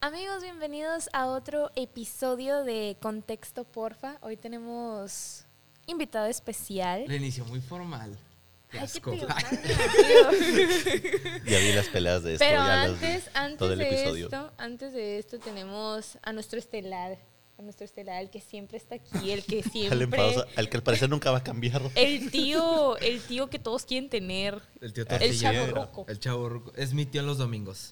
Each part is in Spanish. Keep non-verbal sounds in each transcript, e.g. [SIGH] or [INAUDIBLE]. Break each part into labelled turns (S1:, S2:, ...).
S1: Amigos, bienvenidos a otro episodio de Contexto Porfa. Hoy tenemos invitado especial.
S2: Le inició muy formal. Qué
S1: ¿Eh? Ay, qué
S2: asco.
S1: [LAUGHS]
S3: [LAUGHS] Ya vi las peleas de esto.
S1: Pero
S3: ya las vi.
S1: antes, antes
S3: todo el
S1: de
S3: episodio.
S1: esto, antes de esto tenemos a nuestro estelar, a nuestro estelar, el que siempre está aquí, el
S3: [LAUGHS]
S1: que
S3: Al, en pausa,
S1: siempre, Eh,
S3: al que al parecer nunca va a cambiar.
S1: el tío, el tío que todos quieren tener.
S2: El tío
S1: El
S2: Tortillero.
S1: chavorruco.
S2: El chavorruco. Es mi tío en los
S1: [LAUGHS]
S2: domingos.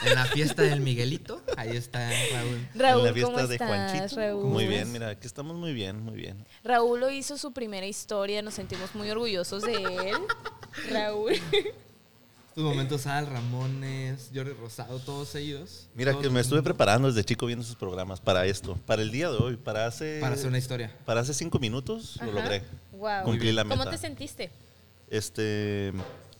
S2: En la fiesta del Miguelito, ahí está Raúl.
S1: Raúl,
S3: en la fiesta
S1: ¿cómo
S3: de
S1: estás,
S3: Juanchito.
S1: Raúl?
S3: Muy bien, mira, aquí estamos muy bien, muy bien.
S1: Raúl lo hizo su primera historia, nos sentimos muy orgullosos de él.
S3: [LAUGHS]
S1: Raúl.
S2: Tus momentos Sal, Ramones, Jordi Rosado, todos ellos.
S3: Mira
S2: Todos
S3: que me
S2: los-
S3: estuve preparando desde chico viendo sus programas para esto, para el día de hoy, para hace
S2: Para hacer una historia.
S3: para hace cinco minutos lo
S1: Ajá.
S3: logré.
S1: Guau.
S3: Cumplí la meta.
S1: ¿Cómo te sentiste?
S3: Este,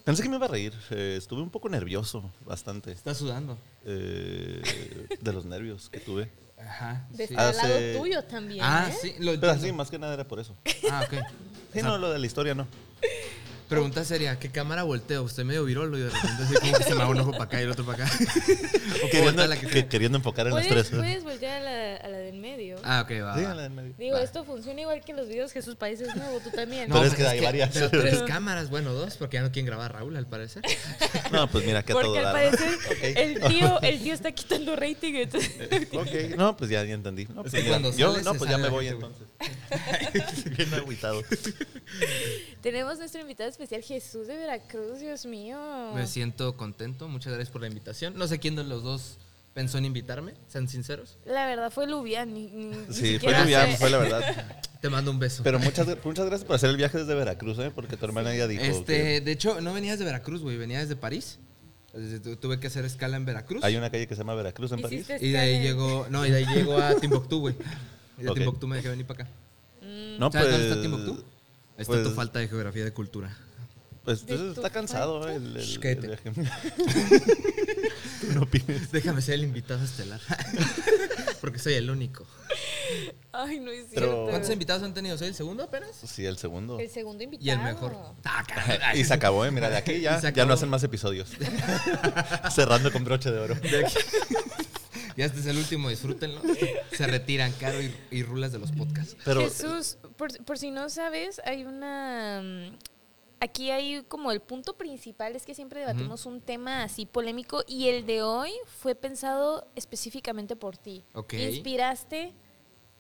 S3: pensé que me iba a reír. eh, estuve un poco nervioso, bastante,
S2: Está sudando.
S3: eh, de los nervios que tuve.
S2: Ajá.
S1: De
S2: sí.
S1: estar al lado
S3: Hace-
S1: tuyo también.
S2: Ah,
S1: ¿eh?
S2: sí. Lo
S3: Pero
S2: entiendo.
S3: sí, más que nada era por eso.
S2: Ah, ok.
S3: Sí, no, lo de la historia no.
S2: Pregunta seria, ¿qué cámara volteo? Usted medio virolo y de repente así como que se me va un ojo para acá y el otro para acá. O
S3: Queriendo,
S2: voltea la que
S3: que-
S2: sea.
S3: queriendo enfocar en las
S1: ¿Puedes,
S3: tres.
S1: puedes voltear a la, a la del medio.
S2: Ah, ok, va.
S3: Sí,
S2: va.
S3: la del medio.
S1: Digo,
S2: va.
S1: esto funciona igual que los videos Jesús Países Nuevo, tú también.
S3: No, Pero es que hay varias.
S2: pero tres cámaras, bueno, dos, porque ya no quieren grabar a Raúl, al parecer.
S3: No, pues mira, que a todo
S1: Porque al
S3: dar, ¿no?
S1: parecer
S3: [LAUGHS] Ok.
S1: el, tío, el tío está quitando rating. entonces- [LAUGHS]
S3: Ok, no, pues ya, ya entendí. No, pues
S2: que
S3: mira,
S2: cuando
S3: yo,
S2: sales,
S3: no,
S2: se
S3: pues ya
S2: sale
S3: me
S2: la
S3: voy
S2: gente,
S3: entonces. [LAUGHS] Bien agüitado.
S1: Tenemos nuestro invitado especial, Jesús de Veracruz, Dios mío.
S2: Me siento contento, muchas gracias por la invitación. No sé quién de los dos pensó en invitarme, sean sinceros.
S1: La verdad fue Lubián. ni- ni- ni
S3: Sí, pues fue
S1: siquiera sé.
S3: Lubián, fue la verdad.
S2: Te mando un beso.
S3: Pero muchas, muchas gracias por hacer el viaje desde Veracruz, ¿eh? Porque tu hermana ya dijo que
S2: este, de hecho, no venías de Veracruz, güey, venías de París. Entonces, tu- Tuve que hacer escala en Veracruz.
S3: hay una calle que se llama Veracruz en París.
S1: Hiciste
S2: Y de ahí
S1: escala.
S2: llegó, no, y de ahí llegó a Timbuktu, güey. Y de
S3: Ok.
S2: Timbuktu me dejé venir para acá.
S3: No,
S2: ¿Sabes
S3: pues,
S2: dónde está Timbuktu? Ahí está
S3: pues-
S2: tu falta de geografía de cultura. [LAUGHS]
S3: Pues
S1: De
S3: entonces
S1: tu
S3: está cansado ¿eh? el, el-
S2: Shh,
S3: el
S2: cállate. [LAUGHS]
S3: viaje. Tú no opines.
S2: Déjame ser el invitado estelar. [LAUGHS] Porque soy el único.
S1: Ay, no es
S3: Pero-
S1: cierto.
S2: ¿Cuántos invitados han tenido? ¿Soy el segundo apenas?
S3: Sí, el segundo.
S1: El segundo invitado.
S2: Y el mejor. Ah, caray.
S3: Y se acabó, ¿eh? Mira, de
S2: [LAUGHS]
S3: aquí
S2: Y
S3: ya,
S2: se
S3: ya
S2: acabó.
S3: no hacen más episodios. [LAUGHS] Cerrando con broche de oro.
S2: Ya este es el último, disfrútenlo. Se retiran Caro y, y Rulas de los podcasts.
S3: Pero
S1: Jesús, por, por si no sabes, hay una... mm, Aquí hay como el punto principal es que siempre debatimos un tema así polémico y el de hoy fue pensado específicamente por ti.
S2: Ok.
S1: Inspiraste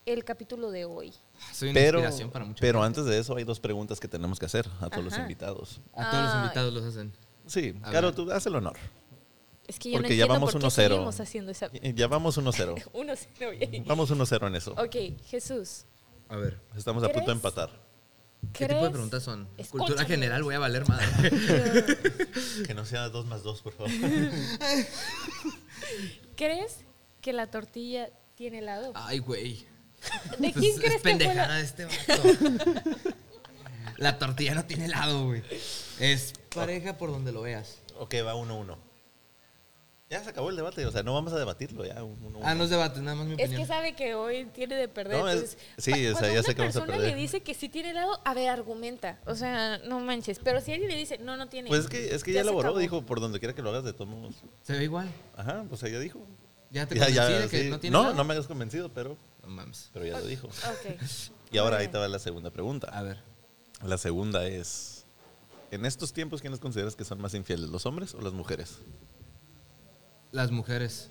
S1: el capítulo de hoy.
S2: Ah, Soy una
S3: Pero,
S2: inspiración para mucha
S3: pero
S2: gente.
S3: antes de eso hay dos preguntas que tenemos que hacer a todos los
S1: Ajá.
S3: invitados.
S2: A todos los
S1: Ay.
S2: invitados los hacen.
S3: Sí,
S2: A
S3: Caro,
S2: ver.
S3: tú haz el honor.
S1: Es que yo
S3: Porque
S1: no
S3: ya
S1: entiendo
S3: vamos
S1: por qué
S3: 1-0.
S1: seguimos haciendo esa...
S3: Y- Ya vamos 1-0.
S1: [LAUGHS] Uno cero,
S3: [LAUGHS]
S1: oye.
S3: Vamos 1-0 en eso.
S1: Ok, Jesús,
S2: A ver.
S3: Estamos a punto de
S1: ¿Crees?
S3: empatar.
S2: ¿Qué
S1: ¿crees?
S2: tipo de preguntas son?
S1: Escúchame.
S2: Cultura general, voy a valer madre.
S3: Que no sea 2 más 2,
S1: [LAUGHS]
S3: por favor.
S1: ¿Crees que la tortilla tiene helado?
S3: Ah,
S2: Ay, güey.
S1: ¿De
S2: Pues,
S1: quién crees
S2: es
S1: que fue
S2: pendejada
S1: la-
S2: de este vato. La tortilla no tiene helado, güey. Es pareja por donde lo veas.
S3: ok, va 1-1. Ya se acabó el debate. O sea, no vamos a debatirlo ya. 1-1.
S2: Ah, no es debate, nada más mi
S1: Es
S2: opinión.
S1: que sabe que hoy tiene de perder.
S3: No, es-
S1: entonces,
S3: sí,
S1: pa-
S3: o sea,
S1: cuando
S3: ya sé
S1: una
S3: que vamos a
S1: persona
S3: perder.
S1: le dice que sí tiene helado, a ver, argumenta. O sea, no manches. Pero si alguien le dice, no, no tiene.
S3: Pues es que, es que ya,
S1: Ya se
S3: elaboró.
S1: acabó.
S3: Dijo, por donde quiera que lo hagas, de todos modos.
S2: Se ve igual.
S3: Ajá, pues ella dijo.
S2: Ya Ah, te
S3: Ya,
S2: convencí
S3: ya,
S2: de que
S3: sí.
S2: no tiene
S3: no,
S2: helado.
S3: no me hagas convencido, pero,
S2: No mames.
S3: pero ya lo dijo. [LAUGHS]
S1: Ok.
S3: Y ahora ahí te va la segunda pregunta.
S2: A ver.
S3: La segunda es, en estos tiempos, ¿quiénes consideras que son más infieles, los hombres o las mujeres?
S2: Las mujeres.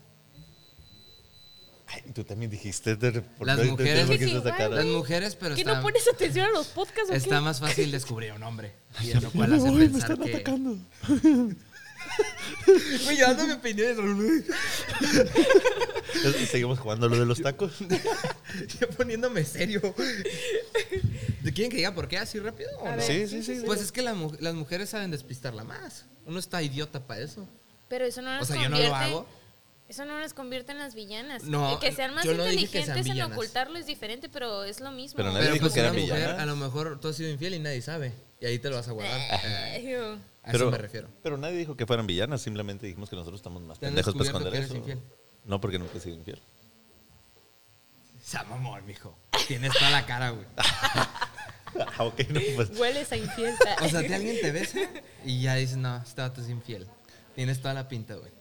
S3: tú también dijiste. de- por-
S2: Las
S3: de- de-
S2: mujeres.
S3: ¿por
S1: Dije
S3: qué hiciste
S1: igual,
S3: esa cara?
S2: Las mujeres, pero
S1: ¿Qué
S2: está,
S1: no pones atención a los podcasts o qué?
S2: está más fácil descubrir a un hombre. Y
S1: [LAUGHS]
S2: en lo cual hace pensar que. Güey, yo dando mi opinión. Raúl.
S3: Es- Seguimos jugando lo de los tacos.
S2: [LAUGHS] Yo poniéndome serio. ¿Quieren que diga por qué así rápido? o
S1: A
S2: no?
S1: ver,
S3: sí, sí, sí.
S2: Pues es que la mu- las mujeres saben despistarla más. Uno está idiota para eso.
S1: Pero eso no nos
S2: O sea, yo no
S1: Ah, convierte.
S2: lo hago.
S1: Eso no nos convierte en las villanas.
S2: No,
S1: El que sean más
S2: yo no dije que
S1: inteligentes
S2: sean
S1: en
S2: villanas.
S1: ocultarlo es diferente, pero es lo mismo.
S3: Pero nadie
S2: Pero
S3: dijo
S2: pues
S3: que
S2: una
S3: eran
S2: mujer,
S3: villanas.
S2: a lo mejor tú has sido infiel y nadie sabe. Y ahí te lo vas a guardar. Eh,
S1: Ay, yo-
S2: a
S3: Pero-
S2: eso me refiero.
S3: Pero nadie dijo que fueran villanas, simplemente dijimos que nosotros estamos más
S2: Te han
S3: pendejos para
S2: descubierto
S3: esconder
S2: que
S3: eso.
S2: eres infiel.
S3: No, porque nunca he sido infiel. [LAUGHS]
S2: Sea mamón, mijo. Tienes toda la cara, güey.
S3: Ah, ok, no, pues.
S1: Hueles a infiesta.
S2: [LAUGHS] O sea, que alguien te besa y ya dices, no, este vato es infiel. Tienes toda la pinta, güey.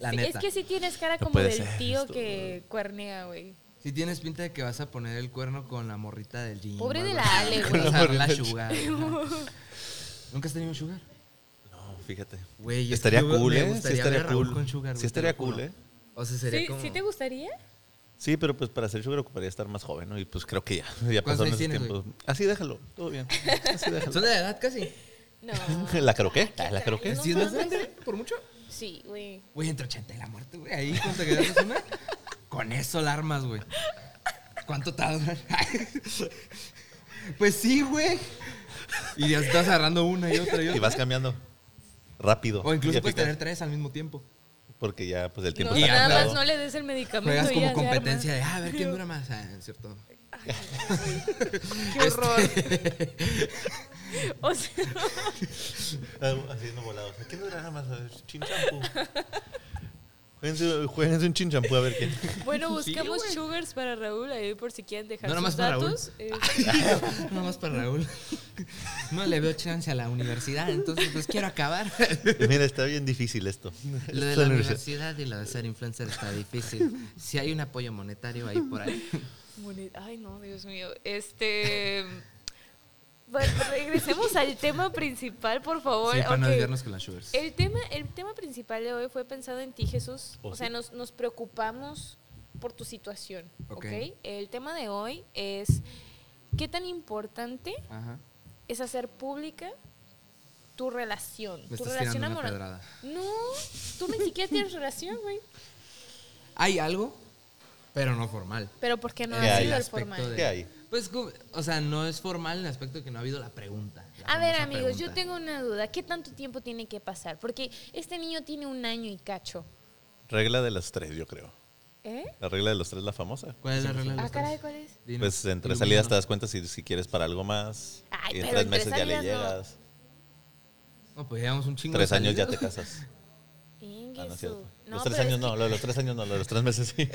S2: La
S1: Sí,
S2: neta.
S1: Es que sí tienes cara
S3: No
S1: como
S3: puede
S1: del
S3: ser
S1: tío
S3: esto.
S1: que cuernea, güey.
S2: Si tienes pinta de que vas a poner el cuerno con la morrita del gym.
S1: Pobre
S2: o
S1: de
S2: algo
S1: la
S2: así.
S1: Ale,
S2: Con
S1: güey.
S2: la
S3: La
S2: morrita
S3: del
S2: sugar. Ajá. [LAUGHS] ¿Nunca has tenido un sugar?
S3: No, fíjate.
S2: Güey, es que
S3: estaría
S2: yo me
S3: cool, ¿eh? Sí
S2: gustaría ver
S3: estaría
S2: a Raúl
S3: cool.
S2: con sugar, güey,
S3: sí
S2: te
S3: estaría
S2: lo juro.
S3: cool, ¿eh?
S2: O sea, sería
S1: ¿Sí,
S2: como...
S1: ¿Sí te gustaría?
S3: Sí, pero pues para hacer sugar ocuparía estar más joven, ¿no? Y pues creo que ya,
S2: ¿Cuántos
S3: ya pasaron
S2: años
S3: esos
S2: tienes,
S3: tiempos. Así déjalo, todo bien.
S2: [LAUGHS]
S3: Así
S2: Son
S3: déjalo.
S2: de la edad casi.
S1: No.
S3: ¿La croqué? Ah, ¿La croqué?
S1: No
S2: ¿Sí es más
S1: mames.
S2: grande? ¿Por mucho?
S1: Sí, güey.
S2: Güey, entre 80 y la muerte, güey. Ahí, cuando te quedas una. Con eso la armas, güey. ¿Cuánto tarda? pues sí, güey. Y ya estás agarrando una y otra y
S3: Y
S2: otra.
S3: vas cambiando. Rápido.
S2: O incluso
S3: y
S2: puedes
S3: eficaz,
S2: tener tres al mismo tiempo.
S3: Porque ya, pues el tiempo
S1: No,
S2: Y
S3: está
S1: nada
S2: ganado.
S1: más
S3: cambiado.
S1: no le des el medicamento.
S2: Juegas
S1: y
S2: como
S1: ya se arma.
S2: competencia de ah, a ver quién dura más. Ah, es cierto.
S1: Qué horror. Este [LAUGHS] o sea,
S3: Ah, Haciendo volados. ¿A quién durará más? A ver, Chin champú. Jueguense, jueguense un chin champú a ver quién.
S2: [LAUGHS]
S1: bueno,
S2: Sí,
S1: buscamos
S2: güey.
S1: sugars para Raúl ahí por si quieren dejar sus
S2: No, nomás para Raúl.
S1: datos. Eh,
S2: Nada más para Raúl. No le veo chance a la universidad, entonces pues quiero acabar.
S3: Mira, está bien difícil esto.
S2: Lo de la universidad y lo de ser influencer está difícil. Si hay un apoyo monetario ahí por ahí.
S1: Monet- Ay, no, Dios mío. Este. [LAUGHS] bueno, regresemos al tema principal, por favor.
S2: Sí, para
S1: Ok.
S2: no
S1: Eh,
S2: desviarnos con las sugars.
S1: El tema, el tema principal de hoy fue pensado en ti, Jesús.
S3: Oh,
S1: o sea,
S3: sí.
S1: nos, nos preocupamos por tu situación.
S2: Ok.
S1: ¿ok? El tema de hoy es qué tan importante
S2: Ajá.
S1: es hacer pública tu relación.
S2: Me
S1: tu
S2: estás
S1: relación
S2: tirando una
S1: amorosa.
S2: pedrada.
S1: No, tú ni
S2: [LAUGHS]
S1: siquiera tienes relación, güey.
S2: Hay algo, pero no formal.
S1: Pero ¿por qué no
S3: Ya,
S1: ha
S3: el
S1: sido el
S2: aspecto
S1: formal?
S2: de-
S3: ¿Qué hay?
S2: Pues, como- o sea, no es formal en el aspecto de que no ha habido la pregunta. la
S1: A ver,
S2: famosa
S1: amigos, yo
S2: pregunta.
S1: tengo una duda. ¿Qué tanto tiempo tiene que pasar? Porque este niño tiene un año y cacho.
S3: Regla de las tres, yo creo.
S1: ¿Eh?
S3: La regla de los tres, la famosa.
S2: ¿Cuál es la regla de
S1: Ah,
S2: los
S1: caray,
S2: tres?
S1: ¿cuál es?
S2: Dinos.
S3: Pues en tres
S2: Ilumínanos.
S3: salidas te das cuenta si, si quieres para algo más.
S1: Ay,
S3: y en
S1: pero
S3: tres
S1: en
S3: meses
S1: tres
S3: ya le
S1: salidas no.
S3: llegas.
S2: No, pues llevamos un chingo.
S3: Tres
S2: de
S3: años ya te
S2: salidas.
S1: [LAUGHS]
S3: casas. Ah,
S1: Ingue
S3: no es
S1: su-
S3: cierto.
S1: No,
S3: los tres
S1: pero es
S3: años no,
S1: que-
S3: lo de los tres años no, lo de los tres meses
S1: [LAUGHS]
S3: sí.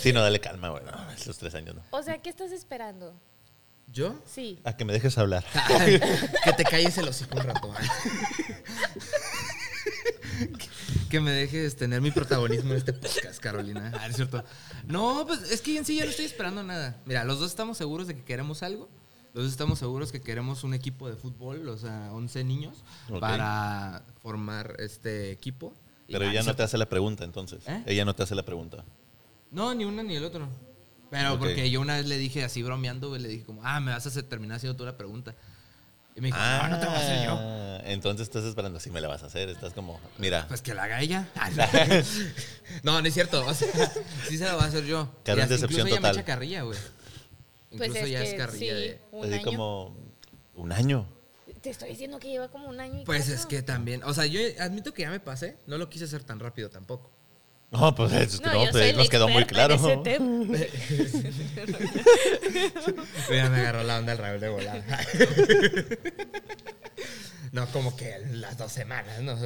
S3: sí, no, dale calma, güey. No, es los tres años no.
S1: O sea, ¿qué estás esperando?
S2: ¿Yo?
S1: Sí.
S3: A que me dejes hablar.
S2: Ay, que te calles el hocico un rato. ay. Que me dejes tener mi protagonismo en este podcast, Carolina. Ah, es cierto. No, pues es que en sí ya no estoy esperando nada. Mira, los dos estamos seguros de que queremos algo. Los dos estamos seguros que queremos un equipo de fútbol, o sea, 11 niños,
S3: Ok.
S2: para formar este equipo. Y
S3: Pero
S2: nada,
S3: ella
S2: o sea,
S3: no te hace la pregunta, entonces.
S2: ¿Eh?
S3: Ella no te hace la pregunta.
S2: No, ni una ni el otro. Pero
S3: Ok.
S2: porque yo una vez le dije así bromeando, güey, le dije como, ah, me vas a hacer- terminar haciendo tú la pregunta. Y me dijo, no, no te la voy a hacer yo.
S3: Ah, Entonces estás esperando, así me la vas a hacer. Estás como, mira,
S2: Pues que la haga ella. [LAUGHS] no, no es cierto. O sea, [LAUGHS] sí se la va a hacer yo.
S3: Claro,
S2: Y
S3: es
S2: hasta
S3: decepción
S2: incluso ella
S3: total.
S2: me echa carrilla, güey. Incluso ya es carrilla
S1: Pues sí,
S2: de-
S1: un
S3: así
S1: año.
S3: como, un año.
S1: Te estoy diciendo que lleva como un año y
S2: Pues
S1: cacho.
S2: es que también. O sea, yo admito que ya me pasé. No lo quise hacer tan rápido [LAUGHS] tampoco.
S3: No, pues es que
S1: No,
S3: no,
S1: yo
S3: pues,
S1: soy la
S3: nos quedó muy
S1: experta
S3: claro.
S1: en ese tema.
S2: Mira, me agarró la onda el Raúl de volada. [LAUGHS] no, como que las dos semanas, ¿no?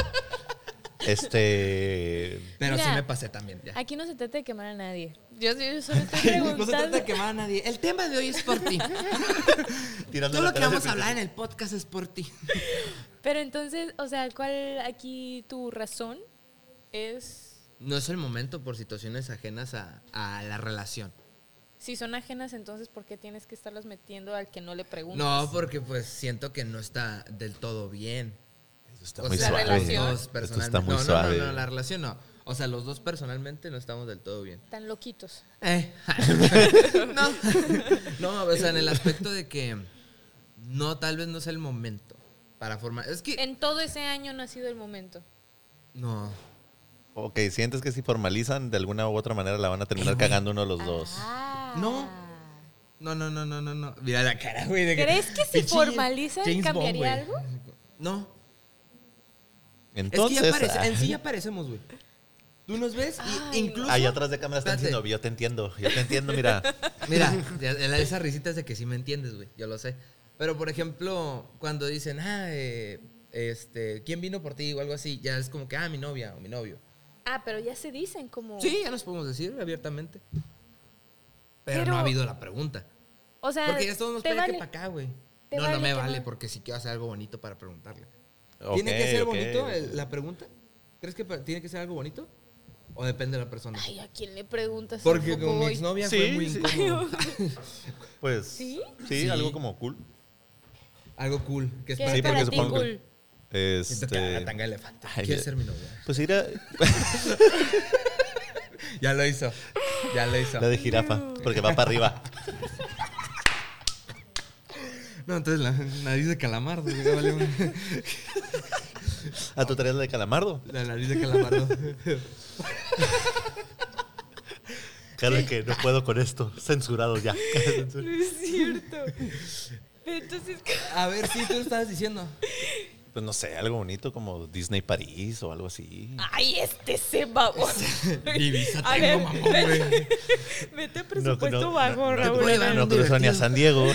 S2: [LAUGHS]
S3: Este.
S2: Pero sí
S1: Mira,
S2: me pasé también ya.
S1: Aquí no se trata de quemar a nadie. Yo, yo solo estoy preguntando.
S2: [LAUGHS] No se trata de quemar a nadie. El tema de hoy es por [LAUGHS] ti.
S3: Tirando
S2: Todo
S3: la
S2: lo que
S3: pena
S2: vamos
S3: desde
S2: a
S3: el
S2: hablar en el podcast es por ti.
S1: Pero entonces, o sea, ¿cuál aquí tu razón es?
S2: No es el momento por situaciones ajenas a, a la relación.
S1: Si son ajenas, entonces, ¿por qué tienes que estarlas metiendo al que no le preguntas?
S2: No, porque pues siento que no está del todo bien.
S3: Esto está
S2: O
S3: muy
S2: sea,
S3: suave.
S2: los dos
S1: relación.
S3: Esto
S2: personalmente-
S3: está muy
S2: no, no,
S3: suave.
S2: No, no, la relación no. O sea, los dos personalmente no estamos del todo bien.
S1: Tan loquitos.
S2: Eh. [LAUGHS] no. No, o sea, en el aspecto de que no, tal vez no es el momento para formar. Es que.
S1: En todo ese año no ha sido el momento.
S2: No.
S3: Ok, sientes que si formalizan de alguna u otra manera la van a terminar cagando uno de los dos.
S1: Ah.
S2: No. No, no, no, no, no, no. Mira la cara, güey. de
S1: ¿Crees que si
S2: Pinche
S1: formalizan cambiaría
S2: güey. No.
S3: Entonces.
S2: es que ya parece,
S3: ah,
S2: en sí ya parecemos, güey. Tú nos ves y
S1: Ay,
S2: incluso.
S3: [LAUGHS] Ahí atrás de cámara están
S2: Espérate.
S3: diciendo, yo te entiendo, yo te entiendo, mira.
S2: [LAUGHS] Mira, ya- ya esa risita es de que sí me entiendes, güey. Yo lo sé. Pero, por ejemplo, cuando dicen, ah, eh, este, ¿quién vino por ti? O algo así, ya es como que, ah, mi novia o mi novio.
S1: Ah, pero ya se dicen como.
S2: Sí, ya nos podemos decir abiertamente. Pero,
S1: Pero-
S2: no ha habido la pregunta.
S1: O sea,
S2: Porque ya todos nos
S1: te
S2: piden
S1: vale.
S2: que para acá, güey.
S1: te
S2: No, no
S1: vale
S2: me
S1: que
S2: vale,
S1: no.
S2: porque si quiero hacer algo bonito para preguntarle. [LAUGHS] ¿Tiene que
S3: Ok,
S2: ser
S3: ok.
S2: bonito el- la pregunta? ¿Crees que pa- tiene que ser algo bonito? ¿O depende de la persona?
S1: Ay, ¿a quién le preguntas?
S2: Porque
S1: Tampoco
S2: con mi
S1: voy.
S2: exnovia
S3: Sí,
S2: fue muy
S3: sí.
S2: incómodo.
S3: Pues.
S1: ¿Sí?
S2: Sí.
S3: Sí, algo como cool.
S2: Algo cool. Que es
S1: ¿Qué
S2: para
S1: es
S3: Sí, porque
S1: para ti
S3: supongo que-
S2: [LAUGHS]
S1: cool?
S2: Siéntate a
S3: Este.
S2: la tanga de elefante.
S3: Ay,
S2: ¿Quieres
S3: ya-
S2: ser mi novia?
S3: Pues
S2: [LAUGHS]
S3: ir a.
S2: Ya lo hizo. Ya lo hizo.
S3: La de jirafa. Porque va para arriba.
S2: No, entonces la nariz de calamardo. ya vale un-
S3: A tu tarea la de calamardo.
S2: La nariz de calamardo.
S3: Cara que no puedo con esto. Censurado
S2: [LAUGHS]
S3: ya.
S1: No es cierto. Entonces, [LAUGHS]
S2: A ver, sí, tú lo estabas diciendo.
S3: Pues no sé, algo bonito como Disney París o algo así.
S2: Ah,
S1: ay, este se
S2: [LAUGHS]
S1: vagó.
S2: Divisa
S1: A
S2: tengo,
S1: ver,
S2: mamón,
S1: vete-
S2: güey.
S1: [LAUGHS] Vete a
S3: No,
S1: presupuesto
S3: no,
S1: bajo,
S3: no, no,
S1: Raúl.
S2: puedo
S1: a ver.
S3: No cruzo ni a San Diego.
S2: [LAUGHS]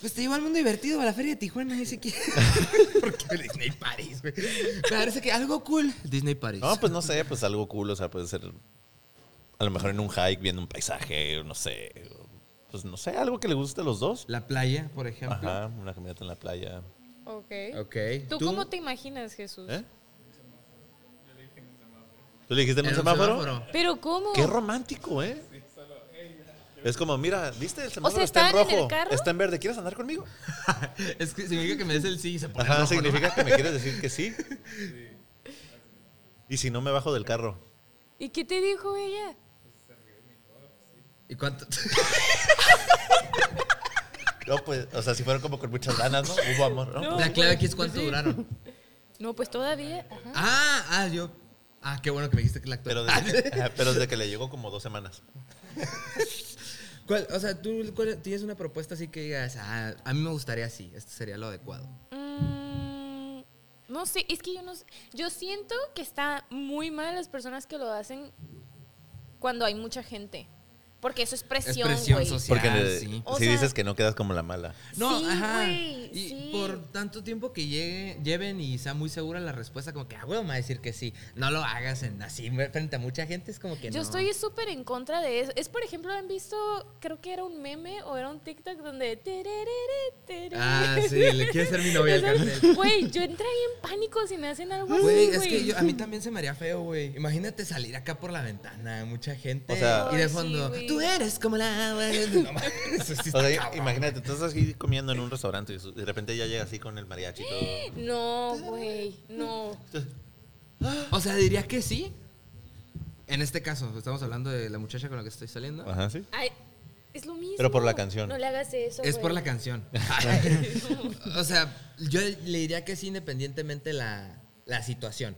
S2: Pues te llevo al mundo divertido, a la feria de Tijuana, dice [LAUGHS] que. Porque Disney París, güey. Parece que algo cool. Disney París.
S3: No, pues no sé, pues algo cool. O sea, puede ser a lo mejor en un hike viendo un paisaje, o no sé. Pues no sé, algo que le guste a los dos.
S2: La playa, por ejemplo.
S3: Ajá, una caminata en la playa.
S1: Ok.
S2: Ok.
S1: ¿Tú cómo te imaginas, Jesús?
S2: Pues,
S3: ¿Eh? ¿Tú le dijiste en
S2: En
S3: un semáforo?
S1: ¿Pero cómo?
S3: Qué romántico, ¿eh? Es como, mira, ¿viste? El semáforo
S1: sea,
S3: está en
S1: ¿estaban en el
S3: rojo,
S1: carro?
S3: está en verde. ¿Quieres andar conmigo?
S2: Es que significa que me des el sí y se pone
S3: Ajá,
S2: rojo, ¿no?
S3: significa que me quieres decir
S2: [LAUGHS]
S3: que sí. Y si no, me bajo del carro.
S1: ¿Y qué te dijo ella?
S2: ¿Y cuánto?
S3: No, pues, o sea, si fueron como con muchas ganas, ¿no? Hubo amor, ¿no?
S1: No.
S2: [LAUGHS] La clave aquí es cuánto
S1: Sí.
S2: duraron.
S1: No, pues todavía. Ajá.
S2: Ah, ah, yo. Ah, qué bueno que me dijiste que la actual. [LAUGHS]
S3: Pero desde, que, ajá, pero desde que le llegó como dos semanas.
S2: ¿Cuál, o sea, tú cuál- tienes una propuesta así que digas, ah, a mí me gustaría así, esto sería lo adecuado.
S1: Mm, no sé, es que yo no sé. Yo siento que está muy mal las personas que lo hacen cuando hay mucha gente. Porque eso es presión,
S2: presión
S1: güey.
S2: social.
S3: Porque
S2: ah,
S3: le-
S2: sí.
S1: O
S3: si
S1: sea-
S3: dices que no quedas como la mala.
S2: No,
S1: Sí,
S2: ajá.
S1: güey,
S2: y
S1: sí.
S2: por tanto tiempo que llegue, lleven y sea muy segura la respuesta, como que, ah, güey, me va a decir que sí. No lo hagas en, así frente a mucha gente, es como que
S1: Yo
S2: no.
S1: estoy súper en contra de eso. Es, por ejemplo, han visto, creo que era un meme o era un TikTok donde... tererere, tererere.
S2: Ah, sí, le quiere ser mi
S1: [LAUGHS]
S2: novia al
S1: O sea,
S2: cartel.
S1: Güey, yo entraría en pánico si me hacen algo
S2: Güey,
S1: así,
S2: es que
S1: güey.
S2: yo- a mí también se me haría feo, güey. Imagínate salir acá por la ventana, mucha gente.
S3: O sea-
S2: y de
S1: Ay, sí,
S2: fondo,
S1: güey.
S2: tú eres como la agua. [LAUGHS] No mames, eso sí
S3: O sea,
S2: está cabrón.
S3: imagínate, estás así comiendo en un restaurante y su- de repente ya llega así con el mariachi y todo.
S1: No, güey, no.
S2: O sea, diría que sí. En este caso, estamos hablando de la muchacha con la que estoy saliendo.
S3: Ajá, sí.
S1: Ay, es lo mismo.
S3: Pero por la canción.
S1: No le hagas eso,
S2: Es por
S1: güey.
S2: la [LAUGHS] canción. o sea, yo le diría que sí, independientemente la, la situación.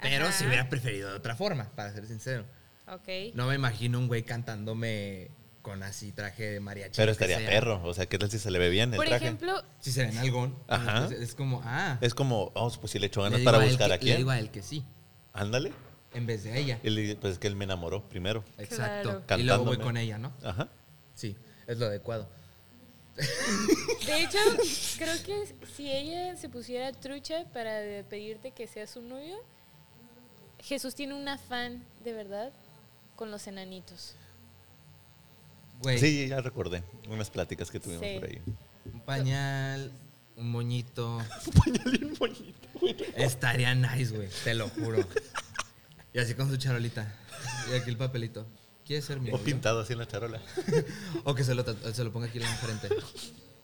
S2: Pero
S1: Ajá.
S2: si hubiera preferido de otra forma, para ser sincero.
S1: Ok.
S2: No me imagino un güey cantándome con así traje de mariachi.
S3: Pero
S2: lo que
S3: estaría
S2: sea.
S3: perro. O sea, ¿qué tal si se le ve bien el
S1: Por
S3: traje?
S1: ejemplo,
S2: Si se ven algón.
S3: Ajá.
S2: entonces Es como, ah.
S3: Es como, oh, pues si le echo ganas
S2: le
S3: para
S2: digo a él
S3: buscar
S2: que-
S3: a
S2: Le
S3: quién.
S2: digo a él que sí,
S3: Ándale.
S2: en vez de a ella.
S3: Y le digo, pues es que él me enamoró primero.
S2: Exacto.
S3: Claro.
S2: Y luego voy
S3: Cantándome.
S2: con ella, ¿no?
S3: Ajá.
S2: Sí, es lo adecuado.
S1: de hecho, [LAUGHS] creo que si ella se pusiera trucha para de- pedirte que seas su novio, Jesús tiene un afán, de verdad, con los enanitos.
S2: Güey,
S3: Sí, ya recordé. Unas pláticas que tuvimos
S1: Sí.
S3: por ahí.
S2: un pañal, un
S3: [LAUGHS]
S2: moñito. un pañal y un moñito, Estaría nice, güey, te lo juro. Y así con su charolita. Y aquí el papelito. ¿Quieres ser mi
S3: O
S2: novio?
S3: pintado así en
S2: [LAUGHS]
S3: la charola.
S2: O que se lo, tatu- se lo ponga aquí en la frente.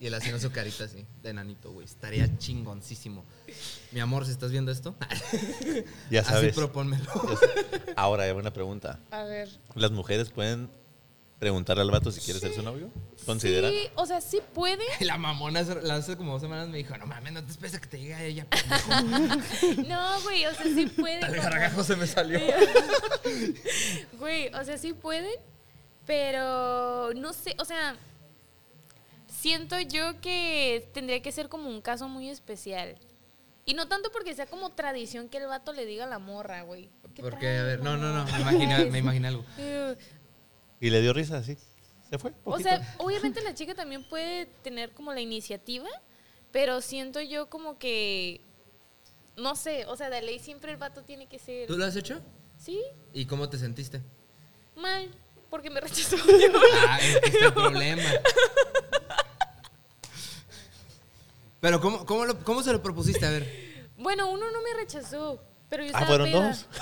S2: Y él haciendo su carita así, de nanito, güey. Estaría chingoncísimo. Mi amor, si estás viendo esto, [LAUGHS]
S3: Ya
S2: así
S3: sabes. [LAUGHS]
S2: propónmelo.
S3: Ahora, ya una pregunta.
S1: A ver.
S3: ¿Las mujeres pueden preguntarle al vato si quiere ser su novio? ¿Considera?
S1: Sí, o sea, sí puede.
S2: Y [LAUGHS] La mamona hace, la hace como dos semanas me dijo, no mames, no te esperes a que te llegue a [LAUGHS] ella.
S1: No, güey, o sea, sí
S2: [LAUGHS]
S1: puede.
S2: El
S1: como-
S2: gargajo se me salió.
S1: Güey, o sea, sí pueden, pero no sé, o sea, siento yo que tendría que ser como un caso muy especial. Y no tanto porque sea como tradición que el vato le diga a la morra, güey. ¿Qué
S2: Porque,
S1: traes,
S2: a ver, no, no, no, me
S1: morra?
S2: imaginé,
S1: ¿Qué
S2: me imaginé algo.
S1: traes? Eh,
S3: Y le dio risa así. Se fue.
S1: [LAUGHS] O
S3: poquito. Ah,
S1: sea, obviamente la chica también puede tener como la iniciativa, pero siento yo como que, no sé, o sea, de ley siempre el vato tiene que ser,
S2: ¿Tú lo has hecho?
S1: ¿sí?
S2: ¿Y cómo te sentiste?
S1: Mal, porque me rechazó. Yo-
S2: Ah, es que [LAUGHS] está el problema. Pero, ¿cómo, cómo, lo- cómo se lo propusiste? A ver.
S1: Bueno, uno no me rechazó, pero yo
S3: Ah,
S1: estaba
S3: fueron
S1: peda.
S3: dos.
S1: [LAUGHS]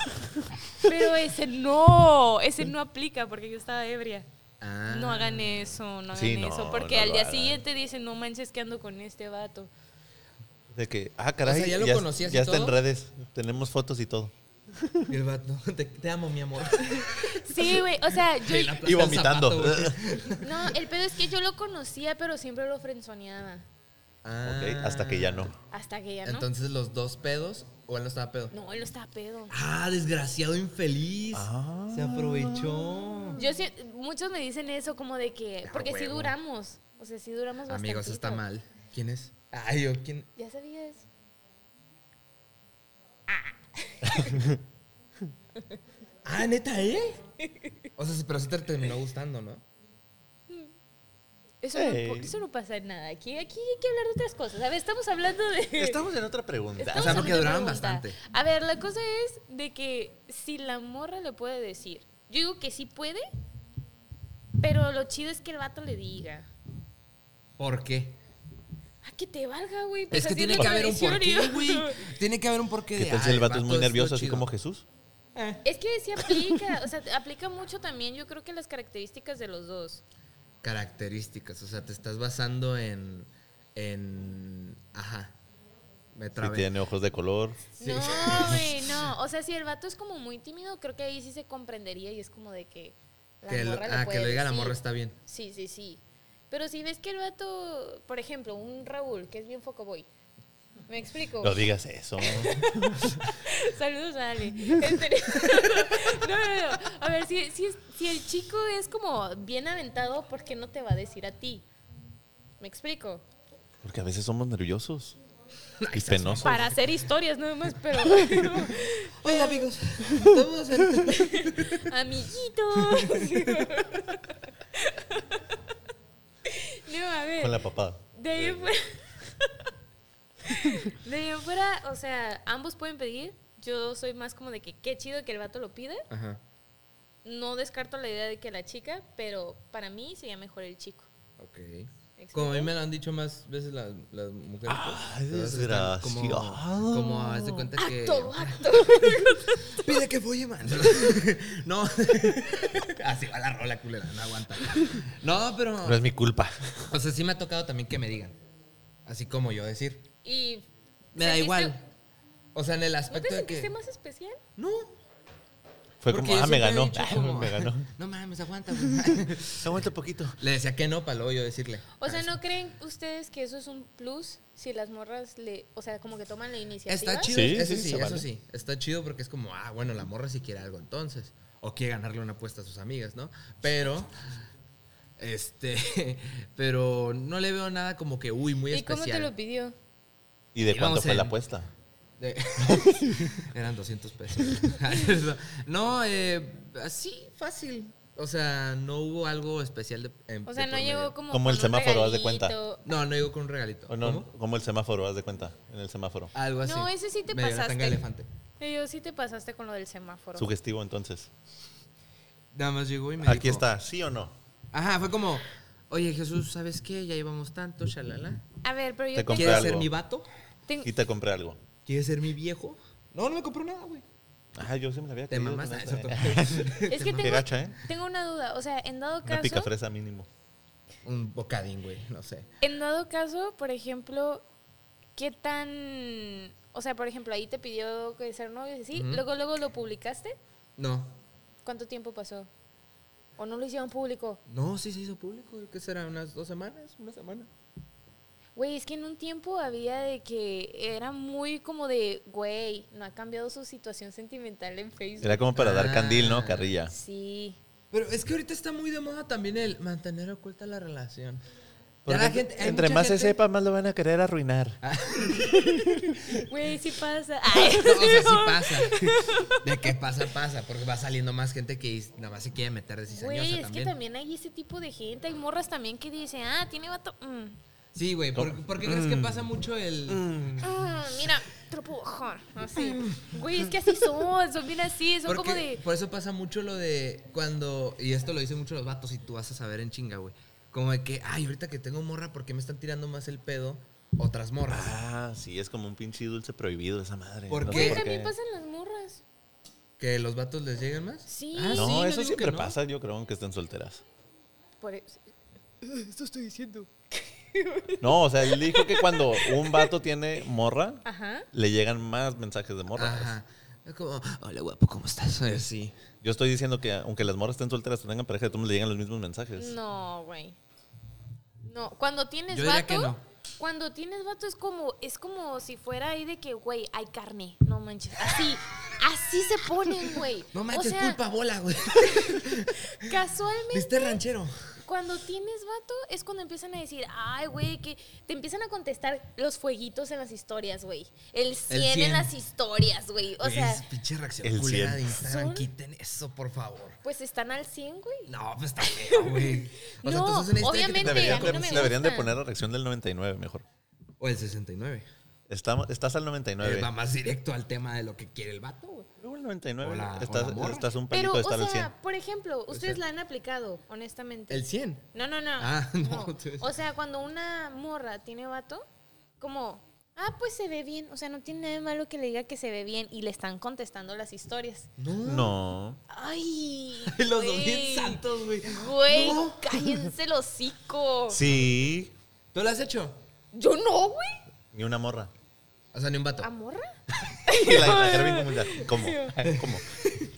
S1: Pero ese no, ese no aplica porque yo estaba ebria.
S2: Ah.
S1: No hagan eso, no hagan
S3: Sí, no,
S1: eso, porque
S3: no
S1: al
S3: lo
S1: día
S3: hagan.
S1: siguiente dicen, no manches que ando con este
S2: [LAUGHS]
S1: vato.
S3: De que, ah, caray,
S2: O sea, ya lo conocías y
S3: ya está
S2: todo.
S3: en redes. Tenemos fotos y todo.
S2: Y el vato, te, te amo, mi [LAUGHS] amor.
S1: Sí, güey, o sea, yo...
S2: Y la plata
S3: Y
S2: del
S3: vomitando.
S2: zapato,
S1: [LAUGHS]
S2: güey.
S1: No, el pedo es que yo lo conocía, pero siempre lo frenzoneaba.
S2: [LAUGHS] Ah.
S3: Ok, hasta que ya no.
S1: Hasta que ya no.
S2: Entonces, los dos pedos, o él no estaba pedo.
S1: No, él no estaba pedo.
S2: Ah, desgraciado infeliz. Se aprovechó.
S1: Yo sí- muchos me dicen eso como de que,
S2: Ah,
S1: porque sí
S2: huevo.
S1: duramos, o sea, sí duramos bastante.
S2: Amigos, está mal. ¿Quién es? Ay, yo, ¿quién?
S1: Ya sabía eso.
S2: Ah, neta, eh? él. [LAUGHS] O sea, sí, pero sí te terminó gustando, ¿no?
S1: Eso, no
S3: Ey.
S1: po- eso no pasa nada. Aquí, aquí hay que hablar de otras cosas. A ver, estamos hablando
S2: [LAUGHS]
S1: de...
S3: Estamos en otra pregunta.
S1: estamos
S2: sea, porque
S1: hablando de
S2: duraron
S1: pregunta.
S2: bastante.
S1: A ver, la cosa es de que si la morra le puede decir, yo digo que sí puede, pero lo chido es que el vato le diga.
S2: ¿Por qué?
S1: Ah, que te valga, güey. pues
S2: Es que
S1: así
S2: tiene
S1: lo
S2: que haber un
S1: mereció,
S2: porqué,
S1: ¿no?
S2: güey. Tiene que haber un porqué
S3: ¿Qué
S2: de,
S3: tal si
S2: "Ay,
S3: el vato es muy
S2: estuvo
S3: nervioso, así
S2: chido".
S3: como Jesús?
S1: [LAUGHS] Es que sí aplica, o sea, aplica mucho también, yo creo que las características de los dos.
S2: Características, o sea, te estás basando en. en. Ajá. Me
S3: Si
S2: trabé.
S3: tiene ojos de color.
S1: No, güey, no. O sea, si el vato es como muy tímido, creo que ahí sí se comprendería y es como de que la
S2: que lo,
S1: morra le
S2: ah, que
S1: puede
S2: lo diga la
S1: decir.
S2: morra está bien.
S1: Sí, sí, sí. Pero si ves que el vato, por ejemplo, un Raúl, que es bien focoboy. Me explico.
S3: No digas eso.
S1: Saludos, Ale. Este- [LAUGHS] no, no, no. A ver, si, si, es- si el chico es como bien aventado, ¿por qué no te va a decir a ti? Me explico.
S3: Porque a veces
S2: [LAUGHS]
S3: somos nerviosos. Y
S2: seas
S3: penosos.
S1: Para hacer historias nada más, pero... [LAUGHS]
S2: Hola, [LAUGHS] amigos. Vamos a hacer.
S1: Amiguitos. [LAUGHS] no, a ver.
S3: Con la papá.
S1: De ahí en fuera. [LAUGHS] de ahí en fuera, o sea, ambos pueden pedir. Yo soy más como de que qué chido que el vato lo pide.
S2: Ajá.
S1: No descarto la idea de que la chica, pero para mí sería mejor el chico.
S2: Ok.
S1: ¿Explico?
S2: Como a mí me lo han dicho más veces las, las mujeres.
S3: Ah,
S2: pues, todas están como-
S3: desgraciado.
S2: Como haz de cuenta que.
S1: Todo acto.
S2: Pide que folle, man. [LAUGHS] no. [LAUGHS] Así va la rola, culera. No aguanta. No, pero.
S3: No es mi culpa. [LAUGHS]
S2: O sea, sí me ha tocado también que me digan. Así como yo decir.
S1: Y.
S2: Me da
S1: ¿sentiste-
S2: igual. O sea, en el
S1: ¿No
S2: aspecto
S1: te
S2: de que.
S1: sentiste más especial?
S2: No.
S3: Fue
S2: porque
S3: como,
S2: yo
S3: ah, me
S2: siempre he
S3: ganó.
S2: dicho
S3: Ah,
S2: como,
S3: [LAUGHS] Me ganó.
S2: No mames, aguanta. güey". [LAUGHS]
S3: Aguanta poquito.
S2: Le decía que no para luego yo decirle.
S1: O sea, ¿no creen ustedes que eso es un plus si las morras le. O sea, como que toman la iniciativa?
S2: Está chido,
S3: Sí,
S2: eso
S3: sí,
S2: sí,
S3: se
S2: eso
S3: vale.
S2: sí. Está chido porque es como, ah, bueno, la morra si quiere algo entonces. O quiere ganarle una apuesta a sus amigas, ¿no? Pero, este, [LAUGHS] pero no le veo nada como que, uy, muy
S1: ¿Y
S2: especial.
S1: cómo te lo pidió?
S3: ¿Y de cuánto
S2: Íbamos
S3: fue la
S2: en-
S3: apuesta?
S2: De-
S1: [LAUGHS]
S2: Eran 200 pesos. [LAUGHS] no, eh, así, fácil. O sea, no hubo algo especial de... en-
S1: O sea,
S2: de
S1: no
S2: por medio.
S1: llegó como.
S3: Como
S1: con
S3: el
S1: un
S3: semáforo, haz de cuenta.
S1: regalito.
S2: No, no llegó con un regalito.
S3: ¿O no?
S2: ¿Cómo?
S3: Como el semáforo, haz de cuenta. En el semáforo.
S2: Algo así.
S1: No, ese sí te
S2: Me dio la tanga de
S1: pasaste.
S2: elefante.
S1: Y yo sí te pasaste con lo del semáforo.
S3: Sugestivo, entonces.
S2: Nada más llegó y me
S3: Aquí
S2: dijo,
S3: está, ¿sí o no?
S2: Ajá, fue como, oye Jesús, ¿sabes qué? Ya llevamos tanto, shalala.
S1: A ver, pero yo
S3: Te
S1: tengo-
S3: compré
S2: ¿Quieres
S3: algo.
S2: ser mi vato?
S1: tengo-
S3: Y te compré algo.
S2: ¿Quieres ser mi viejo? No, no me compró nada, güey.
S3: Ajá, Ah, yo sí me la había
S2: Te
S3: querido
S2: mamaste.
S3: con
S2: Ah,
S3: esa,
S2: es
S3: eh.
S2: [LAUGHS]
S1: es que
S3: Qué
S1: tengo,
S3: gacha, ¿eh?
S1: tengo una duda. O sea, en dado
S3: Una pica
S1: caso,
S3: fresa mínimo.
S2: Un bocadín, güey, no sé.
S1: en dado caso, por ejemplo, ¿qué tan. O sea, por ejemplo, ahí te pidió que ser novios y así.
S2: Ujú.
S1: Luego, luego lo publicaste.
S2: No.
S1: ¿Cuánto tiempo pasó? ¿O no lo hicieron público?
S2: No, sí se hizo público. ¿Qué será? ¿Unas dos semanas? ¿Una semana?
S1: Güey, es que en un tiempo había de que era muy como de, güey, no ha cambiado su situación sentimental en Facebook.
S3: Era como para dar
S2: Ah.
S3: candil, ¿no? Carrilla.
S1: Sí.
S2: Pero es que ahorita está muy de moda también el mantener oculta la relación. Ya
S3: Porque
S2: la gente- hay
S3: entre
S2: mucha
S3: más se
S2: gente- Ah,
S3: sepa, más lo van a querer arruinar.
S1: Güey, sí pasa. Ay,
S2: No, [LAUGHS] [LAUGHS] o sea, sí pasa. De qué pasa, pasa. Porque va saliendo más gente que nada más se quiere meter de cizañosa
S1: Güey, es
S2: también.
S1: que también hay ese tipo de gente. Hay morras también que dicen, ah, tiene vato. mm,
S2: Sí, güey.
S3: Oh.
S2: ¿Por, por qué crees que pasa mucho el...?
S1: mm, mira, te lo puedo bajar. Así. Güey, es que así son, son bien así, son
S2: Porque-
S1: como de.
S2: Por eso pasa mucho lo de cuando. Y esto lo dicen mucho los vatos, y tú vas a saber en chinga, güey. Como de que, ay, ahorita que tengo morra, ¿por qué me están tirando más el pedo? otras morras.
S3: Ah, sí, es como un pinche dulce prohibido esa madre.
S2: ¿Por
S3: No
S2: qué?
S3: sé
S1: Güey, también pasan las morras.
S2: ¿Que los vatos les llegan más?
S1: Sí.
S2: Ah,
S3: No,
S2: sí, no
S3: eso
S2: digo
S3: siempre
S2: que no.
S3: pasa, yo creo, aunque estén solteras.
S1: Por e-, eso. Esto estoy diciendo.
S3: No, o sea, él dijo que cuando un vato tiene morra,
S1: Ajá.
S3: le llegan más mensajes de morra.
S2: Ajá. Es como, hola guapo, ¿cómo estás? Eh, Sí.
S3: Yo estoy diciendo que aunque las morras estén solteras, tengan pareja, de todos modos le llegan los mismos mensajes.
S1: No, güey. No, cuando tienes
S2: Pues, Yo diría
S1: vato.
S2: que no.
S1: Cuando tienes vato es como, es como si fuera ahí de que, güey, hay carne. No manches. Así, así se ponen, güey.
S2: No manches,
S1: o sea,
S2: pulpa
S1: [LAUGHS]
S2: bola, güey.
S1: casualmente.
S2: ¿Viste ranchero?
S1: Cuando tienes vato es cuando empiezan a decir, ay, güey, que te empiezan a contestar los fueguitos en las historias, güey. El 100, en
S2: 100.
S1: las historias, güey. O sea,
S2: Es pinche reacción
S3: el
S2: culera
S3: cien.
S2: de Instagram.
S1: Son-
S2: Quiten eso, por favor.
S1: pues están al 100, güey.
S2: No, pues está feo, güey. O sea,
S1: No,
S2: entonces una historia que te-
S1: obviamente,
S3: Deberían,
S1: a mí no
S3: de-
S1: me
S3: deberían de
S1: gustan.
S3: poner la reacción del 99 mejor.
S2: O el 69.
S3: Estamos, estás al
S2: Eh,
S3: 99.
S2: va más directo al tema de lo que quiere el vato, güey.
S3: Luego el 99.
S2: Hola,
S3: estás,
S2: hola, morra.
S3: estás un
S1: Pero,
S3: pelito de
S1: o
S3: estar
S1: sea,
S3: al 100.
S1: por ejemplo, ustedes
S2: sea-
S1: la han aplicado, honestamente.
S2: El 100.
S1: No, no, no.
S2: Ah, [LAUGHS] no.
S1: O sea, cuando una morra tiene vato, como, ah, pues se ve bien. O sea, no tiene nada de malo que le diga que se ve bien y le están contestando las historias.
S2: No.
S3: No.
S1: Ay.
S2: [LAUGHS] Los dos
S1: güey.
S2: bien santos, güey.
S1: Güey,
S2: No.
S1: cállense el hocico.
S2: [LAUGHS]
S3: Sí.
S2: ¿Tú lo has hecho?
S1: Yo no, güey.
S3: Ni una morra.
S2: O sea, ni un vato.
S1: ¿A morra?
S3: Y la- la cara bien como ya, ¿Cómo?
S1: [LAUGHS]
S3: ¿Cómo?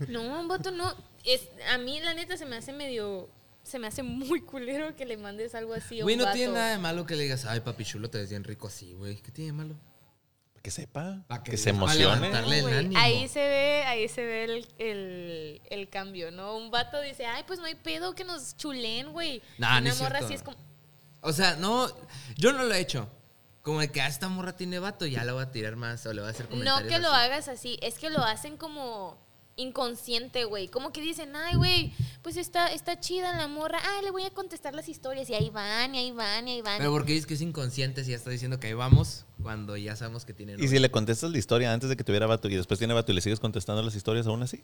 S1: No, un vato no. Es, a mí, la neta, se me hace medio. Se me hace muy culero que le mandes algo así a
S2: Güey,
S1: un
S2: no
S1: vato.
S2: tiene nada de malo que le digas, ay, papi chulo, te ves bien rico así, güey. ¿Qué tiene de malo?
S3: Que sepa.
S2: Pa'
S3: que,
S2: que
S3: se
S2: sepa
S3: emocione.
S2: levantar. darle el
S1: güey,
S2: ánimo.
S1: Ahí se ve, ahí se ve el, el- el cambio, ¿no? Un vato dice, ay, pues no hay pedo que nos chulen, güey.
S2: Nah,
S1: Una
S2: no
S1: morra
S2: es cierto.
S1: así es como.
S2: O sea, no, yo no lo he hecho. Como de que a esta morra tiene vato, ya la voy a tirar más o le voy a hacer comentarios.
S1: No que lo
S2: así.
S1: hagas así, es que lo hacen como inconsciente, güey. Como que dicen, ay, güey, pues está, está chida la morra, ay, le voy a contestar las historias, y ahí van, y ahí van, y ahí van.
S2: Pero porque dices que es inconsciente si ya está diciendo que ahí vamos cuando ya sabemos que tiene
S3: Y si le contestas la historia antes de que tuviera vato y después tiene vato y le sigues contestando las historias aún así.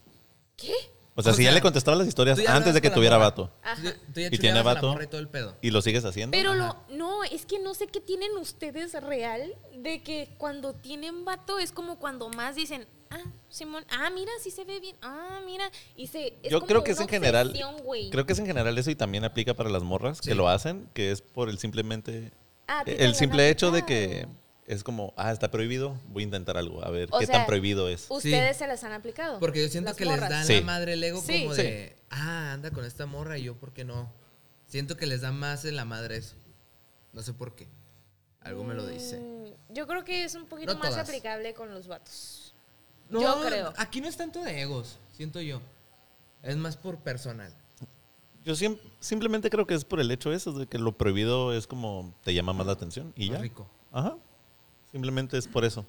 S1: ¿Qué?
S3: O sea,
S2: O
S3: si ya
S2: sea,
S3: le contestabas las historias
S2: tú ya
S3: antes de
S2: hablabas
S3: que
S2: con la
S3: tuviera
S2: morra.
S3: vato
S1: Ajá.
S2: Tú ya
S3: ¿Y
S2: chuleabas
S3: tiene
S2: a la
S3: vato?
S2: morra y todo el pedo.
S3: y lo sigues haciendo.
S1: Pero lo,
S2: Ajá.
S1: no, es que no sé qué tienen ustedes real de que cuando tienen vato es como cuando más dicen, ah, Simón, ah, mira, sí se ve bien, ah, mira, y se... es
S3: Yo
S1: como
S3: creo que es
S1: una
S3: en general.
S1: obsesión, güey.
S3: Creo que es en general eso y también aplica para las morras
S2: Sí.
S3: que lo hacen, que es por el simplemente eh,
S1: Ah, ¿a ti te lo
S3: el
S1: han
S3: simple hecho de que
S1: aplicado?
S3: es como, ah, está prohibido, voy a intentar algo, a ver
S1: O
S3: qué
S1: sea,
S3: tan prohibido es.
S1: Ustedes se las han aplicado.
S2: Porque yo siento
S1: Las
S2: que
S1: morras.
S2: les dan
S3: Sí.
S2: la madre el ego
S1: Sí.
S2: como
S3: Sí.
S2: de, ah, anda con esta morra y yo, ¿por qué no? Siento que les da más en la madre eso. No sé por qué. Algo me lo dice.
S1: Mm, Yo creo que es un poquito
S2: No
S1: más
S2: todas.
S1: aplicable con los vatos.
S2: No,
S1: Yo creo.
S2: Aquí no es tanto de egos, siento yo. Es más por personal.
S3: Yo siem- simplemente creo que es por el hecho eso de que lo prohibido es como te llama más la atención y
S2: Más
S3: ya.
S2: rico.
S3: Ajá. Simplemente es por
S2: [LAUGHS]
S3: eso.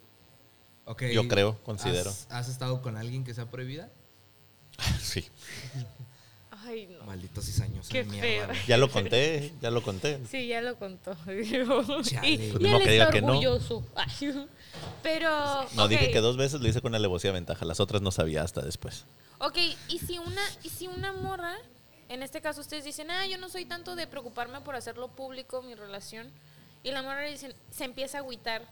S2: Ok.
S3: Yo creo, considero.
S2: ¿Has, has estado con alguien que sea prohibida?
S3: Sí.
S1: Ay, no.
S2: Malditos cizañosos.
S1: Qué
S2: de
S1: feo.
S2: mierda, güey.
S3: Ya lo conté, ya lo conté.
S1: Sí, ya lo contó. [LAUGHS] y
S2: Chale.
S1: y
S3: Pues ni modo
S1: él está
S3: que diga que no.
S1: orgulloso. [LAUGHS] Ay, pero.
S3: No, dije
S1: ok.
S3: que dos veces lo hice con alevosía ventaja, las otras no sabía hasta después.
S1: Ok, y si una, y si una morra, en este caso ustedes dicen, ah, yo no soy tanto de preocuparme por hacerlo público, mi relación, y la morra le dicen, se empieza a agüitar,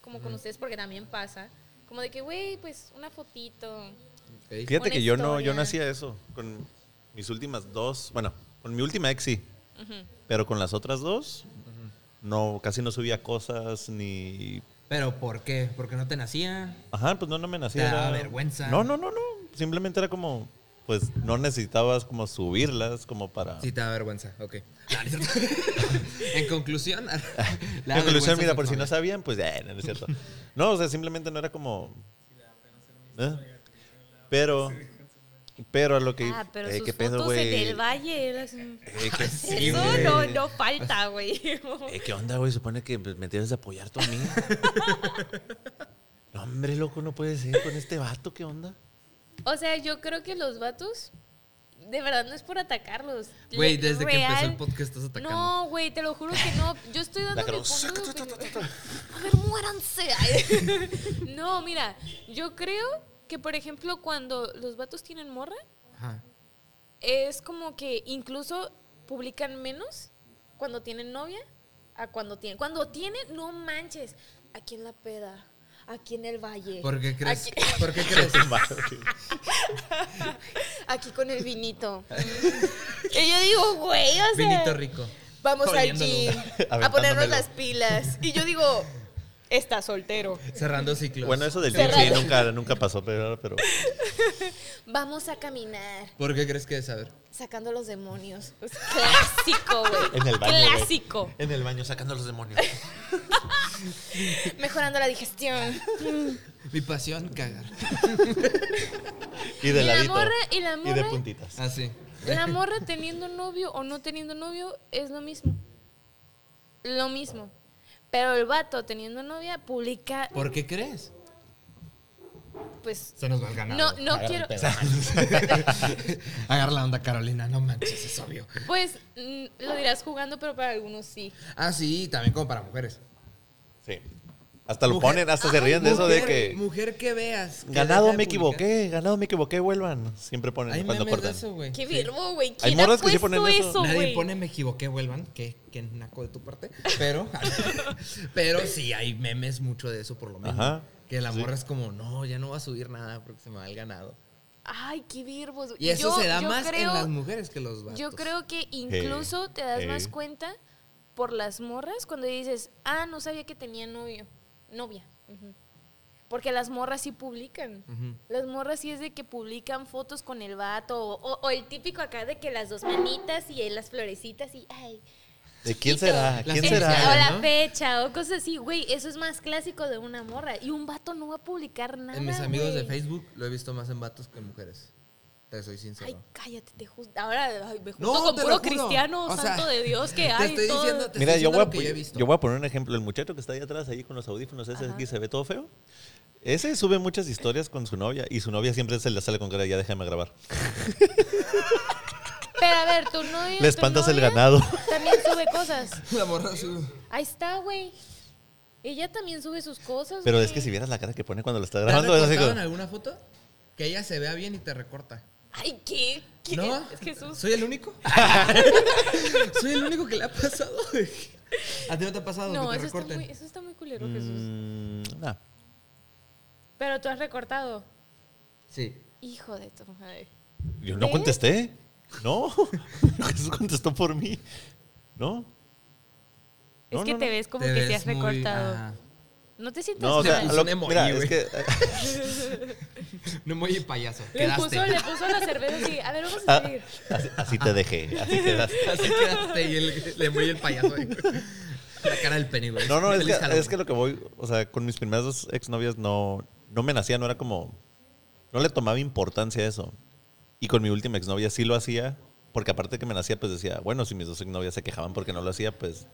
S1: como con ustedes, porque también pasa, como de que, güey, pues una fotito.
S2: Ok.
S3: Fíjate
S1: Una
S3: que yo no, yo no
S1: historia.
S3: hacía eso. Con mis últimas dos, bueno, con mi última ex sí. Pero con las otras dos, no, casi no subía cosas ni.
S2: Pero ¿por qué? Porque no te nacía.
S3: Ajá, pues no, no me nacía.
S2: Te daba
S3: era-
S2: vergüenza.
S3: No, no, no, no. Simplemente era como, pues no necesitabas como subirlas como para.
S2: Sí, te da vergüenza. Ok.
S3: [LAUGHS]
S2: [LAUGHS] No, no es cierto. en conclusión. [LAUGHS] la
S3: En conclusión,
S2: vergüenza
S3: mira,
S2: es
S3: por si no
S2: culpable.
S3: sabían, pues eh, no
S2: [LAUGHS]
S3: es cierto. No, o sea, simplemente no era como. ¿eh? Pero, pero a lo que.
S1: ah, pero
S3: eh,
S1: sus
S3: ¿qué pedo,
S1: fotos en
S3: güey?
S1: el valle, era así.
S3: Eh,
S1: [LAUGHS]
S3: ¿qué- sí,
S1: eso
S3: güey.
S1: no, no falta, güey. [LAUGHS]
S3: Eh, ¿Qué onda, güey? Supone que pues, me tienes de apoyar tú a
S2: [LAUGHS]
S3: mí. no, hombre, loco, no puede ser con este vato, ¿qué onda?
S1: o sea, yo creo que los vatos, de verdad, no es por atacarlos.
S2: Güey,
S1: Le-
S2: desde que empezó el
S1: real-
S2: podcast estás atacando.
S1: No, güey, te lo juro que no. Yo
S2: [LAUGHS]
S1: estoy dando
S3: La
S1: mi
S3: cara,
S1: punto de
S3: "Saca, ta, ta, ta,
S1: opinión".
S3: [LAUGHS]
S1: A ver, muéranse. Ay. [LAUGHS] no, mira, yo creo que, por ejemplo, cuando los vatos tienen morra,
S2: Ajá.
S1: es como que incluso publican menos cuando tienen novia a cuando tiene. Cuando tiene, no manches. Aquí en la peda, aquí en el valle.
S2: ¿Por qué crees?
S1: Aquí,
S2: ¿Por
S1: [LAUGHS]
S2: qué crees?
S1: aquí con el vinito. [LAUGHS] y yo digo, güey, o sea.
S2: Vinito rico.
S1: Vamos al
S2: Jodiéndolo.
S1: gym, a
S3: Aventándomelo.
S1: ponernos las pilas. Y yo digo, está soltero.
S2: Cerrando ciclos.
S3: Bueno, eso del gym
S1: Cerrado.
S3: sí, nunca, nunca pasó, pero, pero
S1: Vamos a caminar,
S2: ¿Por qué crees que es? A ver.
S1: sacando los demonios. [LAUGHS] Es clásico, güey.
S3: en el baño. güey.
S1: Clásico.
S3: En el baño, sacando los
S1: [LAUGHS]
S3: demonios.
S1: Mejorando la digestión.
S2: Mi pasión, cagar.
S3: Y de
S1: Y la
S3: ladito.
S1: morra- y la
S3: de
S1: morra-
S3: puntitas.
S2: Así.
S1: La morra teniendo novio o no teniendo novio es lo mismo. Lo mismo. Pero el vato teniendo novia publica,
S2: ¿Por qué crees?
S1: pues.
S2: Se nos va el
S1: No, no quiero.
S2: [LAUGHS] Agarra la onda, Carolina. No manches, es obvio.
S1: Pues mm, lo dirás jugando, pero para algunos sí.
S2: Ah, sí, también como para mujeres.
S3: Sí. Hasta lo
S2: Mujer-
S3: ponen, hasta se ríen de eso de
S2: Mujer-
S3: que.
S2: Mujer que veas. que
S3: Ganado
S2: deja de
S3: me
S2: publicar.
S3: equivoqué, ganado me equivoqué, vuelvan. Siempre ponen
S2: Hay
S3: cuando
S2: memes
S3: cortan.
S2: de eso, güey.
S1: Qué
S2: Sí.
S1: virgo, güey.
S3: Hay
S1: ¿Quién ha
S3: morras que sí
S1: puesto
S3: ponen eso.
S1: eso,
S2: Nadie
S1: güey?
S2: pone me equivoqué, vuelvan, que, que naco de tu parte. Pero, [LAUGHS] pero sí, hay memes mucho de eso, por lo menos.
S3: Ajá.
S2: Que la
S3: Sí.
S2: morra es como, no, ya no va a subir nada porque se me va el ganado.
S1: Ay, qué virgos.
S2: Y eso
S1: Yo-
S2: se da
S1: yo
S2: más en
S1: creo-
S2: las mujeres que los vatos. Eh,
S1: Yo creo que incluso te das
S3: eh.
S1: más cuenta por las morras cuando dices, ah, no sabía que tenía novio, novia. Ujú. Porque las morras sí publican.
S2: Ujú.
S1: Las morras sí es de que publican fotos con el vato o, o el típico acá de que las dos manitas y eh, las florecitas y, ay.
S3: ¿De quién
S1: chiquito.
S3: será?
S2: Las
S3: ¿Quién
S1: Eh,
S2: iniciales,
S1: O
S3: será?
S1: la
S2: ¿no?
S1: fecha o cosas así, güey. Eso es más clásico de una morra. Y un vato no va a publicar nada.
S2: En mis amigos de
S1: güey.
S2: Facebook lo he visto más en vatos que en mujeres. Te soy sincero.
S1: Ay, cállate, te jus- Ahora ay, me junto
S2: No,
S1: con
S2: te
S1: puro
S2: lo juro.
S1: cristiano,
S2: O sea,
S1: santo de Dios, que
S2: te
S1: hay.
S2: estoy
S1: todo-
S2: diciendo- te
S3: Mira,
S2: estoy
S3: yo voy, a,
S2: lo que yo he
S3: poner-
S2: visto.
S3: yo voy a poner un ejemplo. El muchacho que está ahí atrás, ahí con los audífonos, ese
S1: Ajá.
S3: que se ve todo feo. Ese sube muchas historias con su novia y su novia siempre se le sale con cara, ya déjame grabar.
S1: Pero a ver, tu novia.
S3: Le
S1: tu
S3: espantas el
S1: novia
S3: ganado.
S1: También sube cosas.
S2: La morra sube.
S1: Ahí está, güey. Ella también sube sus cosas.
S3: [LAUGHS] Pero
S1: güey.
S3: es que si vieras la cara que pone cuando lo está
S2: ¿Te han
S3: grabando, es así
S2: recortado en
S3: como,
S2: alguna foto? Que ella se vea bien y te recorta.
S1: Ay, ¿qué? ¿Qué?
S2: ¿No?
S1: Es Jesús.
S2: ¿Soy
S1: [LAUGHS]
S2: el único? [LAUGHS] ¿Soy el único que le ha pasado? ¿A ti no te ha pasado
S1: No,
S2: Ah, que
S1: eso
S2: te
S1: está,
S2: recorten?
S1: muy, eso está muy culero, Jesús.
S3: "Mm, nah".
S1: Pero tú has recortado.
S2: Sí.
S1: Hijo de tu madre.
S3: Yo no
S1: ¿Eh?
S3: contesté. No. [LAUGHS] Jesús contestó por mí. No.
S1: es
S3: No,
S1: que
S3: no,
S1: te
S3: no.
S1: ves como
S2: Te
S1: que
S2: ves
S1: te has
S2: muy-
S1: recortado.
S2: ajá.
S1: No te sientas
S3: No, o sea,
S1: mal.
S2: puso
S3: lo-
S2: un emoji,
S3: mira,
S2: güey.
S3: es
S2: [LAUGHS]
S3: que [LAUGHS]
S2: No me oye payaso.
S1: le, puso,
S2: Quedaste.
S1: le puso la cerveza así. A ver, vamos a
S3: ah,
S1: salir.
S3: así, así te dejé, así quedaste.
S2: [LAUGHS] Así quedaste y el, le mueve el payaso. güey. La cara del penny, güey.
S3: No, no, es
S2: Feliz
S3: que,
S2: Halloween.
S3: es que lo que voy, o sea, con mis primeras dos exnovias no, no me nacía, no era como, no le tomaba importancia a eso. Y con mi última exnovia sí lo hacía, porque aparte que me nacía, pues decía, bueno, si mis dos exnovias se quejaban porque no lo hacía, pues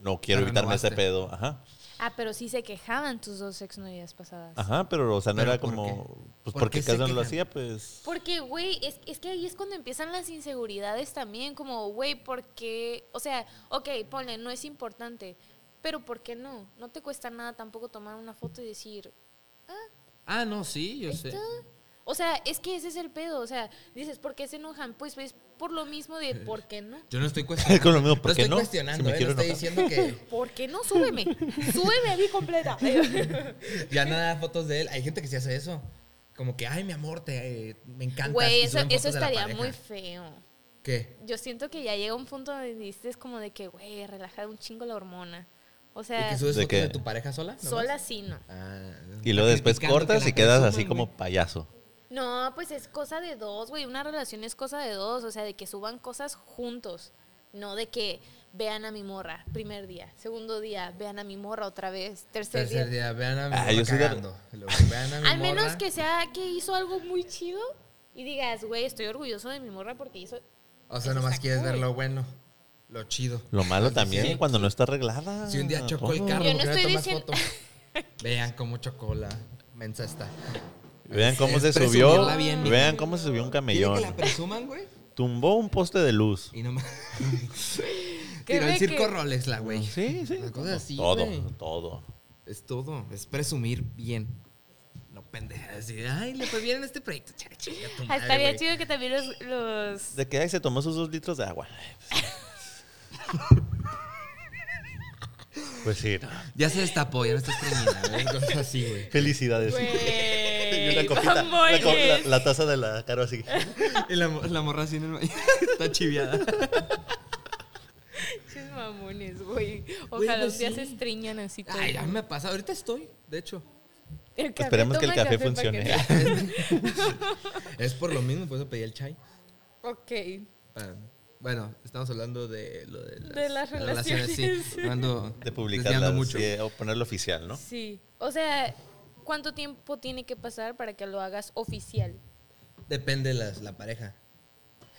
S3: no quiero
S2: Te
S3: evitarme ese
S2: renovaste.
S3: pedo. Ajá,
S1: Ah, pero sí se quejaban tus dos exnovias pasadas.
S3: ajá, pero o sea, no
S2: ¿Pero
S3: era
S2: por
S3: como,
S2: qué?
S3: pues
S2: ¿Por
S3: porque
S2: qué se
S3: cada uno lo
S2: quejan?
S3: hacía, pues...
S1: Porque, güey, es, es que ahí es cuando empiezan las inseguridades también, como, güey, ¿por qué? O sea, ok, ponle, no es importante, pero ¿por qué no? No te cuesta nada tampoco tomar una foto y decir,
S2: Ah, no, sí, yo sé.
S1: o sea, es que ese es el pedo, o sea, dices, ¿por qué se enojan? Pues, pues por lo mismo de, ¿por qué no?
S2: Yo no estoy cuestionando.
S3: [LAUGHS] Con lo mismo, ¿por
S2: no
S3: qué
S2: estoy
S3: no? Si
S2: cuestionando,
S3: me
S2: eh,
S3: quiero
S2: no estoy diciendo que
S3: [LAUGHS]
S1: ¿Por qué no? Súbeme, súbeme a mí completa.
S2: ya nada fotos de él. Hay gente que se hace eso. Como que, ay, mi amor, te, eh, me encanta.
S1: Güey, eso, eso estaría muy feo.
S2: ¿Qué?
S1: Yo siento que ya llega un punto donde dices como de que, güey, relaja un chingo la hormona. O
S2: ¿De
S1: sea,
S2: que subes
S3: ¿De
S2: fotos
S3: qué?
S2: de tu pareja sola? nomás?
S1: sola sí no.
S2: Ah,
S3: Y luego después
S2: criticando que
S3: cortas
S2: la
S3: y quedas
S2: presuman,
S3: así como
S2: güey.
S3: payaso.
S1: No, pues es cosa de dos, güey. Una relación es cosa de dos. O sea, de que suban cosas juntos. No de que vean a mi morra primer día. Segundo día, vean a mi morra otra vez. Tercer,
S2: Tercer
S1: día.
S2: día, vean a mi
S3: Ah,
S2: morra
S3: yo soy de- [LAUGHS]
S2: cagando. Y luego, vean a mi
S1: Al menos
S2: morra.
S1: que sea que hizo algo muy chido y digas, güey, estoy orgulloso de mi morra porque hizo.
S2: O sea,
S1: Eso
S2: nomás
S1: está
S2: quieres ver
S1: cool.
S2: lo bueno, lo chido.
S3: Lo malo también,
S2: Pues sí.
S3: cuando no está arreglada.
S2: Si un día chocó el
S3: Oh.
S2: carro,
S1: Yo no
S2: ¿por qué
S1: estoy
S2: tomas
S1: diciendo-
S2: foto? Vean cómo chocó la mensa
S3: [LAUGHS]
S2: esta.
S3: Vean cómo
S2: Es
S3: se subió.
S2: presumirla bien,
S3: vean cómo se subió un
S2: ¿Quieren
S3: camellón.
S2: que la presuman, güey?
S3: Tumbó un poste de luz.
S1: [LAUGHS]
S2: Y nomás...
S1: Qué
S2: Tiró el
S1: ve
S2: circo
S1: que-
S2: Rolex, la güey.
S3: Sí, sí.
S2: Una cosa así,
S3: todo,
S2: güey.
S3: todo.
S2: Es todo, es presumir bien. No pendejas, así de, ay, le fue bien en este proyecto. Chinga, chinga tu madre,
S1: Ah, estaría
S2: güey.
S1: chido que también los.
S3: [LAUGHS]
S1: los-
S2: [LAUGHS]
S3: De que ahí se tomó sus dos litros de agua. Pues sí. no.
S2: Ya se destapó, ya no estás preñada, güey. Entonces así, güey.
S3: Felicidades. [LAUGHS] Y
S1: Güey,
S3: una copita. La, co- la-
S1: mamones.
S3: la taza de la caro
S1: [LAUGHS]
S3: así.
S2: [LAUGHS] Y la, mo- la morra así en el... baño. [LAUGHS] Está chiviada.
S1: Chis mamones, güey.
S2: Güey,
S1: Ojalá
S2: pues
S1: un día
S2: sí.
S1: se estriñan así. todo.
S2: Ay, ya me pasa. Ahorita estoy, de hecho.
S1: El café,
S3: Esperemos que el
S1: toma
S3: café
S1: para que
S3: funcione.
S1: te-
S2: [LAUGHS] Es por lo mismo, por eso pedí el chai.
S1: Ok.
S2: Ah, Bueno, estamos hablando de lo de las,
S1: De las relaciones.
S2: sí. Hablando-
S3: De publicarla.
S2: desviando mucho.
S3: sí, o ponerlo oficial,
S2: [LAUGHS]
S3: ¿no?
S1: Sí. O sea, ¿cuánto tiempo tiene que pasar para que lo hagas oficial?
S2: Depende las- la pareja.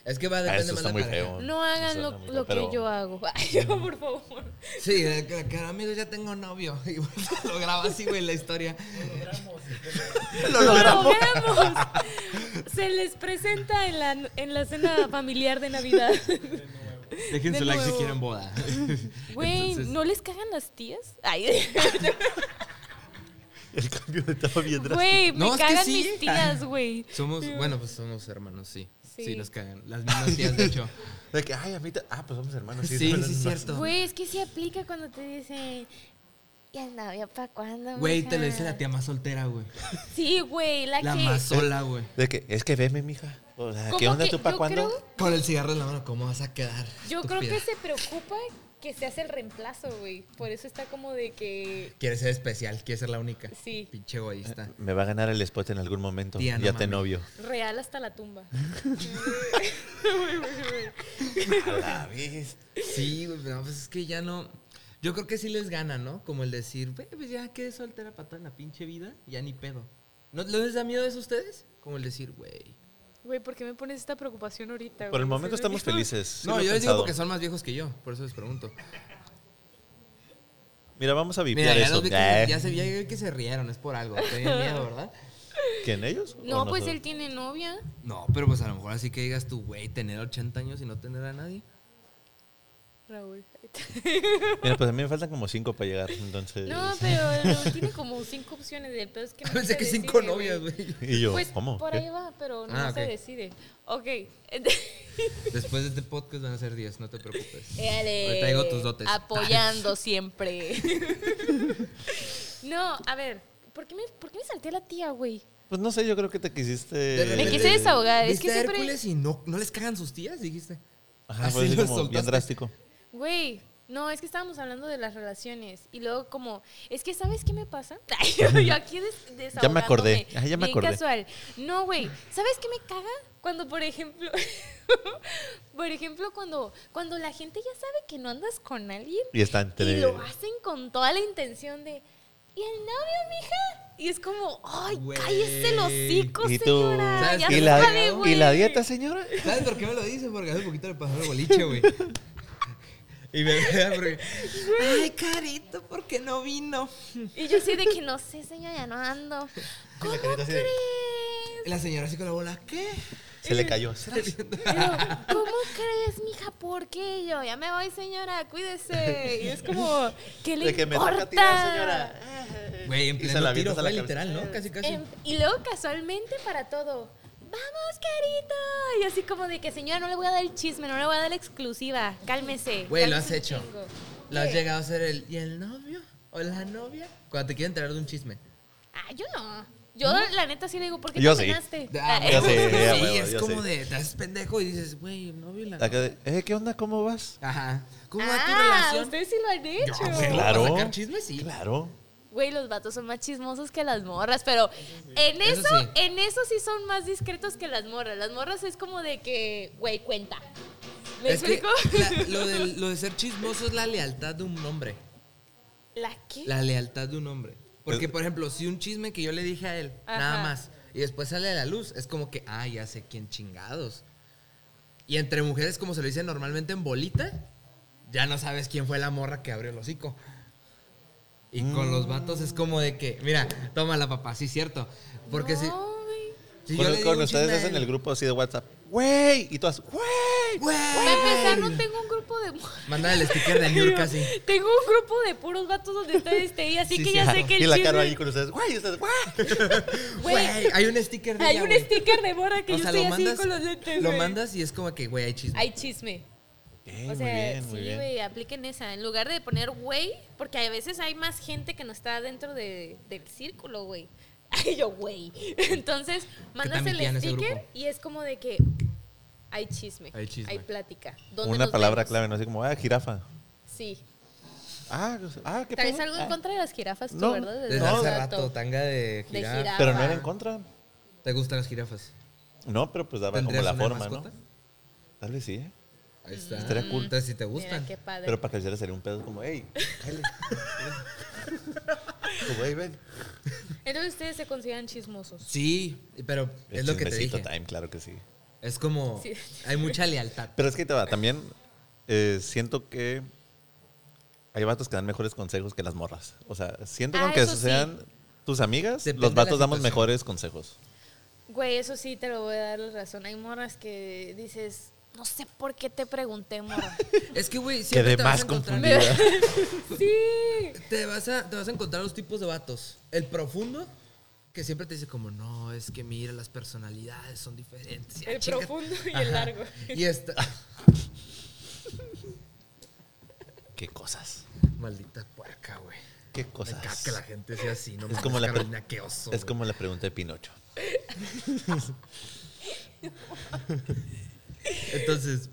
S2: Es que va,
S3: Ah,
S2: depende
S3: eso
S2: más
S3: está
S2: la
S3: muy
S2: pareja.
S3: feo.
S1: No hagan
S3: Eso
S1: lo,
S3: está muy
S1: lo
S3: feo, pero-
S1: que yo hago. [LAUGHS] Ay, no, por favor.
S2: Sí, de que, que, amigos, ya tengo novio. [LAUGHS] Y pues, lo graba así, güey, la historia. [LAUGHS]
S3: Lo
S1: ¡Lo
S3: logramos.
S1: logramos! Se les presenta en la, en la cena familiar de
S3: [LAUGHS]
S1: Navidad.
S2: Dejen
S1: De
S2: su like si
S1: nuevo. [LAUGHS]
S2: quieren boda.
S1: Güey,
S2: Entonces-
S1: ¿no les cagan las tías? Ay,
S3: [LAUGHS] El cambio de etapa bien drástico.
S1: güey, me
S2: No, es que
S1: cagan
S2: sí.
S1: mis tías, güey.
S2: Somos, bueno, pues somos hermanos, sí. Sí,
S1: Sí.
S2: nos cagan. Las mismas tías, de
S1: [LAUGHS]
S2: hecho.
S3: De que, ay, a mí te- Ah, pues somos hermanos.
S2: Sí, sí, es cierto.
S1: Güey, es que se aplica cuando te dicen. ¿Y el novio para cuándo?
S2: Güey, te lo dice
S1: mija?"
S2: la tía más soltera, güey.
S1: Sí, güey, la,
S2: La
S1: que.
S2: más sola, güey.
S3: De que, es que veme, mija. O sea, ¿qué
S1: Como
S3: onda
S1: que
S3: tú para
S1: yo
S3: cuándo?
S1: creo-
S2: Con el cigarro en la mano, ¿cómo vas a quedar?
S1: Yo creo que
S2: estúpida?
S1: se preocupa que se hace el reemplazo, güey. Por eso está como de que.
S2: Quiere ser especial, quiere ser la única.
S1: Sí.
S2: Pinche egoísta.
S3: Me va a ganar el spot en algún momento.
S2: Tía, no
S3: ya te
S2: mames.
S1: [LAUGHS]
S3: novio.
S1: Real hasta la tumba.
S3: A la vez.
S2: Sí, güey, pero pues es que ya no. Yo creo que sí les gana, ¿no? Como el decir, güey, pues ya quedé soltera para toda la pinche vida, ya ni pedo. ¿No no les da miedo eso a ustedes? Como el decir, güey.
S1: Güey, ¿por qué me pones esta preocupación ahorita?
S3: Por
S1: güey?
S3: el momento
S1: Sí,
S3: estamos
S1: me-
S3: felices. sí
S2: no,
S3: lo he
S2: yo les digo
S3: pensado.
S2: porque son más viejos que yo, por eso les pregunto.
S3: Mira, vamos a
S2: Mira,
S3: vipiar
S2: ya,
S3: eso.
S2: los vi que,
S3: Eh,
S2: ya se, ya vi que se rieron, es por algo. Tenían miedo, ¿verdad?
S3: ¿Quién ellos?
S1: No,
S3: ¿O
S1: pues él
S3: nosotros?
S1: tiene novia.
S2: No, pero pues a lo mejor así que digas tú, güey, tener 80 años y no tener a nadie.
S1: Raúl.
S3: Mira, pues a mí me faltan como cinco para llegar, entonces.
S1: No, pero Raúl tiene como cinco opciones. El pedo es
S3: [LAUGHS]
S1: que no
S2: [LAUGHS] Pensé
S1: se
S2: que cinco
S1: decide,
S2: novias, güey.
S3: Y yo,
S1: Pues
S3: ¿cómo?
S1: por
S3: ¿Qué?
S1: ahí va, pero no
S2: Ah, ok.
S1: se decide.
S2: [LAUGHS]
S1: Ok.
S2: Después de este podcast van a ser 10, no te preocupes.
S1: Éale.
S2: Ahorita digo tus dotes.
S1: [LAUGHS] Apoyando siempre. [LAUGHS] no, a ver, ¿por qué me, por qué me salté a la tía, güey?
S3: Pues no sé, yo creo que te quisiste.
S2: De
S1: Me
S2: repente-
S1: quise desahogar. Es
S2: ¿Viste
S1: que
S2: a
S1: siempre.
S2: Hércules y no, no les cagan sus tías? Dijiste.
S3: Ajá,
S2: Así
S3: fue así
S2: lo
S3: como bien
S2: soltaste.
S3: drástico.
S1: Güey, no, es que estábamos hablando de las relaciones. Y luego, como, es que, ¿sabes qué me pasa? [LAUGHS] Ay, yo- yo aquí des
S3: Ya me acordé,
S1: desahogándome,
S3: ajá, ya me
S1: bien
S3: acordé.
S1: casual. No, güey, ¿sabes qué me caga? Cuando, por ejemplo. [LAUGHS] por ejemplo, cuando, cuando la gente ya sabe que no andas con alguien.
S3: Y están.
S1: Y
S3: tre-
S1: lo hacen con toda la intención de. ¿Y el novio, mija? Y es como, ¡ay,
S2: Güey.
S1: cállese el hocico,
S3: Y tú-
S1: señora!
S2: ¿Sabes
S1: Ya
S2: qué?
S3: ¿Y,
S1: se
S3: la,
S1: sabe, güey.
S3: ¿Y la dieta, señora?
S2: ¿Sabes por qué me lo dices? Porque hace poquito le pasó el boliche, güey. Y me vea porque. Ay, carito, ¿por qué no vino?
S1: Y yo sí de que no sé, señora, ya no
S3: [LAUGHS]
S1: ando. ¿Cómo
S3: carita así de- [LAUGHS]
S1: crees?
S2: Y la señora así con la bola, ¿qué?
S3: Se
S1: [LAUGHS]
S3: le cayó. ¿Será?
S1: Pero, ¿cómo crees, mija? ¿Por qué yo? Ya me voy, señora, cuídese. Y es
S3: [LAUGHS]
S1: como, ¿qué le
S3: De que me
S1: importa?
S3: toca tirar, señora.
S2: Güey, en
S3: Y se
S2: pleno
S3: la
S2: tiro
S3: avientas a la
S2: fue
S3: cabeza.
S2: literal, ¿no? Casi, casi.
S1: Em, y luego casualmente para todo. ¡Vamos, carito! Y así como de que, señora, no le voy a dar el chisme, no le voy a dar la exclusiva. Cálmese.
S2: Güey, lo
S1: cálmese
S2: has
S1: un
S2: hecho.
S1: chingo".
S2: Lo has
S1: ¿Qué?
S2: llegado a ser el. ¿Y el novio? ¿O la novia? Cuando te quieren enterar de un chisme.
S1: Ah, yo no. Yo, la neta, sí le digo, ¿por qué
S3: ¿Mm? Yo
S1: te
S3: sí.
S1: penaste?
S2: Ah,
S1: Ah,
S3: ya
S2: güey,
S3: sé,
S2: sí,
S3: ya, güey,
S2: es
S3: ya
S2: como
S3: sé.
S2: de. Te haces pendejo y dices, güey, el novio y la
S3: Acá
S2: novia.
S3: de, eh, ¿Qué onda? ¿Cómo vas?
S2: Ajá. ¿Cómo va tu
S1: ah,
S2: relación?
S1: ustedes sí lo han
S2: Yo,
S1: hecho.
S2: güey,
S3: Claro.
S2: ¿para sacar chismes? Sí.
S3: Claro.
S1: Güey, los vatos son más chismosos que las morras, pero en
S2: Eso
S1: eso,
S2: sí.
S1: en eso sí son más discretos que las morras. Las morras es como de que, güey, cuenta. ¿Me
S2: Es que
S1: explico? [LAUGHS]
S2: la- lo, de, lo de ser chismoso es la lealtad de un hombre.
S1: ¿La qué?
S2: La lealtad de un hombre. Porque,
S3: Es-
S2: por ejemplo, si un chisme que yo le dije a él, nada
S1: Ajá.
S2: más, y después sale a la luz, es como que, ah, ya sé quién chingados. Y entre mujeres, como se lo dice normalmente en bolita, ya no sabes quién fue la morra que abrió el hocico. Y con los vatos es como de que, mira, tómala, papá, sí, cierto. Porque si,
S1: No, güey.
S2: si yo
S3: Cuando,
S2: le digo
S3: cuando
S2: un chisme
S3: ustedes
S2: a
S3: hacen
S2: él,
S3: el grupo así de WhatsApp, ¡güey! Y todas, ¡güey!
S2: "Güey".
S1: Para empezar, no tengo un grupo de morras.
S2: Manda el sticker de New York así.
S1: Tengo un grupo de puros vatos donde está este y así
S2: Sí,
S1: que ya
S2: cierto.
S1: sé que
S3: Y
S1: el
S3: la cara ahí
S1: chisme.
S3: con ustedes, ¡güey! Y ustedes, ¡güey!
S1: Güey,
S2: Güey, hay un sticker de
S1: hay
S2: ella,
S1: un
S2: güey.
S1: sticker de morra que
S2: O
S1: yo
S2: sea,
S1: estoy
S2: lo
S1: así
S2: mandas,
S1: con los lentes.
S2: lo
S1: güey.
S2: mandas y es como que, güey, hay chisme.
S1: Hay chisme.
S3: Ey,
S1: o
S3: Eh, muy
S1: sea,
S3: bien, muy
S1: sí,
S3: bien.
S1: güey, apliquen esa. En lugar de poner güey, porque a veces hay más gente que no está dentro de- del círculo, güey. [LAUGHS] Ay, yo, güey. [LAUGHS] Entonces, mandas
S2: también tiene
S1: el
S2: ese
S1: sticker
S2: grupo.
S1: y es como de que hay chisme,
S2: Hay chisme.
S1: plática. ¿Dónde
S3: Una
S1: nos
S3: palabra
S1: vemos?
S3: clave, no así como, ah, jirafa.
S1: Sí.
S3: Ah, ah qué
S1: Traes
S3: pedo?
S1: algo
S3: Ah.
S1: en contra de las jirafas, tú,
S3: No,
S1: ¿verdad?
S2: Desde
S3: No,
S2: hace
S1: hace
S2: rato, tanga de
S1: De
S2: jirafa.
S1: jirafa.
S3: Ah, Pero no era en contra.
S2: ¿Te gustan las jirafas?
S3: No, pero pues daba como
S2: ¿Tendrías
S3: la
S2: una
S3: forma,
S2: mascota?
S3: ¿no? Tal vez sí, ¿eh?
S2: Ahí está.
S3: Estaría cool.
S2: Entonces, si te
S1: Mira,
S2: gustan.
S1: qué padre.
S3: Pero para que le sería un pedo como, hey,
S2: [LAUGHS]
S3: cállate. Como, "Ey, ven.
S1: Entonces ustedes se consideran chismosos.
S2: Sí, pero es
S3: El
S2: lo que te
S3: chismecito
S2: dije.
S3: time, claro que sí.
S2: Es como.
S1: Sí.
S2: Hay mucha lealtad.
S3: [LAUGHS] Pero es que ahí te va, también eh, siento que hay vatos que dan mejores consejos que las morras. O sea, siento que
S1: Ah,
S3: aunque
S1: eso sí.
S3: sean tus amigas,
S2: Depende
S3: los
S2: de la
S3: vatos damos
S2: situación.
S3: mejores consejos.
S1: Güey, eso sí te lo voy a dar la razón. Hay morras que dices, no sé por qué te pregunté, morra.
S2: Es que, güey, siempre
S3: Quedé
S2: te vas
S3: más
S2: a encontrar.
S3: confundida.
S1: [LAUGHS] sí.
S2: Te vas, a, te vas a encontrar dos tipos de vatos. El profundo, que siempre te dice como, no, es que mira, las personalidades son diferentes. Ya,
S1: El
S2: chinga-
S1: profundo y el
S2: Ajá.
S1: largo.
S2: Y
S3: [LAUGHS]
S2: esta...
S3: Qué cosas.
S2: Maldita puerca, güey.
S3: Qué
S2: Me
S3: cosas.
S2: caga que la gente sea así, no
S3: Es
S2: mames,
S3: como la pre-
S2: Carolina, qué oso.
S3: Es
S2: güey.
S3: como la pregunta de Pinocho.
S2: Entonces,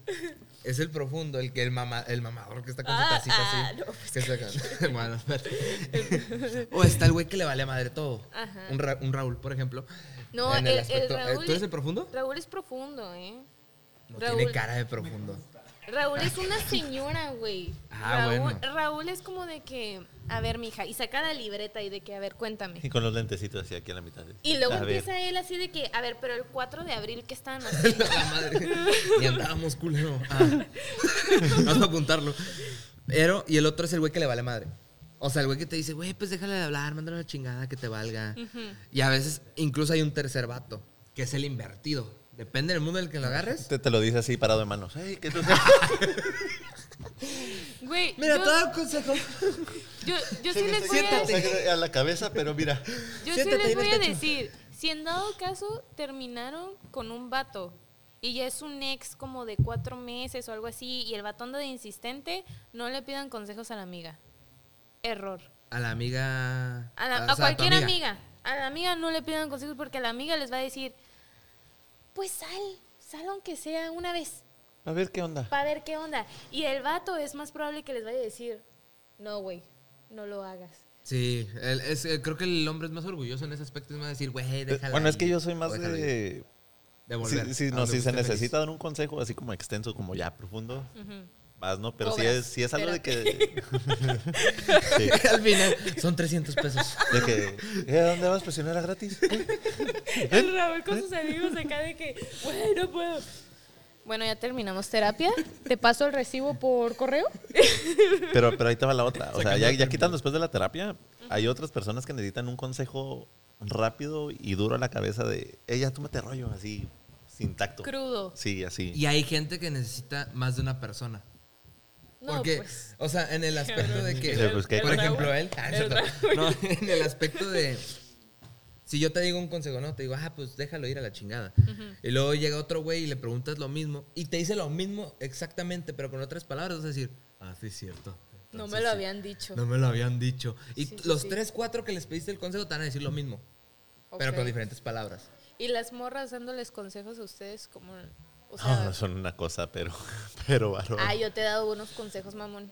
S2: es el profundo, el que el mama, el mamador que está con
S1: Ah,
S2: su tacita
S1: ah,
S2: así.
S1: no, pues,
S2: que está acá. [LAUGHS] Bueno, espérate. o está el güey que le vale a madre todo.
S1: Ajá.
S2: Un, Ra- un Raúl, por ejemplo.
S1: No,
S2: en
S1: el, el
S2: aspecto- ¿Eh,
S1: Raúl.
S2: ¿Tú eres el profundo?
S1: Raúl es profundo, ¿eh?
S2: No
S1: Raúl.
S2: tiene cara de profundo.
S1: Raúl es una señora, güey.
S2: Ah,
S1: Raúl,
S2: bueno.
S1: Raúl es como de que, a ver, mija, y saca la libreta y de que, a ver, cuéntame. [LAUGHS]
S3: Y con los lentecitos así aquí a la mitad.
S1: Y luego
S3: A ver,
S1: empieza él así de que, a ver, pero el 4 de abril que estaban haciendo.
S2: La madre. Ni andábamos culero. Ah. Vamos a apuntarlo. Pero, y el otro es el güey que le vale madre. O sea, el güey que te dice, güey, pues déjale de hablar, mándale una chingada que te valga. Y a veces, incluso hay un tercer vato, que es el invertido. Depende del mundo del que lo agarres.
S3: este Te, te lo dice así parado de manos. "Ey, ¿qué tú-"
S1: [LAUGHS] [LAUGHS] Güey,
S2: Mira,
S1: yo,
S2: te da un consejo.
S1: yo, yo Pues sí
S3: Se me
S1: les
S3: está
S1: voy a
S3: yendo
S2: Siéntate.
S3: sangre a la cabeza, pero mira.
S1: Yo sí
S2: Siéntate ahí
S1: les
S2: en
S1: voy
S2: el
S1: a
S2: techo.
S1: decir, si en dado caso terminaron con un vato y ya es un ex como de cuatro meses o algo así y el vato anda de insistente, no le pidan consejos a la amiga. Error.
S2: A la amiga.
S1: A, la-
S2: o
S1: a
S2: sea, tu
S1: cualquier amiga. A la amiga no le pidan consejos porque la amiga les va a decir, pues sal, sal aunque sea una vez
S3: A ver qué onda.
S1: para ver qué onda. Y el vato es más probable que les vaya a decir, no, güey, no lo hagas.
S2: Sí, el- es- eh, creo que el hombre es más orgulloso en ese aspecto. Es más decir, güey, déjala.
S3: Eh, Bueno, es
S2: ahí,
S3: que yo soy más
S2: o déjala ahí.
S3: de.
S2: De volver
S3: Si, si-
S2: a
S3: no,
S2: lo que
S3: si se
S2: esté feliz.
S3: necesita dar un consejo así como extenso, como ya profundo, vas, ¿no? Pero si
S1: Cobras,
S3: es, si es algo de
S1: espérate.
S3: que. [LAUGHS] Sí,
S2: [LAUGHS] Al final, son 300 pesos.
S3: de que. "Eh, ¿a ¿Dónde vas? Presionera
S1: [LAUGHS]
S3: gratis.
S2: ¿Eh?
S1: El Raúl con sus amigos acá de
S2: [LAUGHS]
S1: que, güey, no puedo. Bueno, ya terminamos terapia. Te paso el recibo por correo.
S3: Pero, pero ahí te va la otra. O sea, ya, ya quitando después de la terapia, hay otras personas que necesitan un consejo rápido y duro a la cabeza de, ella, tómate rollo, así, sin tacto.
S1: Crudo.
S3: Sí, así.
S2: Y hay gente que necesita más de una persona.
S1: No,
S2: Porque,
S1: pues.
S2: o sea, en el aspecto de que,
S3: El- Pues, ¿qué?
S2: por
S3: el
S2: ejemplo,
S1: Raúl.
S2: él, ah, es
S1: El
S2: cierto. no, en el aspecto de, si yo te digo un consejo, no, te digo, ah, pues déjalo ir a la chingada. Y luego llega otro güey y le preguntas lo mismo y te dice lo mismo exactamente, pero con otras palabras, vas a decir, ah, sí, es cierto.
S1: No
S2: Entonces,
S1: me lo
S2: sí,
S1: habían dicho.
S2: No me lo habían dicho. Y
S1: Sí, sí,
S2: los
S1: sí.
S2: tres, cuatro que les pediste el consejo te van a decir lo mismo, pero
S1: Ok.
S2: con diferentes palabras.
S1: Y las morras dándoles consejos a ustedes como...
S2: Ah,
S1: O
S3: No,
S1: sea,
S3: no Ah, son una cosa, pero, [LAUGHS] pero varón.
S1: ah, yo te he dado unos consejos, mamón.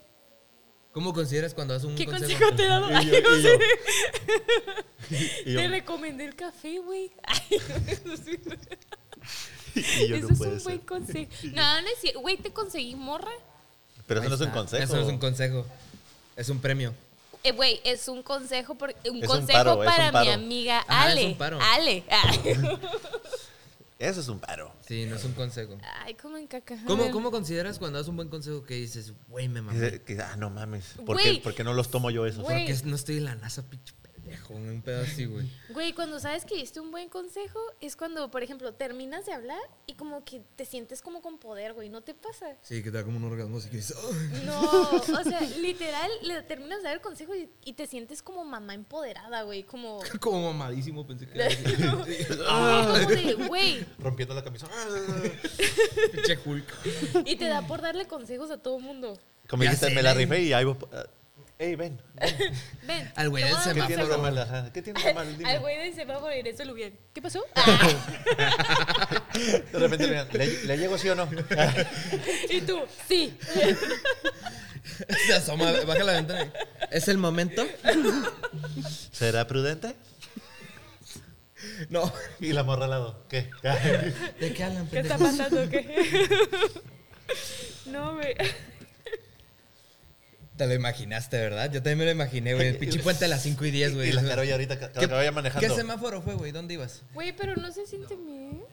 S2: ¿Cómo consideras cuando das un
S1: ¿Qué
S2: consejo?
S1: consejo te he dado?
S3: [LAUGHS]
S2: [LAUGHS]
S3: Y yo-
S1: Ay, no [LAUGHS]
S3: y
S1: sé.
S3: Y yo-
S1: Te recomendé el café, güey. [LAUGHS] Ay, no sé.
S3: y yo,
S1: Eso
S3: no
S1: es
S3: puede
S1: un buen
S3: ser.
S1: consejo.
S3: [LAUGHS]
S1: No, no es cierto. Güey, te conseguí morra.
S3: Pero eso
S2: Ahí
S3: no es un
S2: está.
S3: consejo.
S2: Eso no es un consejo. Es un premio.
S1: Eh, Güey, es un consejo, por- un
S3: un
S1: consejo
S3: paro, es un
S1: para mi
S3: paro.
S1: amiga
S2: Ajá, es
S1: Ale.
S2: un paro.
S3: [LAUGHS]
S1: Ale.
S3: Eso es un paro.
S2: Sí, no es un consejo.
S1: Ay, como en caca.
S2: ¿Cómo, cómo consideras cuando das un buen consejo que dices, güey, me mamé?
S3: Que- que, ah, no mames. ¿Por
S1: Güey.
S3: qué, por qué no los tomo yo eso?
S1: Güey.
S2: Porque no estoy en la NASA, pinche pendejo. pendejo, un pedo así, güey.
S1: Güey, cuando sabes que diste un buen consejo, es cuando, por ejemplo, terminas de hablar y como que te sientes como con poder, güey. ¿No te pasa?
S2: Sí, que te da como un orgasmo así que dices, "Ay". [LAUGHS]
S1: No, o sea, literal, le terminas de dar el consejo y, y te sientes como mamá empoderada, güey. Como,
S2: Como mamadísimo pensé que
S1: [LAUGHS]
S2: era así.
S1: como de, güey.
S3: Rompiendo la camisa. Ah.
S2: Pinche Hulk.
S1: Y te da por darle consejos a todo mundo.
S3: [LAUGHS] Como
S2: Ya
S3: dijiste,
S2: sé,
S3: me la
S2: ven.
S3: rifé y ahí vos. ah, Ey, ven.
S1: Ven.
S2: Al güey
S1: te
S2: del
S1: voy a dar
S3: ¿Qué tienes de
S2: Semáforo.
S3: mal? Ajá,
S1: [LAUGHS]
S3: ¿Qué tienes de mal? Dime.
S1: Al güey del semáforo y eso lo bien. ¿Qué pasó? Ah,
S3: De repente, mira, ¿le, ¿le llego sí o no?
S1: y tú, sí.
S2: [LAUGHS] Se asoma, baja la ventana. ¿Es el momento?
S3: ¿Será prudente?
S2: [LAUGHS] No.
S3: Y la morra al lado. [LAUGHS] ¿Qué? Eh,
S2: ¿De qué hablan,
S1: ¿Qué está
S2: pendejos?
S1: pasando? ¿Qué? [LAUGHS] No, güey.
S2: Te lo imaginaste, ¿verdad? Yo también me lo imaginé, güey. El [LAUGHS] pinche puente a las 5 y 10, güey.
S3: Y la carolla ahorita que que vaya manejando.
S2: ¿Qué semáforo fue, güey? ¿Dónde ibas?
S1: Güey, pero no se siente bien.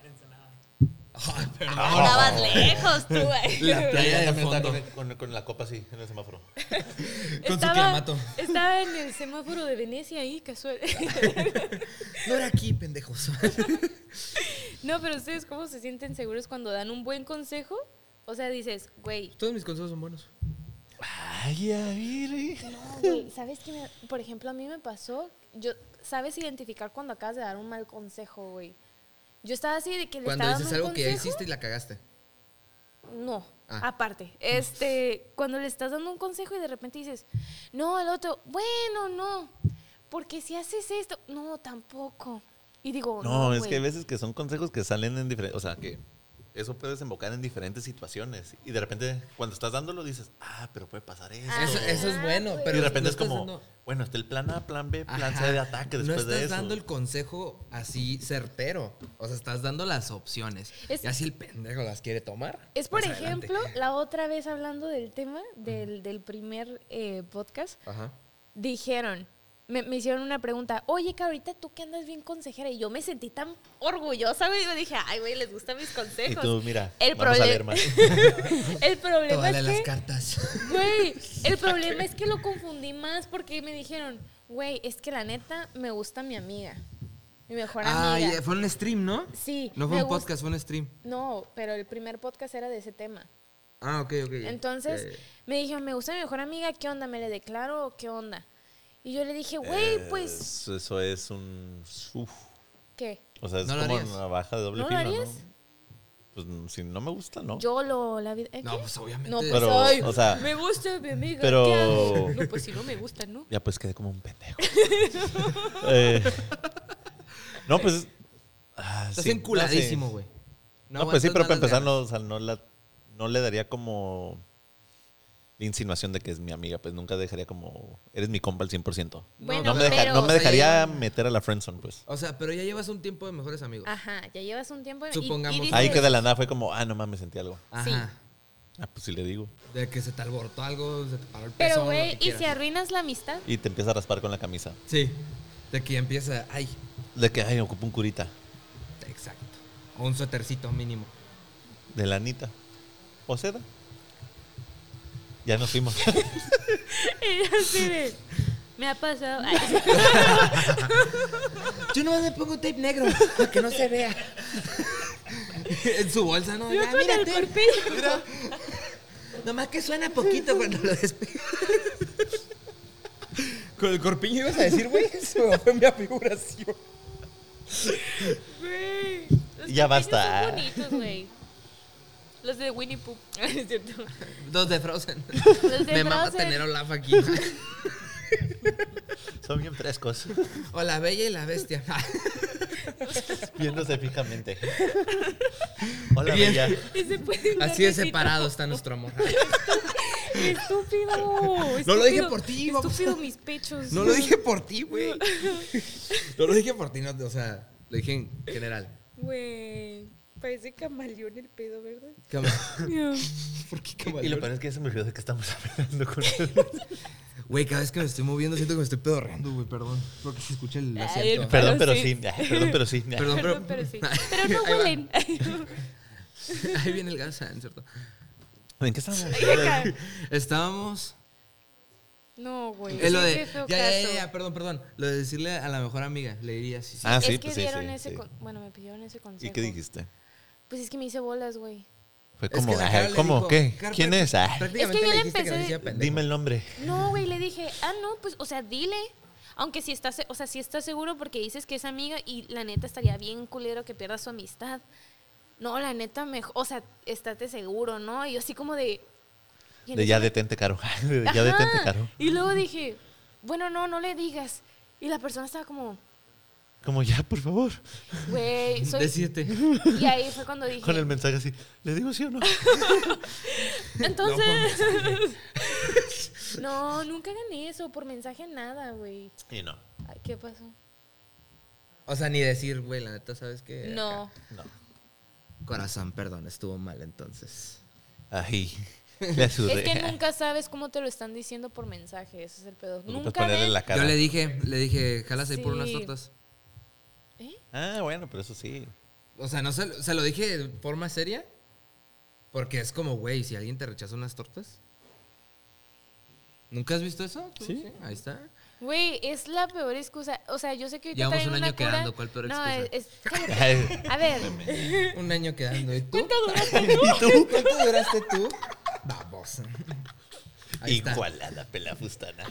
S2: Ay, perdón.
S1: Ah, Estabas lejos tú,
S2: La
S1: güey.
S2: playa.
S3: Ella
S2: de
S3: también está
S2: fondo.
S3: con, con- con la copa así, en el semáforo.
S2: Con su clamato.
S1: estaba en el semáforo de Venecia ahí,
S2: [LAUGHS]
S1: casual.
S2: No era aquí, [LAUGHS] pendejos.
S1: No, pero ustedes, ¿cómo se sienten seguros cuando dan un buen consejo? O sea, dices, güey,
S2: Todos mis consejos son buenos.
S3: Ay, a ver.
S1: No, güey, ¿sabes qué? me- por ejemplo, a mí me pasó, yo, ¿sabes identificar cuando acabas de dar un mal consejo, güey? Yo estaba así de que le
S2: Cuando
S1: estaba
S2: dices
S1: dando
S2: algo
S1: un
S2: que
S1: consejo.
S2: hiciste y la cagaste.
S1: No,
S2: Ah.
S1: aparte. Este, cuando le estás dando un consejo y de repente dices, no, el otro, bueno, no, porque si haces esto, no, tampoco. Y digo, no,
S3: No, es que hay
S1: güey".
S3: veces que son consejos que salen en diferentes. O sea, que eso puede desembocar en diferentes situaciones. Y de repente, cuando estás dándolo, dices, ah, pero puede pasar esto.
S1: Ah,
S2: Eso, eso es bueno,
S1: güey.
S2: pero.
S3: y de repente
S2: no
S3: es
S2: estás
S3: como,
S2: dando-
S3: bueno, está el plan A, plan B, plan
S2: Ajá.
S3: C de ataque
S2: No
S3: después
S2: estás
S3: de eso.
S2: dando el consejo así certero. O sea, estás dando las opciones.
S1: Es-
S2: y así el pendejo las quiere tomar.
S1: Es, por
S2: pues adelante.
S1: ejemplo, la otra vez hablando del tema del, del primer eh, podcast,
S2: Ajá.
S1: dijeron, me, me hicieron una pregunta, oye, que ahorita tú que andas bien consejera, y yo me sentí tan orgullosa, güey, yo dije, ay, güey, les gustan mis
S3: Y
S1: consejos.
S3: tú, mira,
S1: El
S3: vamos a
S1: problema-
S3: ver más.
S1: [LAUGHS] El problema
S2: Tómale
S1: es
S2: las
S1: que,
S2: cartas.
S1: güey,
S2: [LAUGHS]
S1: el problema es que lo confundí más porque me dijeron, güey, es que la neta me gusta mi amiga, mi mejor
S2: Ah,
S1: amiga.
S2: y fue un stream, ¿no?
S1: Sí,
S2: No fue
S1: me
S2: un
S1: gust-
S2: podcast, fue un stream.
S1: No, pero el primer podcast era de ese tema.
S2: Ah, ok, ok.
S1: Entonces
S2: Eh,
S1: me dijeron, me gusta mi mejor amiga, ¿qué onda? ¿Me le declaro o qué onda? Y yo le dije,
S2: Eh,
S1: güey, pues,
S3: Eh, Eso, eso es un. uf.
S1: ¿qué?
S3: O sea, es
S2: ¿No lo
S3: como
S2: harías?
S3: una baja de doble
S1: ¿No lo
S3: filo,
S1: harías?
S3: ¿no? Pues mm, si no me gusta, ¿no?
S1: Yo lo, la vida. ¿eh,
S2: No,
S1: qué?
S2: pues obviamente.
S1: No, pues,
S3: Pero,
S1: ay,
S3: o sea,
S1: me gusta mi amiga.
S3: pero-
S1: ¿qué
S2: [LAUGHS]
S1: hago? No, pues si no me gusta, ¿no?
S3: Ya pues quedé como
S1: [LAUGHS]
S3: un pendejo. Eh, no, pues. ah,
S2: Estás
S3: sí, no sé.
S2: enculadísimo, güey.
S3: No, pues sí, pero para
S2: aguantas
S3: empezar,
S2: malas
S3: no, o sea, no, la, no le daría como la insinuación de que es mi amiga, pues nunca dejaría como, eres mi compa al 100%.
S1: Bueno,
S3: No me, deja-
S1: pero,
S3: no me
S1: o sea,
S3: dejaría meter a la friendzone, pues.
S2: ganas. O sea, pero ya llevas un tiempo de mejores amigos.
S1: Ajá, ya llevas un tiempo. y- y
S2: Supongamos.
S1: dices-
S3: Ahí que de la nada fue como, ah, no mames, sentí algo.
S2: Ajá.
S3: Ah, pues sí le digo.
S2: De que se te alborotó algo, se te paró el pezón.
S1: Pero,
S2: lo
S1: güey,
S2: que
S1: ¿y
S2: quieras.
S1: si arruinas la amistad? [LAUGHS]
S3: Y te empieza a raspar con la camisa.
S2: Sí. De que empieza, ay,
S3: De que, ay, ocupo un curita.
S2: exacto. O un suétercito mínimo.
S3: De lanita. O seda. Ya nos fuimos. [LAUGHS]
S1: Y yo así de, me ha pasado.
S2: [LAUGHS]
S1: Ay,
S2: Yo nomás me pongo un tape negro para que no se vea. [LAUGHS] en su bolsa, ¿no?
S1: yo
S2: Ya,
S1: con el
S2: mírate.
S1: corpiño.
S2: Mira. Nomás que suena poquito cuando lo despega. Con el corpiño ibas a decir, [LAUGHS] güey, se me fue mi afiguración.
S1: Güey, los
S3: Ya
S1: corpiños
S3: basta.
S1: Son bonitos, güey. Los de Winnie Pooh. [LAUGHS] es
S2: [LAUGHS]
S1: cierto.
S2: Dos de Frozen.
S1: Los de
S2: me mama
S1: Frozen.
S2: tener a Olaf aquí.
S3: Son bien frescos. [LAUGHS]
S2: O la bella y
S1: [LAUGHS]
S2: la bestia.
S3: Viéndose fijamente. Hola,
S2: Bien.
S3: bella.
S1: Y se pueden dar
S2: Así de
S1: besito.
S2: separado está nuestro amor.
S1: Estúpido.
S2: No lo dije
S1: estúpido,
S2: por ti, vamos.
S1: Estúpido mis pechos.
S2: No lo dije por ti, güey. No lo dije por ti, no, o sea, lo dije en general.
S1: Güey, parece camaleón el pedo,
S2: [LAUGHS]
S1: ¿verdad?
S2: Cama-
S1: No.
S2: ¿Por qué
S3: Y lo
S2: camaleón?
S3: peor es que ya se me olvidó de que estamos hablando
S2: [LAUGHS]
S3: con él.
S2: Güey, cada vez que me estoy moviendo siento que me estoy pedorreando, güey, perdón. Porque se escucha el
S1: Ay,
S2: asiento.
S1: el-
S3: Perdón,
S1: Pero
S3: pero
S1: sí.
S3: sí. ay, Perdón, pero sí. ay.
S2: Perdón, [LAUGHS]
S1: Perdón, pero sí. Pero no
S2: Ahí va.
S1: huelen. [LAUGHS]
S2: [LAUGHS] Ahí viene el gas, ¿cierto?
S3: ¿En qué estamos?
S1: Acá.
S2: Estábamos
S1: No, güey.
S2: Es lo
S1: sí,
S2: de.
S1: qué feo
S2: Ya, ya, ya,
S1: caso.
S2: ya, perdón, perdón. Lo de decirle a la mejor amiga, le diría así. sí.
S3: Ah, sí,
S1: es que
S3: pues sí,
S1: dieron
S3: sí,
S1: ese.
S3: sí.
S1: con- Bueno, me pidieron ese consejo.
S3: ¿Y qué dijiste?
S1: Pues es que me hice bolas, güey.
S3: Fue
S2: Es que
S3: como,
S2: la
S3: "Ay,
S2: Caro le
S3: ¿cómo?
S2: dijo,
S3: ¿Qué?
S2: "Caro,
S3: ¿Quién
S2: prácti-
S3: es? Ah,
S2: Prácticamente
S1: Es que yo
S2: le
S1: le
S2: dijiste que le
S1: empecé-
S2: decía pendejo.
S3: dime el nombre.
S1: No, güey, le dije, ah, no, pues, o sea, dile. Aunque si estás, o sea, si estás seguro porque dices que es amiga y la neta estaría bien culero que pierda su amistad. No, la neta, mejor, o sea, estate seguro, ¿no? Y yo así como de... y en
S3: De
S1: eso
S3: ya
S1: me-
S3: detente, Caro. [LAUGHS] De ya
S1: Ajá.
S3: detente, Caro.
S1: Y luego dije, bueno, no, no le digas. Y la persona estaba como,
S3: Como ya, por favor.
S1: güey, soy... [LAUGHS]
S2: De siete. [LAUGHS]
S1: Y ahí fue cuando dije,
S3: Con el mensaje así. ¿Le digo sí o no?
S1: entonces... [LAUGHS] No, nunca hagan eso, por mensaje nada, güey.
S3: Y no.
S1: Ay, ¿Qué pasó?
S2: O sea, ni decir, güey, la neta, ¿sabes qué?
S1: No.
S3: No.
S2: Acá. Corazón, perdón, estuvo mal entonces.
S3: Ay, le
S1: Es
S2: [LAUGHS]
S3: ayudé.
S1: que
S3: [LAUGHS]
S1: nunca sabes cómo te lo están diciendo por mensaje, ese es el pedo.
S3: Ocupas
S1: Nunca
S3: ponerle
S1: ven-
S3: la cara.
S2: Yo le dije, le dije, jalas ahí por unas
S1: Sí.
S2: tortas.
S1: ¿Eh?
S3: Ah, bueno, pero eso sí.
S2: O sea, no se, lo- se lo dije de forma seria. Porque es como, güey, si alguien te rechaza unas tortas. ¿Nunca has visto eso? ¿Tú?
S3: Sí.
S2: Ahí está.
S1: Güey, es la peor excusa. O sea, yo sé que ahorita
S2: Llevamos
S1: traen
S2: un
S1: una
S2: año
S1: cura-
S2: quedando, ¿cuál peor
S1: No,
S2: excusa?
S1: es-
S2: [LAUGHS]
S1: es- cállate.
S3: Ay,
S1: A ver,
S2: Un año quedando. ¿Y tú? [LAUGHS]
S1: ¿cuánto duraste?
S2: ¿Y tú? ¿Cuánto duraste tú? Babosa. Ahí está.
S3: Igualada, pelafustana.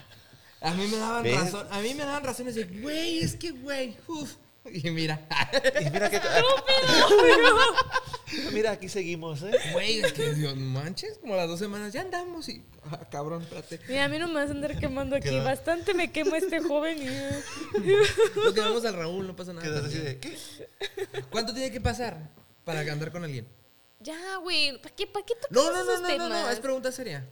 S2: A mí me daban
S3: ¿Ves?
S2: razón. A mí me daban razones de, güey, es que, güey, uf. Y mira, [LAUGHS]
S3: Y mira que. [LAUGHS] mira, aquí seguimos, ¿eh?
S2: güey, es que Dios manches, como las dos semanas ya andamos y, ah, cabrón, espérate.
S1: Mira, a mí no me vas a andar quemando aquí. Bastante me quema
S2: [LAUGHS]
S1: este joven. y-
S2: Lo quedamos al Raúl, no pasa nada.
S3: Quedas así de. ¿Qué?
S2: ¿Cuánto tiene que pasar para andar con alguien?
S1: Ya, güey, ¿para qué, para qué tocas
S2: No, no, no,
S1: esos
S2: no, no,
S1: temas?
S2: no, es pregunta seria.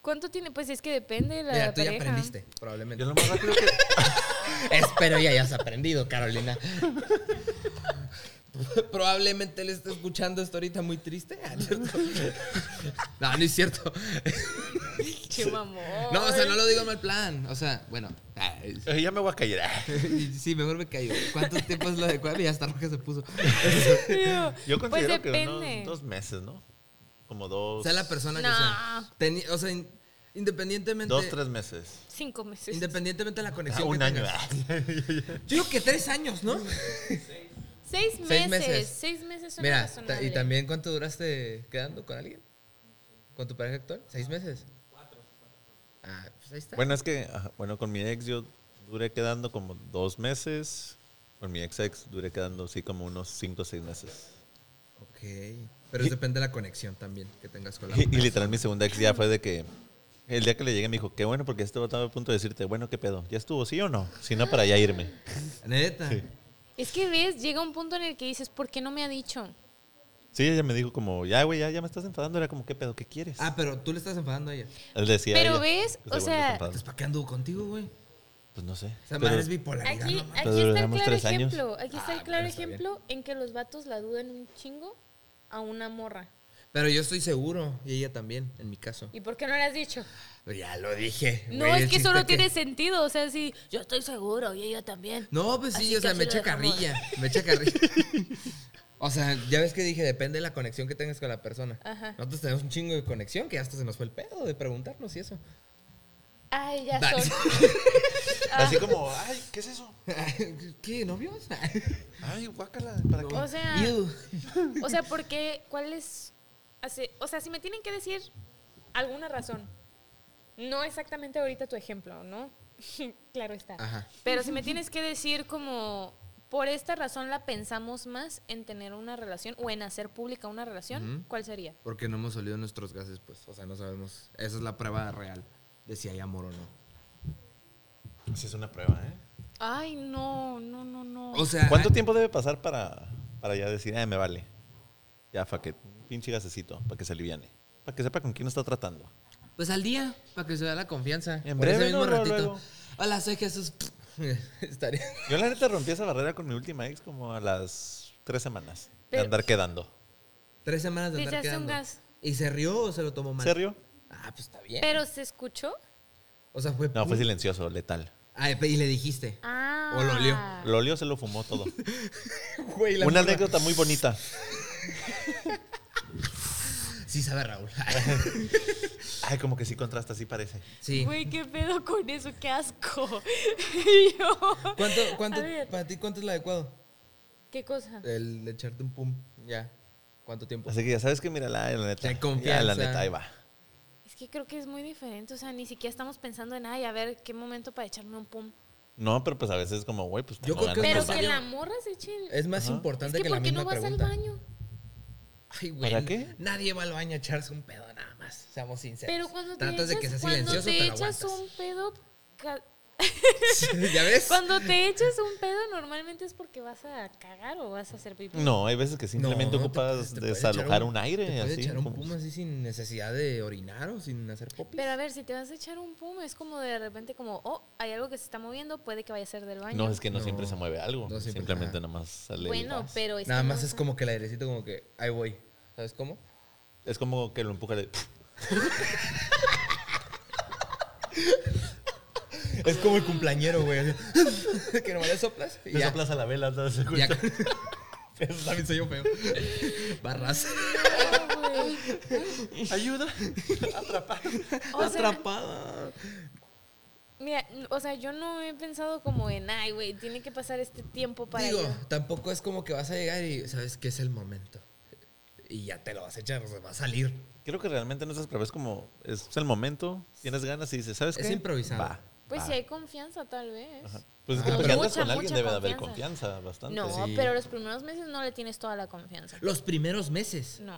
S1: ¿Cuánto tiene? Pues es que depende de la
S2: Mira, tú ya
S1: pareja.
S2: aprendiste, probablemente.
S3: Yo lo más rápido que.
S2: Espero ya hayas aprendido, Carolina. Probablemente él esté escuchando esto ahorita muy triste. Ah, ¿no es cierto? No, no es cierto.
S1: Che, mamón.
S2: No, o sea, no lo digo mal plan. O sea, bueno. ah,
S3: [LAUGHS] Ay, ya me voy a callar.
S2: Sí, mejor me callo. ¿Cuánto tiempo es lo adecuado? Y hasta roja se puso.
S1: Digo,
S3: Yo
S1: pues
S3: considero que
S1: depende.
S3: unos dos meses, ¿no? Como dos.
S2: Sea la persona que sea.
S1: Nah.
S2: Teni- o sea, in- independientemente.
S3: Dos, tres meses.
S1: Cinco meses.
S2: Independientemente de la
S3: Ah,
S2: conexión.
S3: un
S2: que
S3: año. ah.
S2: tengas. Yo digo que tres años, ¿no?
S1: Seis meses.
S2: Seis
S1: Seis
S2: meses.
S1: meses, son
S2: Mira, ta- y también cuánto duraste quedando con alguien? ¿Con tu pareja actual? ¿Seis meses? Cuatro. Ah, pues ahí está.
S3: [LAUGHS] Bueno, es que, ajá, bueno, con mi ex yo duré quedando como dos meses. Con mi ex ex duré quedando así como unos cinco o seis meses.
S2: Ok. Pero depende de la conexión también que tengas con la
S3: Y, y literal mi segunda ex ya fue de que el día que le llegué me dijo, qué bueno porque este vato estaba a punto de decirte, bueno, qué pedo, ¿ya estuvo sí o no? Si no, para ya irme.
S2: Neta.
S1: Es que ves, llega un punto en el que dices, ¿por qué no me ha dicho?
S3: Sí, ella me dijo como, ya güey, ya, ya me estás enfadando, era como, qué pedo, ¿qué quieres?
S2: Ah, pero tú le estás enfadando a ella.
S3: Él decía,
S1: Pero
S3: ella,
S1: ves,
S3: pues,
S1: o
S3: según yo,
S1: sea-
S3: enfadado.
S2: Entonces, ¿para qué anduvo contigo, güey?
S3: pues no sé.
S2: Esa
S3: Pero-
S2: madre es bipolaridad.
S1: Aquí,
S2: no mames.
S1: aquí
S3: Pero
S1: está el
S3: duramos
S1: claro
S3: tres años.
S1: ejemplo. Aquí está
S2: Ah,
S1: el claro
S2: bueno, está bien.
S1: ejemplo en que los vatos la dudan un chingo a una morra.
S2: Pero yo estoy seguro, y ella también, en mi caso.
S1: ¿Y por qué no le has dicho?
S2: Ya lo dije.
S1: No,
S2: güey, el
S1: es que
S2: chiste
S1: solo tiene sentido. O sea, sí, yo estoy seguro y ella también.
S2: No, pues sí,
S1: Así
S2: o sea,
S1: que
S2: me
S1: así
S2: echa
S1: lo dejamos.
S2: carrilla. Me echa carrilla. [LAUGHS] O sea, ya ves que dije, depende de la conexión que tengas con la persona.
S1: Ajá.
S2: Nosotros tenemos un chingo de conexión que hasta se nos fue el pedo de preguntarnos y eso.
S1: Ay, ya
S2: Dale.
S1: son.
S3: Así como, ay, ¿qué es eso?
S2: [LAUGHS] ¿Qué, novios?
S3: Ay, guácala, ¿para qué?
S1: O sea,
S2: [LAUGHS] Ew.
S1: o sea, ¿por qué? ¿Cuál es? hace- O sea, si me tienen que decir alguna razón. No exactamente ahorita tu ejemplo, ¿no? [LAUGHS] claro está.
S2: Ajá.
S1: Pero si me tienes que decir como por esta razón la pensamos más en tener una relación o en hacer pública una relación,
S2: Ujú.
S1: ¿cuál sería?
S2: Porque no hemos olido nuestros gases, pues. O sea, no sabemos. Esa es la prueba real de si hay amor o no.
S3: Sí, es una prueba, ¿eh?
S1: Ay, no, no, no, no.
S2: O sea,
S3: ¿Cuánto tiempo debe pasar para, para ya decir, ay, me vale? Ya, fa que un pinche gasecito, para que se aliviane. Para que sepa con quién está tratando.
S2: pues al día, para que se vea la confianza.
S3: En
S2: Por
S3: breve,
S2: ese mismo
S3: ¿no? Luego,
S2: ratito.
S3: luego.
S2: Hola, soy Jesús. [LAUGHS] Estaría.
S3: Yo la neta rompí esa barrera con mi última ex como a las tres semanas de
S1: Pero-
S3: andar quedando.
S2: Tres semanas de
S1: Te
S2: andar
S1: echaste un
S2: quedando.
S1: gas.
S2: ¿Y se rió o se lo tomó mal?
S3: ¿Serio?
S2: Ah, pues está bien.
S1: Pero se escuchó.
S2: o sea, fue.
S3: No, fue silencioso, letal.
S2: Ah, y le dijiste.
S1: Ah.
S2: O lo olió.
S3: Lo olió, se lo fumó todo.
S2: [LAUGHS] Güey, la
S3: Una
S2: morra.
S3: anécdota muy bonita. [LAUGHS]
S2: Sí sabe Raúl.
S3: Ay, como que sí contrasta, sí parece.
S2: [LAUGHS] Sí.
S1: Güey, qué pedo con eso, qué [LAUGHS] asco. Y yo,
S2: ¿Cuánto, cuánto,
S1: A ver.
S2: para ti, cuánto es lo adecuado?
S1: ¿Qué cosa?
S2: El de echarte un pum, ya. ¿Cuánto tiempo?
S3: Así que ya sabes que mira la, la neta.
S2: De
S3: ya,
S2: confianza.
S3: la neta, ahí va.
S1: Es que creo que es muy diferente, o sea, ni siquiera estamos pensando en, ay, a ver, qué momento para echarme un pum.
S3: No, pero pues a veces es como, güey, pues
S2: Yo
S3: tengo
S2: creo que
S3: ganas
S1: Pero
S2: más
S3: de-
S1: que
S2: serio.
S1: la morra se eche el-
S2: Es más
S3: Ajá.
S1: Es
S2: importante
S1: que,
S2: que, la
S1: ¿por qué
S2: misma
S1: no vas
S2: pregunta.
S1: al baño?
S2: Ay, güey.
S3: ¿Para qué?
S2: Nadie va al baño a echarse un pedo nada más, seamos sinceros.
S1: Pero cuando te
S2: Tratas
S1: echas,
S2: de que sea
S1: cuando
S2: silencioso,
S1: te
S2: te, lo
S1: echas
S2: aguantas.
S1: un pedo, ca-
S2: [LAUGHS] ¿Ya ves?
S1: cuando te echas un pedo normalmente es porque vas a cagar o vas a hacer pipí.
S3: No, hay veces que [LAUGHS] simplemente
S2: No, te puedes-
S3: ocupas
S2: te puedes echar
S3: desalojar un, aire.
S2: Te puedes
S3: así,
S2: echar un
S3: como-
S2: pum así sin necesidad de orinar o sin hacer popis.
S1: Pero a ver, si te vas a echar un pum, es como de repente como, oh, hay algo que se está moviendo, puede que vaya a ser del baño.
S3: No, es que no,
S2: No.
S3: siempre se mueve algo.
S2: No siempre,
S3: simplemente
S2: ajá.
S3: nada más sale. y
S1: bueno,
S3: vas.
S1: pero es
S2: Nada
S1: que
S2: más
S1: no-
S2: es como que el airecito como que ahí voy. ¿Sabes cómo?
S3: Es como que lo empuja de. [LAUGHS]
S2: Es como el cumpleañero, güey. así. [LAUGHS] que nomás le soplas y
S3: Le
S2: ya.
S3: soplas a la vela. ¿no? [LAUGHS] Se
S2: [LAUGHS] Ya.
S3: escucha.
S2: Eso también soy yo feo. Barras.
S1: No, güey.
S2: [LAUGHS]
S3: Ayuda.
S1: O sea,
S2: Atrapada.
S1: mira, o sea, yo no he pensado como en, ay, güey, tiene que pasar este tiempo para
S2: Digo,
S1: yo".
S2: tampoco es como que vas a llegar y sabes que es el momento. Y ya te lo vas a echar, o sea, va a salir.
S3: Creo que realmente no estás pero es como. Es el momento. Tienes ganas y dices, ¿sabes qué?
S2: Es improvisado.
S3: Va,
S1: Pues
S3: va.
S1: si hay confianza, tal vez.
S3: ah. Ajá. Pues es que
S2: Ah,
S3: porque
S1: pero-
S3: andas con
S1: Mucha,
S3: alguien
S1: mucha
S3: debe de haber
S1: confianza.
S3: confianza bastante.
S1: No,
S2: Sí.
S1: pero los primeros meses no le tienes toda la confianza.
S2: Los primeros meses.
S1: No.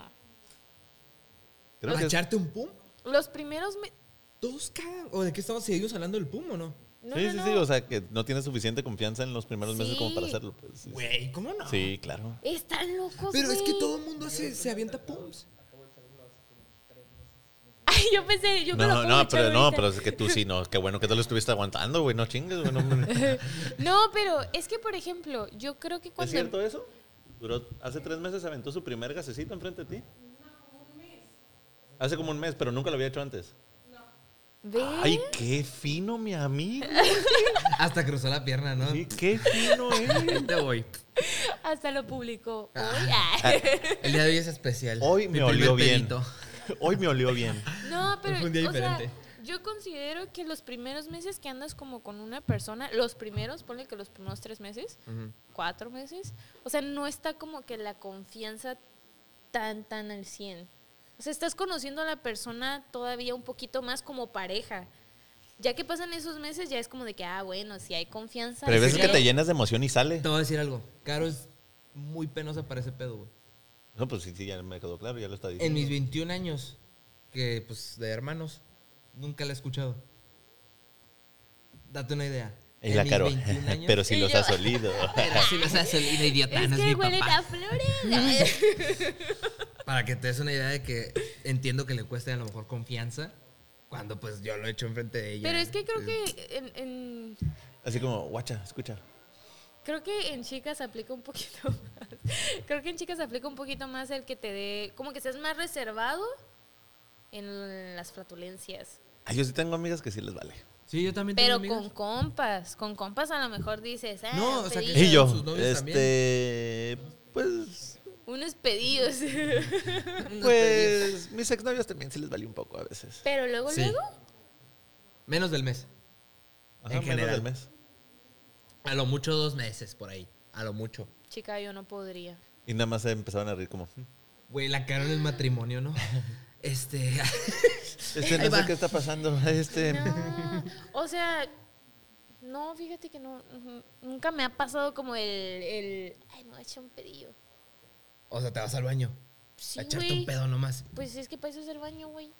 S3: Creo que es-
S2: ¿Echarte un pum?
S1: Los primeros meses.
S2: ¿Dos cada? ¿O de qué estamos? ¿Seguimos hablando del pum o no?
S1: No,
S3: sí,
S1: no,
S3: sí,
S1: no.
S3: sí. O sea, que no tienes suficiente confianza en los primeros meses como para
S1: Sí.
S3: hacerlo. pues, sí, sí.
S2: Güey, ¿cómo no?
S3: Sí, claro.
S1: Están locos.
S2: Pero es que
S1: güey.
S2: todo el mundo hace, se avienta
S3: [LAUGHS]
S2: pums.
S1: Ay, yo pensé, yo me lo
S3: No,
S1: puedo
S3: no,
S1: echar
S3: pero no,
S1: ahorita.
S3: pero es que tú sí, no, qué bueno que te lo estuviste aguantando, güey, no chingues, güey.
S1: [LAUGHS]
S3: no, hombre.
S1: No, pero es que, por ejemplo, yo creo que
S3: ¿Es
S1: cuando.
S3: cierto eso? Duró, hace tres meses aventó su primer gasecito enfrente de ti. Hace como un mes, pero nunca lo había hecho antes.
S1: ¿Ve?
S3: Ay, qué fino, mi amigo.
S2: Hasta cruzó la pierna, ¿no?
S3: Sí, qué fino es.
S2: Ahí te voy.
S1: Hasta lo publicó. hoy.
S3: Ah.
S1: ah.
S3: [LAUGHS]
S2: El día de hoy es especial.
S3: Hoy
S2: Mi
S3: me olió
S2: primer
S3: bien.
S2: pelito.
S3: [LAUGHS] Hoy me olió bien.
S1: No, pero
S2: Fue un día
S1: o sea,
S2: diferente.
S1: yo considero que los primeros meses que andas como con una persona, los primeros, ponle que los primeros tres meses,
S2: Ujú.
S1: cuatro meses, o sea, no está como que la confianza tan, tan al 100. O sea, estás conociendo a la persona todavía un poquito más como pareja. Ya que pasan esos meses, ya es como de que, ah, bueno, si hay confianza.
S3: Pero hay
S1: sí
S3: veces que
S1: hay-
S3: te llenas de emoción y sale.
S2: Te voy a decir algo. Caro es muy penosa para ese pedo, güey.
S3: No, pues sí, sí, ya me quedó claro, ya lo está
S2: En mis
S3: diciendo.
S2: 21 años, que pues de hermanos, nunca la he escuchado. Date una idea.
S3: Es
S2: En
S3: la
S2: mis
S3: caro.
S2: 21 años-
S3: [LAUGHS] Pero si
S1: Y
S3: los
S1: yo-
S3: has olido.
S2: [LAUGHS] Pero si los hace el idiota,
S1: Es
S2: no es
S1: que
S2: mi
S1: huelen
S2: papá.
S1: a
S2: [LAUGHS]
S1: flores.
S2: Para que te des una idea de que entiendo que le cueste a lo mejor confianza cuando pues yo lo he hecho enfrente de ella.
S1: Pero es que creo que en- en,
S3: [LAUGHS] Así como, guacha, escucha.
S1: Creo que en chicas aplica un poquito [LAUGHS] más. Creo que en chicas aplica un poquito más el que te dé, como que seas más reservado en las flatulencias.
S3: Ay, yo sí tengo amigas que sí les vale.
S2: Sí, yo también
S1: Pero
S2: tengo
S1: con
S2: amigas.
S1: compas, con compas a lo mejor dices, ah,
S2: No, o sea,
S1: pedí
S2: que-
S3: Y yo,
S2: sus novios
S3: este, pues,
S1: unos pedidos.
S3: pues, mis exnovios también sí les valió un poco a veces.
S1: [LAUGHS] Pero luego,
S2: Sí.
S1: luego,
S2: Menos del mes. En
S3: menos
S2: general.
S3: del mes.
S2: A lo mucho dos meses por ahí. A lo mucho.
S1: chica, yo no podría.
S3: Y nada más se empezaban a reír como, "Hmm,
S2: Güey, la cara en el matrimonio, ¿no? [LAUGHS] Este. [LAUGHS]
S3: este,
S2: Ahí
S3: no sé
S2: va.
S3: qué está pasando, [LAUGHS] este,
S1: No, o sea, no, fíjate que no, ujú, nunca me ha pasado como el, el ay, no, eché un pedido.
S2: o sea, te vas al baño.
S1: Sí,
S2: a echarte
S1: güey.
S2: un pedo nomás.
S1: Pues es que para eso es el baño, güey.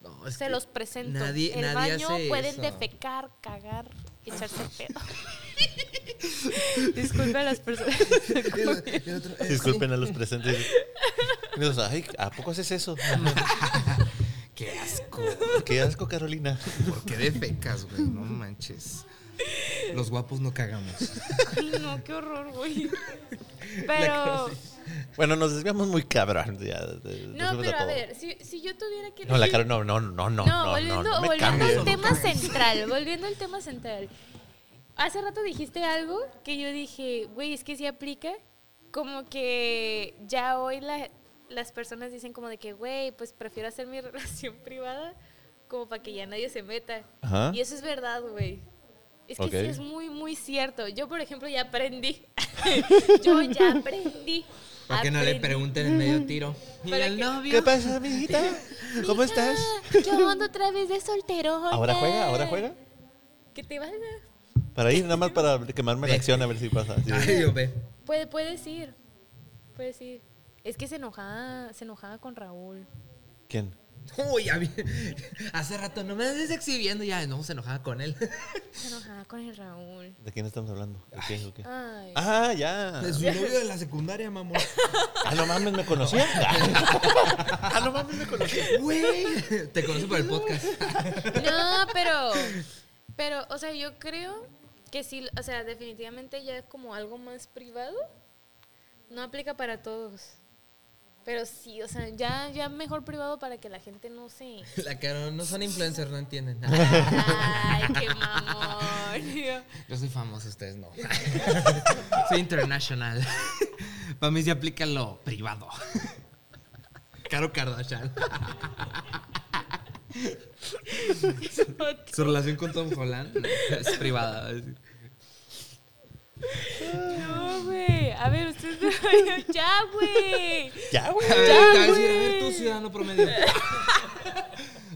S2: No, es
S1: Se
S2: que
S1: los presento.
S2: Nadie,
S1: el
S2: nadie
S1: baño
S2: hace
S1: pueden
S2: eso.
S1: defecar, cagar, echarse
S2: [LAUGHS]
S1: pedo. Disculpa a las personas. [LAUGHS]
S2: Y [LAUGHS] el- y el otro, eh,
S3: disculpen a los presentes.
S2: [LAUGHS]
S3: Y nosotros, ay, ¿a poco haces eso?
S2: sí. Qué asco.
S3: Qué asco, Carolina.
S2: ¿Por qué de fecas, güey? No manches. Los guapos no cagamos.
S1: Ay, no, qué horror, güey. Pero.
S3: Bueno, nos desviamos muy cabrón. ya, de- nos
S1: No,
S3: fuimos
S1: pero a
S3: todo.
S1: ver, si, si yo tuviera que.
S3: No, la
S1: elegir-
S3: Caro, no, no, no, no,
S1: No,
S3: no, no,
S1: volviendo,
S3: no me
S1: volviendo
S3: cambies.
S1: al tema central. Volviendo al tema central. Hace rato dijiste algo que yo dije, güey, es que sí aplica. Como que ya hoy la, las personas dicen como de que, güey, pues prefiero hacer mi [LAUGHS] relación privada como para que ya nadie se meta.
S3: Ajá.
S1: Y eso es verdad, güey. Es que
S3: Ok.
S1: sí es muy, muy cierto. Yo, por ejemplo, ya aprendí. [LAUGHS] Yo ya aprendí.
S2: Para que no le
S1: Aprendí.
S2: pregunten en medio tiro. ¿Y
S1: Para
S2: el
S1: que-
S2: novio?
S3: ¿Qué pasa, amiguita? ¿Cómo
S1: Mija,
S3: estás?
S1: Yo ando otra vez de solterona.
S3: ¿Ahora juega? ¿Ahora juega?
S1: Que te valga.
S3: Para ir, nada más para quemarme la acción a ver si pasa. Sí.
S2: Ay, Dios, ve.
S1: Puede, puedes ir. Puedes ir. Es que se enojaba, se enojaba con Raúl.
S3: ¿Quién?
S2: Uy, ya vi. Hace rato no me andes exhibiendo. Ya, no, se enojaba con él.
S1: Se enojaba con el Raúl.
S3: ¿De quién estamos hablando? ¿De quién? ¿O qué?
S1: Ay.
S3: Ah, ya.
S2: Es su novio de la secundaria, mamón.
S3: Ah, no mames, me
S2: [LAUGHS]
S3: conocía. ah, no mames, me conocía.
S2: Güey. Te conoce por el podcast. [LAUGHS]
S1: No, pero. Pero, o sea, yo creo que sí, o sea, definitivamente ya es como algo más privado. No aplica para todos. Pero sí, o sea, ya, ya mejor privado para que la gente no se.
S2: La que no, no son influencers, no entienden.
S1: [LAUGHS] Ay, qué mamón.
S2: Yo soy famoso, ustedes no. [LAUGHS] soy internacional. Para mí se aplica lo privado. Caro Kardashian. Su relación con Tom Holland es privada.
S1: No, güey. A ver, ustedes. [LAUGHS] no- ya, güey.
S3: Ya, güey.
S2: A ver,
S1: Ya,
S2: te voy a decir, a ver,
S1: güey.
S2: tú, ciudadano promedio. [LAUGHS]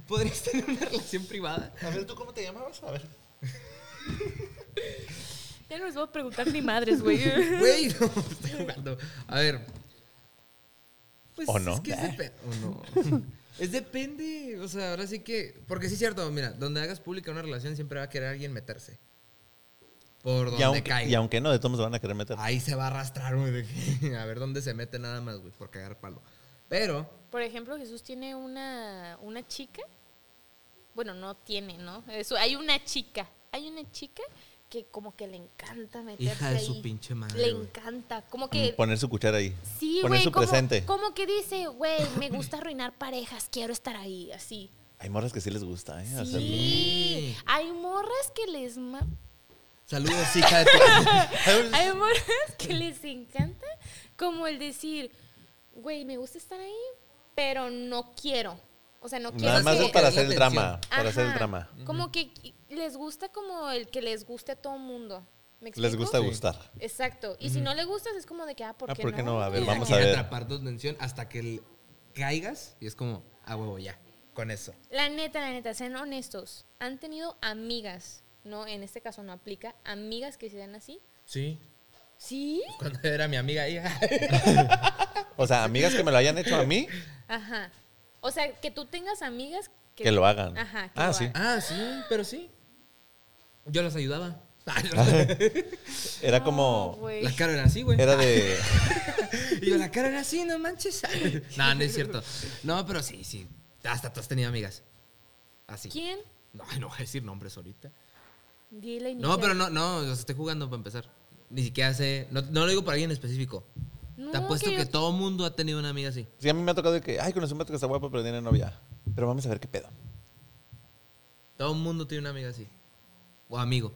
S2: ¿Podrías tener una relación privada?
S3: A ver, ¿tú cómo te llamabas? A ver.
S1: Ya no les voy a preguntar ni madres, güey.
S2: Güey, no, [LAUGHS] estoy jugando. A ver. Pues
S3: ¿O no?
S2: Es que es
S3: Eh.
S2: depe- o
S3: [LAUGHS]
S2: no. Es depende, o sea, ahora sí que. Porque sí es cierto, mira, donde hagas pública una relación siempre va a querer alguien meterse. Por donde
S3: Y aunque,
S2: caiga.
S3: y aunque no, de todos modos van a querer
S1: Ah,
S3: meter.
S2: Ahí se va a arrastrar, güey. de que- [LAUGHS] A ver dónde se mete nada más, güey, por cagar palo. Pero.
S1: Por ejemplo, Jesús tiene una, una chica. Bueno, no tiene, ¿no? Eso, hay una chica. Hay una chica que como que le encanta meterse
S2: Hija de
S1: ahí.
S2: su pinche madre,
S1: Le
S2: güey.
S1: encanta. Como que...
S3: Poner su cuchara ahí.
S1: Sí,
S3: Poner
S1: güey,
S3: su
S1: como,
S3: presente.
S1: como que dice, güey, me gusta arruinar parejas, quiero estar ahí, así.
S3: Hay morras que sí les gusta, [LAUGHS] ¿eh? Hacerlo.
S1: Sí, hay morras que les ma-
S2: Saludos, hija de
S3: [LAUGHS]
S2: tu.
S1: hay morras que les encanta como el decir, güey, me gusta estar ahí, pero no quiero. O sea, no quiero
S3: Nada más
S1: que-
S3: es para
S2: Es la
S3: hacer el
S2: intención.
S3: drama. Para hacer el
S1: Ajá,
S3: drama.
S1: Como que qui- les gusta como el que les guste a todo mundo. ¿Me
S3: Les
S1: explico?
S3: gusta gustar.
S1: Exacto. Y si no le gustas es como de que, ah, ¿por
S3: Ah,
S1: qué
S3: ¿por
S1: no?
S3: qué no? A ver,
S1: Ah,
S3: vamos a
S2: Quiere
S3: ver.
S2: atrapar tu atención hasta que el- caigas y es como, a huevo, ya. Con eso.
S1: La neta, la neta, sean honestos. Han tenido amigas, ¿no? En este caso no aplica. Amigas que se dan así.
S2: Sí.
S1: ¿Sí?
S2: Cuando era mi amiga hija.
S3: O sea, amigas que me lo hayan hecho a mí,
S1: Ajá. O sea, que tú tengas amigas que...
S3: que lo hagan.
S1: Ajá, que
S3: Ah,
S1: lo
S3: sí.
S1: hagan.
S2: Ah, sí, pero sí. Yo las ayudaba.
S3: Era
S1: No,
S3: como.
S1: Ah,
S3: [LAUGHS]
S1: güey.
S2: [LAUGHS] La cara era así, güey.
S3: Era de.
S2: Y yo, la cara era así, no manches. [LAUGHS] No, no es cierto. No, pero sí, sí. Hasta tú has tenido amigas. Así.
S1: ¿Quién?
S2: No, no voy a decir nombres ahorita.
S1: Di la
S2: No,
S1: inicial.
S2: pero no, no, los estoy jugando para empezar. Ni siquiera sé. No, no lo digo para alguien en específico.
S1: No,
S2: Te apuesto
S1: que
S2: que,
S1: yo-
S2: todo mundo ha tenido una amiga así.
S3: Sí, a mí me ha tocado de que. Ay, conocí un vato que está guapo, pero tiene novia. Pero vamos a ver qué pedo.
S2: Todo mundo tiene una amiga así. O amigo,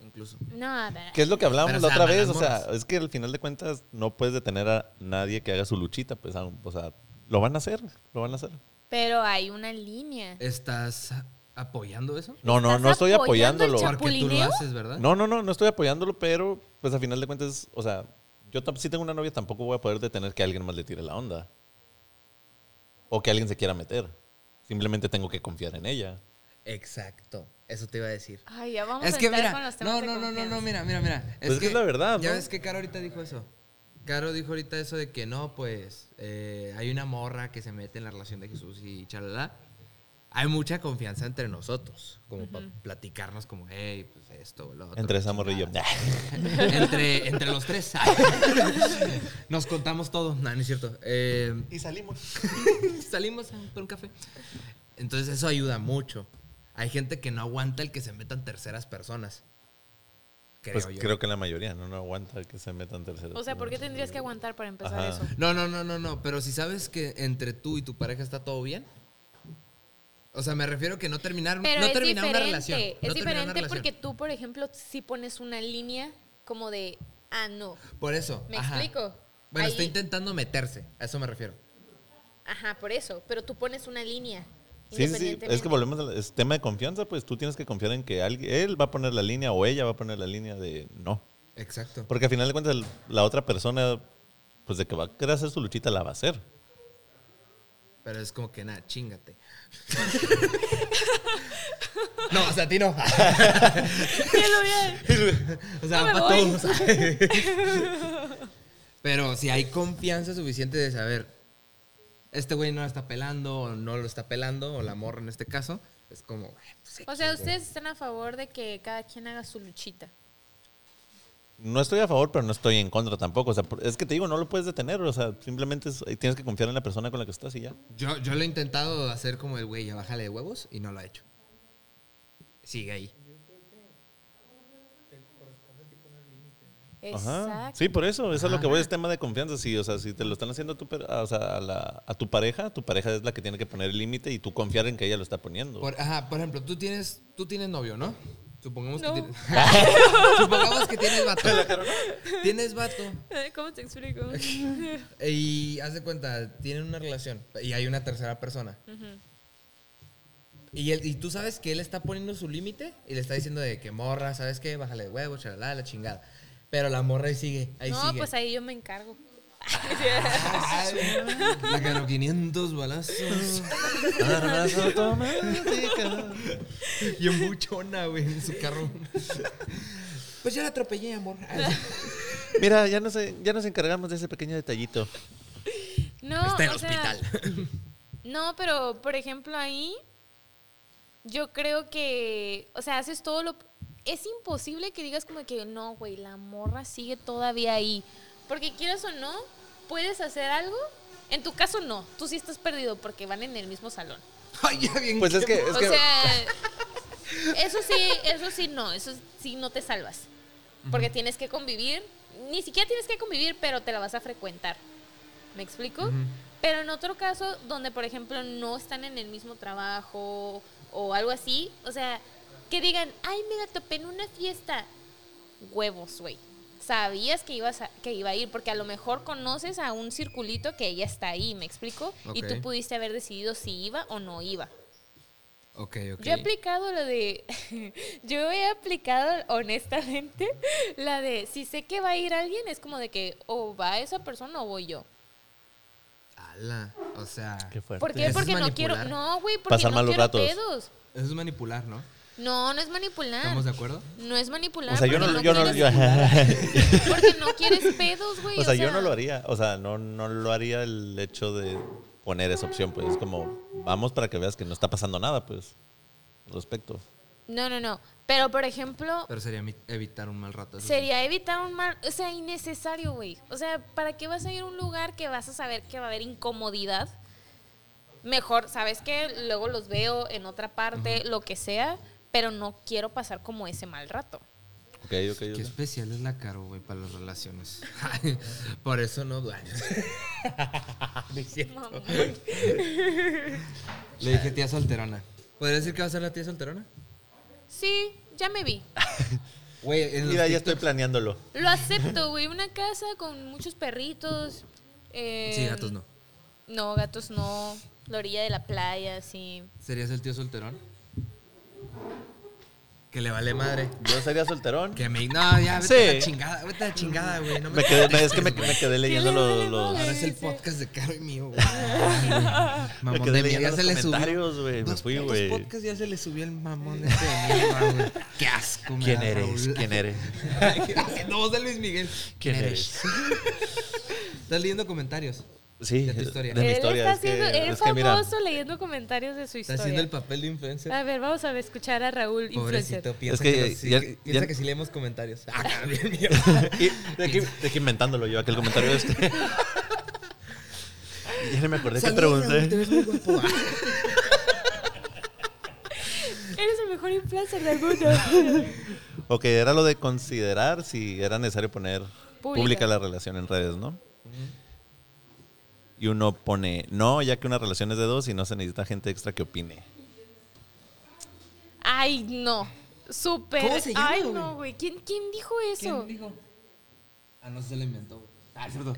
S2: incluso.
S1: No, a ver.
S3: ¿Qué es lo que hablábamos
S2: Pero,
S3: la
S2: o sea,
S3: otra
S2: malas
S3: vez? O sea,
S2: morras.
S3: es que al final de cuentas no puedes detener a nadie que haga su luchita. Pues, a- o sea, lo van a hacer. Lo van a hacer.
S1: Pero hay una línea.
S2: ¿Estás apoyando eso?
S3: No, no,
S1: ¿Estás
S3: no estoy
S1: apoyando el
S3: apoyándolo.
S1: chap-
S2: Porque tú lo
S1: ¿Chapulineo?
S2: haces, ¿verdad?
S3: No, no, no, no estoy apoyándolo, pero pues a final de cuentas, o sea, yo tam- si tengo una novia tampoco voy a poder detener que alguien más le tire la onda. O que alguien se quiera meter. Simplemente tengo que confiar en ella.
S2: Exacto. Eso te iba a decir.
S1: Ay, ya vamos
S2: Es
S1: a
S2: que
S1: entrar
S2: mira,
S1: con los temas
S2: no,
S1: de
S2: no, no, no,
S1: confianza.
S2: no, mira, mira, mira.
S3: Pues es que es la verdad,
S2: Ya
S3: ¿no?
S2: ves que Caro ahorita dijo eso. Caro dijo ahorita eso de que no, pues eh, hay una morra que se mete en la relación de Jesús y chalala. Hay mucha confianza entre nosotros, como para platicarnos como, hey, pues esto, lo otro.
S3: Entre esa morrilla.
S2: entre, entre los
S3: [LAUGHS]
S2: tres. Nos contamos todo. No, no es cierto. Eh,
S3: Y salimos.
S2: [LAUGHS] salimos a- por un café. Entonces eso ayuda mucho. Hay gente que no aguanta el que se metan terceras personas. Creo
S3: Pues
S2: yo.
S3: creo que la mayoría no, no aguanta que se metan terceros.
S1: O sea, ¿por qué tendrías que aguantar para empezar
S3: Ajá.
S1: eso?
S2: No, no, no, no, no. Pero si sabes que entre tú y tu pareja está todo bien. O sea, me refiero que no terminar,
S1: Pero
S2: no
S1: es
S2: terminar
S1: diferente.
S2: una relación. no
S1: es
S2: terminar una
S1: diferente
S2: relación.
S1: porque tú, por ejemplo, sí pones una línea como de, ah, no.
S2: Por eso.
S1: ¿Me
S2: ajá.
S1: explico?
S2: Bueno, está
S1: Ahí.
S2: intentando meterse. A eso me refiero.
S1: Ajá, por eso. Pero tú pones una línea.
S3: Sí, sí, sí. Es
S1: [LAUGHS]
S3: que volvemos al es tema de confianza, pues tú tienes que confiar en que alguien, él va a poner la línea o ella va a poner la línea de no.
S2: Exacto.
S3: Porque al final de cuentas, el- la otra persona, pues de que va a querer hacer su luchita, la va a hacer.
S2: Pero es como que
S1: [LAUGHS]
S2: nada, chingate. no, o sea, a ti no. [LAUGHS]
S1: Ya lo vi.
S3: [LAUGHS]
S2: O sea,
S1: No me
S2: para
S1: voy.
S2: todos.
S1: [LAUGHS]
S2: Pero si hay confianza suficiente de saber, este güey no la está pelando, o no lo está pelando, o la morra en este caso, es como. "Ay, pues,
S1: O sea, ustedes están a favor de que cada quien haga su luchita.
S3: No estoy a favor, pero no estoy en contra tampoco. O sea, por- es que te digo, no lo puedes detener. O sea, simplemente es- tienes que confiar en la persona con la que estás y ya.
S2: Yo, yo lo he intentado hacer como el güey, ya bájale de huevos, y no lo ha hecho. Sigue ahí.
S3: Ajá.
S1: Exacto.
S3: Sí, por eso. Eso es lo que voy, es tema de confianza. Sí, o sea, si te lo están haciendo a tu, per- a- o sea, a, la- a tu pareja, tu pareja es la que tiene que poner el límite y tú confiar en que ella lo está poniendo.
S2: Por, ajá, por ejemplo, tú tienes, tú tienes novio, ¿no? Supongamos
S1: No.
S2: que tienes. [LAUGHS] Supongamos que tienes vato. Tienes vato.
S1: [LAUGHS] ¿Cómo te explico?
S2: Y haz de cuenta, tienen una relación y hay una tercera persona. y, él- y tú sabes que él está poniendo su límite y le está diciendo de que morra, ¿sabes qué? Bájale de huevo, chalala, la chingada. Pero la morra ahí sigue, ahí
S1: no,
S2: sigue.
S1: pues
S2: [LAUGHS]
S1: ahí yo me encargo. [LAUGHS]
S2: Ay, la ganó 500 balazos.
S3: Abrazo automático.
S2: [LAUGHS] Y en buchona, güey, en su [LAUGHS] carro. Pues ya la atropellé, amor.
S3: Mira, ya nos, ya nos encargamos de ese pequeño detallito.
S1: No,
S2: está en
S1: o sea,
S2: hospital.
S1: No, pero por ejemplo ahí yo creo que, o sea, haces todo lo... Es imposible que digas como que no, güey, la morra sigue todavía ahí. Porque quieras o no, puedes hacer algo. En tu caso no, tú sí estás perdido porque van en el mismo salón.
S2: [LAUGHS] Ay, ya bien.
S3: Pues es que, es
S1: o
S3: que [LAUGHS]
S1: sea, eso sí, eso sí no, eso sí no te salvas. Porque tienes que convivir, ni siquiera tienes que convivir, pero te la vas a frecuentar. ¿Me explico? Pero en otro caso, donde por ejemplo no están en el mismo trabajo o algo así, o sea, que digan, ay, me la topé en una fiesta. Huevos, güey. Sabías que, ibas a- que iba a ir, porque a lo mejor conoces a un circulito que ella está ahí, ¿me explico? Y tú
S2: Ok.
S1: pudiste haber decidido si iba o no iba.
S2: Ok, ok.
S1: Yo he aplicado lo de. [LAUGHS] yo he aplicado, honestamente, [LAUGHS] la de si sé que va a ir alguien, es como de que o va esa persona o voy yo.
S2: Ala, o sea.
S3: Qué fuerte.
S1: ¿Por qué?
S2: Eso es
S1: Porque no quiero.
S2: manipular.
S1: No, güey, porque
S3: Pasar
S1: no
S3: malos
S1: quiero
S3: ratos.
S1: pedos.
S2: Eso es manipular, ¿no?
S1: No, no es manipular.
S2: ¿Estamos de acuerdo?
S1: No es manipular.
S3: O sea, yo
S1: porque
S3: no, yo no,
S1: quieres,
S3: yo-
S1: [LAUGHS] Porque no quieres pedos, güey.
S3: o sea, yo no lo haría. O sea, no, no lo haría el hecho de poner esa opción, pues es como, vamos para que veas que no está pasando nada, pues, al respecto.
S1: No, no, no. Pero, por ejemplo,
S2: Pero sería mi- evitar un mal rato. eso sí.
S1: Sería evitar un mal, o sea, innecesario, güey. O sea, ¿para qué vas a ir a un lugar que vas a saber que va a haber incomodidad? Mejor, ¿sabes qué? Luego los veo en otra parte, lo que sea, pero no quiero pasar como ese mal rato.
S3: Ok, ok,
S2: Qué
S3: ok.
S2: especial es la caro, güey, para las relaciones. [LAUGHS] Por eso no [LAUGHS] duele.
S1: Mamón.
S2: Le dije tía solterona. ¿Podría decir que va a ser la tía solterona?
S1: Sí, ya me vi.
S2: Güey, en los
S3: Mira,
S2: TikTok-
S3: ya estoy planeándolo.
S1: Lo acepto, güey. Una casa con muchos perritos. eh,
S2: Sí, gatos no.
S1: No, gatos no. La orilla de la playa, sí.
S2: ¿Serías el tío solterón? Que le vale madre.
S3: Yo sería solterón.
S2: Que me... No, ya, vete
S3: Sí.
S2: a la chingada, vete a la chingada, güey. No me
S3: Me quedé- me- es
S2: [LAUGHS]
S3: que me, me quedé leyendo
S1: le
S3: los,
S1: vale
S3: los-
S1: madre?
S2: Ahora es el
S1: Sí.
S2: podcast de Caro y mío, güey.
S3: me
S2: mamón
S3: quedé
S2: de mí, ya
S3: leyendo
S2: se
S3: los
S2: le subió.
S3: comentarios, güey. Me
S2: Dos
S3: fui,
S2: putos
S3: güey.
S2: podcasts ya se le subió el mamón este de mierda, güey.
S3: [LAUGHS]
S2: Qué asco, me
S3: ¿Quién
S2: da,
S3: eres?
S2: Raúl.
S3: ¿Quién
S2: [LAUGHS]
S3: eres?
S2: Haciendo voz de Luis Miguel.
S3: ¿Quién eres?
S2: [LAUGHS] Estás leyendo comentarios.
S3: Sí,
S2: De tu historia.
S3: de mi
S1: él
S3: historia.
S1: está
S3: Es que,
S1: haciendo, él
S3: es que mira,
S1: famoso leyendo comentarios de su
S2: Está
S1: historia.
S2: haciendo el papel de influencer.
S1: A ver, vamos a escuchar a Raúl
S2: Pobrecito,
S1: Ah, Influencer.
S2: piensa
S3: Es que
S2: que,
S3: ya-
S2: los- sí,
S3: ya-
S2: que- piensa
S3: ya-
S2: que sí leemos
S3: [LAUGHS]
S2: comentarios. Ah, [LAUGHS] bien, mierda.
S3: [LAUGHS] Y de aquí, de aquí inventándolo yo, aquel comentario este. [LAUGHS] ya no me acordé que
S2: Saludos, Raúl, te
S3: pregunté.
S2: ves muy guapo.
S1: Eres el mejor influencer del mundo.
S3: Ok, era lo de considerar si era necesario poner pública, la relación en redes, ¿no? Y uno pone, no, ya que una relación es de dos y no se necesita gente extra que opine.
S1: Ay, no. Súper.
S2: ¿Cómo se llama,
S1: Ay,
S2: güey?
S1: no, güey. ¿Quién, ¿Quién dijo eso?
S2: ¿Quién dijo?
S1: [LAUGHS]
S2: Ah, no se lo inventó. güey. Ah, es cierto.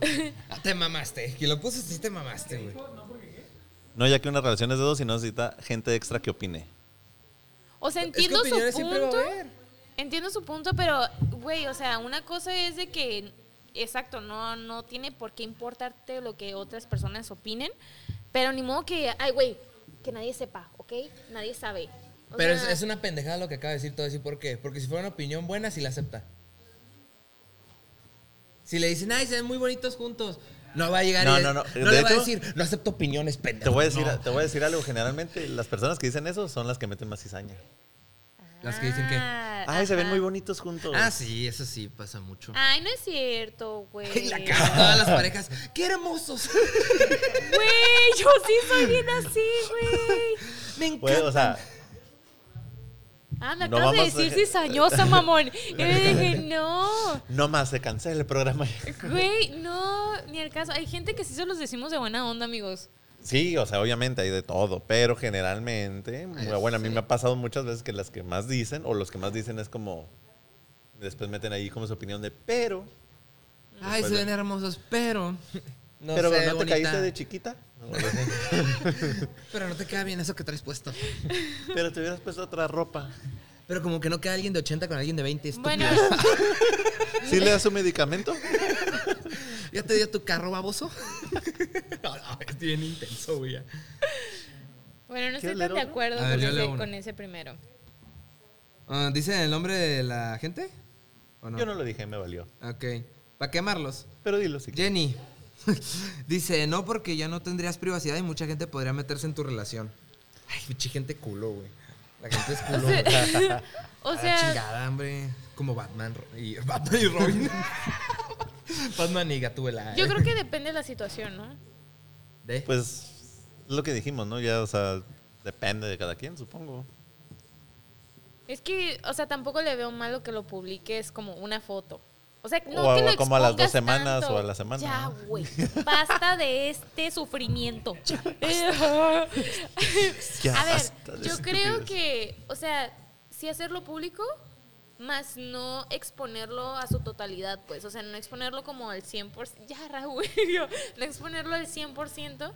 S2: Ah, te mamaste. Que lo puso sí te mamaste, güey.
S3: No, ya que una relación es de dos y no necesita gente extra que opine.
S1: O sea,
S2: Es que
S1: entiendo
S2: opiniones
S1: su
S2: siempre va a
S1: punto.
S2: haber.
S1: Entiendo su punto, pero, güey, o sea, una cosa es de que, exacto, no, no tiene por qué importarte lo que otras personas opinen, pero ni modo que, ay, güey, que nadie sepa, ¿ok? Nadie sabe. O
S2: Pero es,
S1: sea,
S2: es una pendejada lo que acaba de decir todo decir ¿Por qué? Porque si fuera una opinión buena, sí la acepta. Si le dicen, ay, se ven muy bonitos juntos, no va a llegar
S3: No,
S2: y-
S3: no, no.
S2: no
S3: De
S2: le va a
S3: hecho-
S2: decir, no acepto opiniones, pendejo.
S3: Te voy a decir,
S2: no".
S3: te voy a decir algo. Generalmente, las personas que dicen eso son las que meten más cizaña.
S2: Las que dicen que,
S1: ah,
S3: Ay, se ven
S1: ajá.
S3: muy bonitos juntos.
S2: Ah, sí, eso sí pasa mucho.
S1: Ay, no es cierto, güey.
S2: Y la cara de todas las parejas, ¡qué hermosos!
S1: Güey, yo sí soy bien así, güey.
S2: Me encanta.
S3: Güey, o sea,
S1: Ah, me
S3: No
S1: acabas de
S3: vamos a-
S1: decir cizañosa, mamón.
S2: [LAUGHS]
S1: Y yo dije, no.
S3: no más se cancela el programa.
S1: Güey, no, ni el caso. Hay gente que sí se los decimos de buena onda, amigos.
S3: Sí, o sea, obviamente hay de todo, pero generalmente, bueno, a mí me ha pasado muchas veces que las que más dicen o los que más dicen es como después meten ahí como su opinión de, pero,
S2: ay, se ven hermosos,
S3: [LAUGHS]
S2: pero. No
S3: pero
S2: se ve
S3: no te
S2: bonita.
S3: caíste
S2: [LAUGHS]
S3: de chiquita. O algo así. [LAUGHS]
S2: Pero no te queda bien eso que traes puesto.
S3: pero te hubieras puesto otra ropa.
S2: Pero como que no queda alguien de 80 con alguien de 20, estúpido.
S1: Bueno,
S3: ¿Sí le das su medicamento?
S2: ¿Ya te dio tu carro [LAUGHS] baboso? no, no, es Ah, bien intenso, güey. ya.
S1: bueno, no
S3: ¿Quieres
S1: estoy
S3: leer
S1: tan de
S3: otro?
S1: acuerdo
S2: A ver,
S1: con,
S2: yo leo
S1: ese,
S2: uno.
S1: con ese primero. [LAUGHS]
S2: Ah, ¿Dice el nombre de la gente? ¿O no?
S3: Yo no lo dije, me valió.
S2: Ok. ¿Para quemarlos?
S3: Pero dilo si quieres.
S2: Jenny. [LAUGHS] Dice, no, porque ya no tendrías privacidad y mucha gente podría meterse en tu relación. Ay, pinche gente culo, güey. La gente es [LAUGHS] culo. güey.
S1: O
S2: A la
S1: sea,
S2: chingada, hombre. Como Batman Ro- y, [LAUGHS] Batman y Robin. Batman y Gatúbela.
S1: yo
S2: ¿eh?
S1: creo que depende de la situación, ¿no?
S2: ¿De?
S3: Pues lo que dijimos, ¿no? Ya, o sea, depende de cada quien, supongo.
S1: Es que, o sea, tampoco le veo malo que lo publiques como una foto. O sea, no
S3: O
S1: que
S3: a-
S1: lo
S3: como a las dos
S1: expongas
S3: semanas
S1: tanto.
S3: o a la semana,
S1: Ya,
S3: ¿no?
S1: güey. Basta de este sufrimiento. [LAUGHS]
S3: Ya
S1: a ver,
S3: basta de
S1: yo
S3: estupidez.
S1: creo que, o sea, sí hacerlo público, más no exponerlo a su totalidad, pues. O sea, no exponerlo como al 100%. Ya, Raúl, [LAUGHS] yo, no exponerlo al 100%,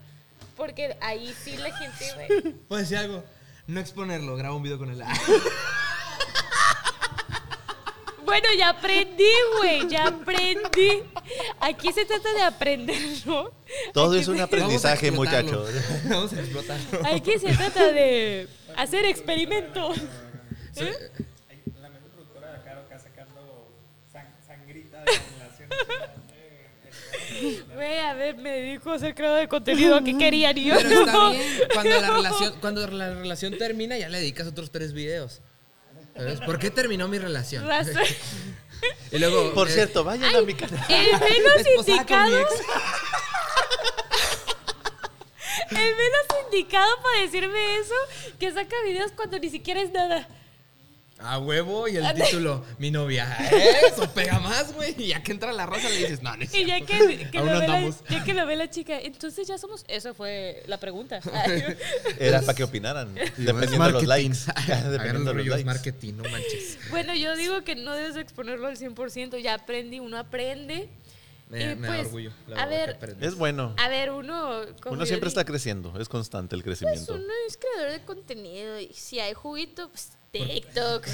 S1: porque ahí sí la gente, güey.
S2: Puedo decir algo. No exponerlo, graba un video con él. [LAUGHS]
S1: Bueno, ya aprendí, güey, ya aprendí. Aquí se trata de aprender, ¿no?
S3: Todo
S1: Aquí
S3: es un
S1: se-
S3: aprendizaje,
S2: Vamos a explotarlo. [LAUGHS]
S3: muchachos.
S2: Vamos a explotarlo.
S1: Aquí se trata de hacer experimentos. ¿Eh?
S4: La mejor productora de Caro acá sacando sang- sangrita de relaciones.
S1: Güey, a ver, me dedico a hacer creador de contenido [LAUGHS] que querían y yo
S2: Pero está
S1: no.
S2: bien. Cuando la, relación, cuando la relación termina, ya le dedicas otros tres videos. ¿Sabes? ¿Por qué terminó mi relación?
S1: Raza-
S2: [LAUGHS] Y luego.
S3: Por
S2: eh,
S3: cierto, vayan a mi canal. [LAUGHS]
S1: El menos
S2: esposada con mi
S1: indicado,
S2: ex.
S1: el menos indicado para decirme eso, que saca videos cuando ni siquiera es nada.
S2: A huevo y el título,
S1: [LAUGHS]
S2: mi novia. ¿Eh? Eso pega más, güey. Y ya que entra la raza le dices, no, no es
S1: Y ya
S2: cierto".
S1: que, que
S2: Aún
S1: lo ve la,
S2: andamos.
S1: ya que lo ve la chica, entonces ya somos. Esa fue la
S3: [LAUGHS]
S1: pregunta. Ay,
S3: Era para que opinaran.
S2: Es
S3: Dependiendo de los
S2: marketing. [LAUGHS]
S3: likes. [LAUGHS]
S2: Agarra
S3: Dependiendo
S2: los
S3: de los
S2: rollos
S3: likes.
S2: marketing, no manches.
S1: bueno, yo digo que no debes exponerlo al 100%, ya aprendí, uno aprende.
S2: Me,
S1: Y
S2: me da
S1: pues,
S2: orgullo. la
S1: a
S2: verdad, que
S1: ver,
S2: aprendí.
S3: Es bueno.
S1: A ver, uno. como
S3: Uno
S1: yo
S3: siempre
S1: dije,
S3: está creciendo. Es constante el
S1: Pues
S3: crecimiento.
S1: uno es creador de contenido y si hay juguito, pues TikTok.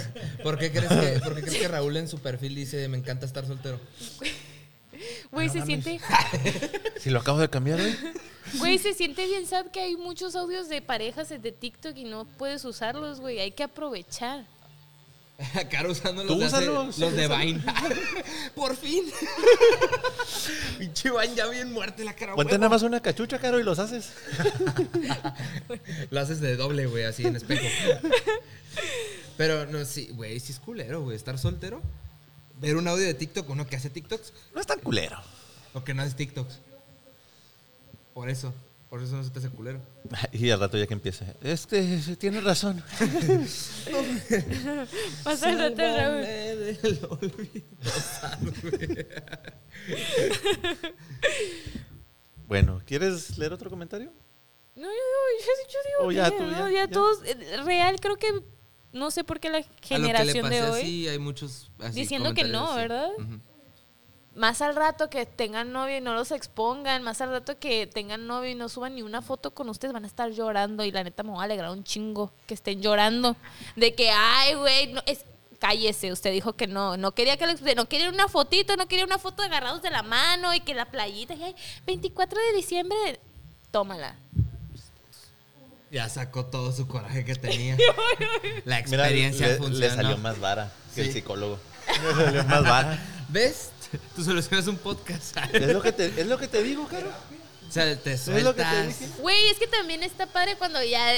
S2: ¿Por qué, crees que, por qué crees que Raúl en su perfil dice, me encanta estar soltero?
S1: Güey, se siente.
S3: Si lo acabo de cambiar,
S1: [LAUGHS]
S3: ¿eh?
S1: Güey, se siente bien sad que hay muchos audios de parejas de TikTok y no puedes usarlos, güey. Hay que aprovechar.
S2: [LAUGHS] Caro usando los
S3: Tú
S2: de, hace-
S3: úsalos,
S2: los
S3: tú
S2: de
S3: úsalos.
S2: [LAUGHS] Vine. Por [LAUGHS] fin. Pinche Vine ya bien muerte la cara.
S3: Ponte
S2: huevo.
S3: nada más una cachucha, Caro, y los haces.
S2: Lo haces de doble, güey, así en [LAUGHS] espejo. Pero no, sí, güey, sí es culero, güey, estar soltero. Ver un audio de TikTok, uno que hace TikToks
S3: No es tan culero. [LAUGHS]
S2: o que no hace TikToks. Por eso, por eso no se te hace culero.
S3: Y al rato ya que empiece. Este, tienes razón.
S1: Pasa el rato, Raúl.
S2: Sálvame [LAUGHS] del olvido, sálvame.
S3: Bueno, ¿quieres leer otro comentario?
S1: No, yo digo, yo, yo digo
S3: Oh, ya,
S1: que
S3: tú,
S1: no,
S3: ya,
S1: ya
S3: ya.
S1: todos, eh, real, creo que no sé por qué la
S2: A lo que le
S1: generación de
S2: pasé
S1: hoy
S2: así, hay muchos así
S1: Diciendo que
S2: comentarios
S1: no,
S2: así.
S1: ¿verdad? Más al rato que tengan novio y no los expongan, más al rato que tengan novio y no suban ni una foto con ustedes, van a estar llorando. Y la neta me va a alegrar un chingo que estén llorando. De que, ay, güey, no, es, cállese, usted dijo que no, no quería que lo exp- no quería una fotito, no quería una foto agarrados de la mano y que la playita, y ay, 24 de diciembre, tómala.
S2: Ya sacó todo su coraje
S1: [LAUGHS]
S2: que tenía. La
S3: Mira,
S2: experiencia
S3: le,
S2: funcionó.
S3: le salió más vara que el
S2: Sí.
S3: psicólogo. [LAUGHS] Le salió más vara.
S2: ¿Ves? Tú solucionas un [LAUGHS] podcast.
S3: Es lo que te, es lo que te digo, Caro.
S2: O sea, te
S3: Es lo que te
S2: sueltas.
S3: dije.
S1: Güey, es que también está padre cuando ya,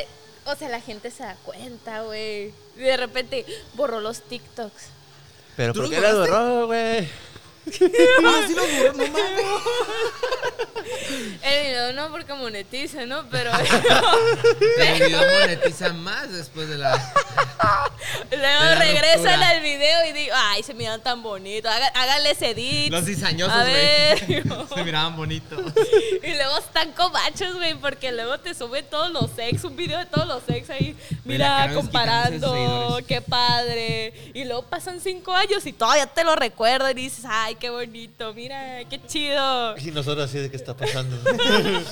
S1: o sea, la gente se da cuenta, güey. Y de repente borró los TikToks.
S3: Pero
S2: ¿Tú los
S3: ¿por qué la
S2: borraste?
S3: borró, güey?
S2: Ah, sí lo borró, no mames.
S1: El video no porque monetiza, ¿no? Pero
S2: [LAUGHS]
S1: [LAUGHS]
S2: El video monetiza más después de la.
S1: [LAUGHS] luego regresan
S2: ruptura.
S1: al video y digo, ay, se miran tan bonitos, haga- háganles edit.
S2: Los diseñosos,
S1: A
S2: güey.
S1: ver.
S2: [LAUGHS] Se miraban bonitos.
S1: Y luego están cobachos, güey, porque luego te suben todos los sex, un video de todos los sex ahí.
S2: Güey, la
S1: Mira,
S2: Caro es quitándose
S1: comparando,
S2: seguidores.
S1: qué padre. Y luego pasan cinco años y todavía te lo recuerdan y dices, ay, qué bonito, mira, qué chido.
S3: Y nosotros así de qué está pasando.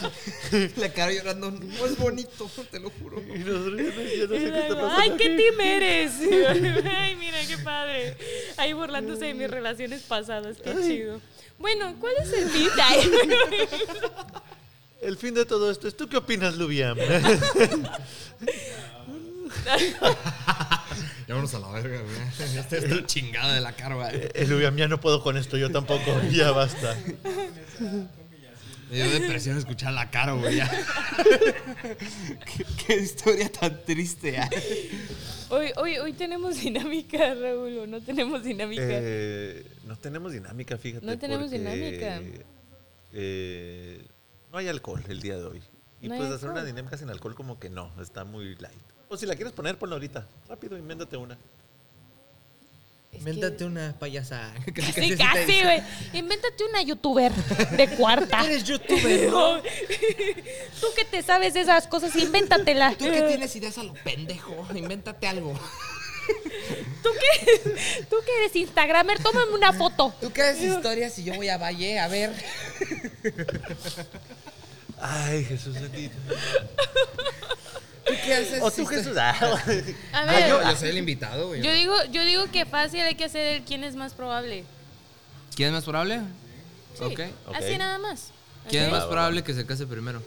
S2: [LAUGHS] La cara llorando. No es bonito, te lo juro.
S3: [LAUGHS] Y nosotros yo no, yo no
S1: Y
S3: sé qué está
S1: luego,
S3: pasando.
S1: Ay, qué
S3: [LAUGHS]
S1: tim eres. Ay, mira, qué padre. Ahí burlándose de mis relaciones pasadas, qué chido. Bueno, ¿cuál es
S3: [LAUGHS]
S1: el fin? Ay,
S3: El fin de todo esto es ¿tú qué opinas, [LAUGHS] Lubiam?
S2: Vámonos a la verga, güey. Este está chingado de la cara, güey.
S3: El Lubiam Eh, ya no puedo con esto, yo tampoco. [LAUGHS] Ya basta.
S2: Me dio depresión escuchar la cara, güey. ya. [LAUGHS] qué, qué historia tan triste, ¿eh? ya.
S1: hoy, hoy, hoy tenemos [LAUGHS] dinámica, Raúl, o no tenemos dinámica.
S3: Eh, no tenemos dinámica, fíjate.
S1: No tenemos
S3: porque,
S1: dinámica.
S3: eh, no hay alcohol el día de hoy. Y
S1: No hay
S3: pues hacer una
S1: alcohol.
S3: dinámica sin alcohol como que no, está muy light. O si la quieres poner, ponla ahorita. Rápido, invéntate una.
S1: Es que-
S2: Invéntate una payasa. Casi,
S1: Sí,
S2: así te
S1: casi,
S2: dice.
S1: güey. Invéntate una youtuber de cuarta.
S2: [LAUGHS] Eres youtuber,
S1: [LAUGHS]
S2: ¿no?
S1: Tú que te sabes de esas cosas, invéntatela.
S2: Tú que tienes ideas a lo pendejo, invéntate algo.
S1: ¿Tú que, tú que eres Instagramer, tómame una foto.
S2: Tú que haces historias y yo voy a Valle, a ver.
S3: Ay, Jesús bendito.
S2: Tú que haces
S3: O tú,
S2: histo-
S3: Jesús. ah, [LAUGHS]
S1: A
S2: Ah,
S1: ver,
S2: yo, yo soy el invitado, güey.
S1: yo digo, yo digo que fácil hay que hacer el quién es más probable.
S2: ¿Quién es más probable?
S1: Sí,
S2: Ok.
S3: Ok.
S1: así nada más.
S2: ¿Quién es
S1: ¿Ok?
S2: más
S3: Va, va,
S2: probable que se case primero?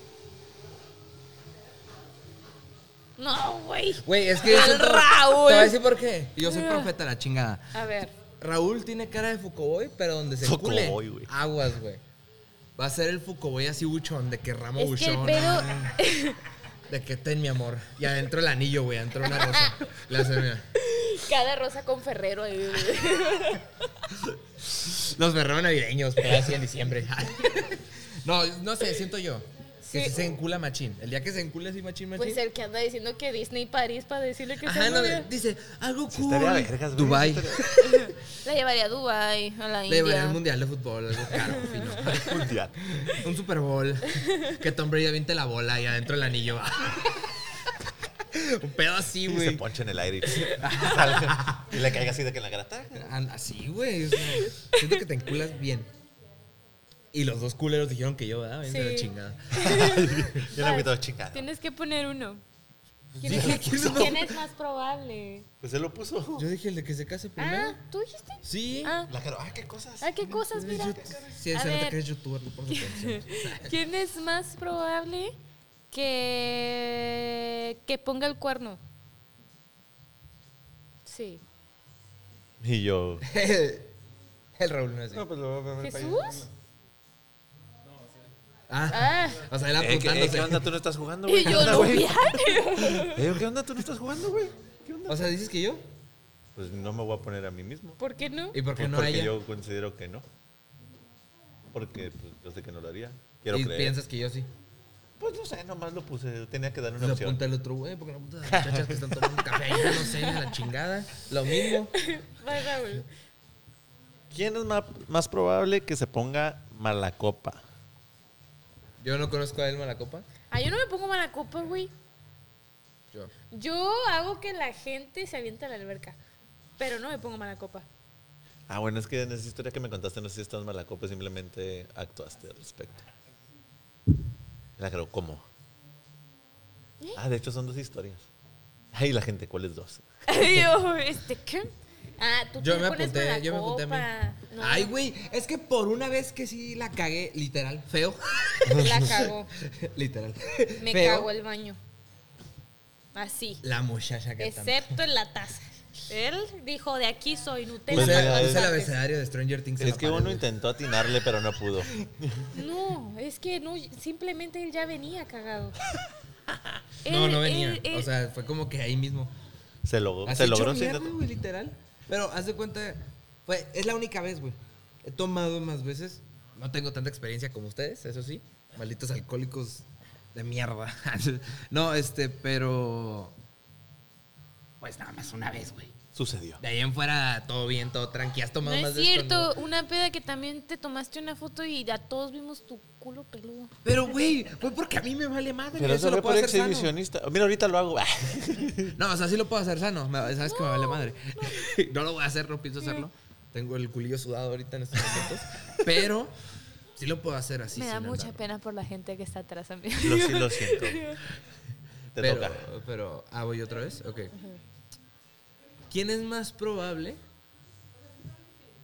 S1: No, güey.
S2: Güey, es que. yo
S1: El
S2: siento-
S1: Raúl.
S2: Te voy a decir por qué. Yo soy profeta, la chingada.
S1: A ver.
S2: Raúl tiene cara de Fucoboy, pero donde se
S3: Fucoboy,
S2: encule,
S3: güey.
S2: Aguas, güey. Va a ser el Fucoboy así buchón, de que ramo
S1: Es que el
S2: buchón.
S1: pedo. [LAUGHS]
S2: ah, De que ten mi amor. Y adentro el anillo, güey, adentro una rosa. Le hace, mira.
S1: Cada rosa con Ferrero. eh, ahí.
S2: Los berreos navideños, pero así en diciembre. [LAUGHS] No, no sé, siento yo. Que
S1: Sí.
S2: sí se encula machín. El día que se encule así machín, machín.
S1: Pues el que anda diciendo que Disney París para decirle que
S2: Ajá,
S1: se
S2: no,
S1: novia.
S2: dice, algo cool.
S3: estaría vergas, güey,
S2: Dubai.
S3: estaría-
S1: La llevaría a Dubai, a la
S2: Le llevaría
S1: India.
S2: al mundial de fútbol, algo
S1: [LAUGHS]
S2: caro, fino.
S3: Mundial.
S2: Un Super Bowl. Que Tom Brady aviente la bola y adentro el anillo. [LAUGHS] Un pedo así,
S3: Y se
S2: güey.
S3: poncha en
S1: [LAUGHS]
S3: el aire. y salga. Y le caiga así de que en la grata.
S2: An- Así, güey. o sea, siento que te enculas bien. Y los dos culeros dijeron que yo, ¿verdad? Vente a la
S1: Sí.
S2: chingada.
S3: Yo la invito chingada.
S1: Tienes que poner uno. ¿Quién,
S2: Dije,
S1: es,
S2: ¿quién es más-
S1: quién es más probable?
S3: Pues él lo puso.
S2: Yo dije el de que se case primero.
S1: Ah, ¿tú dijiste?
S2: Sí.
S1: Ah,
S3: La Caro, ah, qué cosas.
S1: ah, qué
S4: pues,
S1: cosas, mira.
S2: Sí,
S1: A
S2: se nota
S1: ver.
S2: que eres youtuber, no
S4: [LAUGHS]
S2: por atención. [LAUGHS]
S1: ¿Quién es más probable que, que ponga el cuerno? Sí.
S3: Y yo.
S2: El Raúl no es.
S4: pues lo voy a ver.
S1: ¿Jesús?
S2: Ah,
S1: Ah.
S2: o sea, él
S3: Eh, ¿qué, eh,
S2: apuntándose.
S3: ¿Qué onda tú no estás jugando, güey?
S1: Y
S3: ¿Qué
S1: yo
S3: onda,
S1: lo
S3: güey?
S1: vi.
S3: Eh, ¿Qué onda tú no estás jugando, güey? ¿Qué onda?
S2: [LAUGHS] O sea, dices que yo.
S3: Pues no me voy a poner a mí mismo.
S1: ¿Por qué no?
S2: ¿Y por qué
S3: Pues
S2: no a
S3: porque
S2: ella?
S3: yo considero que no. Porque pues, yo sé que no lo haría. Quiero
S2: y
S3: creer.
S2: piensas que yo sí.
S3: Pues no sé, nomás lo puse. Tenía que dar una
S2: Se
S3: opción.
S2: apunta el otro, güey, porque no apuntas a las muchachas que están tomando un café ahí, no sé, la chingada. Lo mismo.
S1: Va, Raúl.
S3: ¿Quién es ma- más, probable que se ponga mala copa?
S2: Yo no conozco a él Malacopa.
S1: Ah, yo no me pongo mala copa, güey.
S2: Yo.
S1: Yo hago que la gente se aviente a la alberca, pero no me pongo mala copa.
S3: Ah, bueno, es que en esa historia que me contaste no sé si estás mala copa, simplemente actuaste al respecto. La creo, ¿cómo? Ah, de hecho son dos historias. Ay, la gente, ¿cuáles dos?
S2: [LAUGHS]
S4: Yo, este, ¿qué? Ah, tú
S2: Yo
S4: te
S2: me
S4: pones
S2: apunté, yo me apunté a
S4: malacopa.
S2: mí.
S4: No,
S2: Ay, güey, es que por una vez que sí la cagué, literal, feo.
S4: [LAUGHS] La cagó.
S2: [LAUGHS] literal.
S4: Me
S2: feo,
S4: cagó el baño. Así.
S2: La muchacha que tanto.
S4: Excepto en la taza. Él dijo, de aquí soy Nutella.
S2: Puse,
S3: Pues mira,
S2: puse
S3: es-
S2: el abecedario de Stranger Things. en
S3: Es
S2: la
S3: que
S2: pared,
S3: uno
S2: güey.
S3: intentó atinarle, pero no
S2: [LAUGHS]
S3: pudo.
S4: No, es que no, simplemente él ya venía
S2: [LAUGHS]
S4: cagado.
S2: No,
S4: Él-
S2: no venía.
S4: él- él-
S2: O sea, fue como que ahí mismo.
S3: Se logró,
S2: Has
S3: se
S2: hecho
S3: logró.
S2: mierda,
S3: sin-
S2: güey, literal. Pero haz de cuenta, fue- es la única vez, güey. He tomado más veces. No tengo tanta experiencia como ustedes, eso sí. Malditos alcohólicos de mierda. [LAUGHS] no, este, pero. Pues nada más una vez, güey.
S3: Sucedió.
S2: De ahí en fuera, todo bien, todo tranqui. Has
S4: no
S2: tomado más
S4: es
S2: veces
S4: cierto,
S2: conmigo.
S4: una peda que también te tomaste una foto y a todos vimos tu culo peludo.
S2: Pero, güey, fue porque a mí me vale madre.
S3: Pero eso
S2: lo
S3: fue por
S2: puedo hacer sano.
S3: exhibicionista. Mira, ahorita lo hago. [LAUGHS] Ah,
S2: No, o sea, sí lo puedo hacer sano. me- Sabes que me vale madre. [LAUGHS] No. lo voy a hacer, no pienso hacerlo. Tengo el culillo sudado ahorita en estos
S4: [LAUGHS]
S2: momentos. pero sí lo puedo hacer así.
S4: Me da
S2: sin
S4: mucha
S2: andar.
S4: pena por la gente que está atrás a mí.
S3: Lo, sí,
S2: [LAUGHS]
S3: lo siento. Te
S2: pero,
S3: toca.
S2: [LAUGHS] Pero, ah, voy otra vez. Ok. ¿Quién es más probable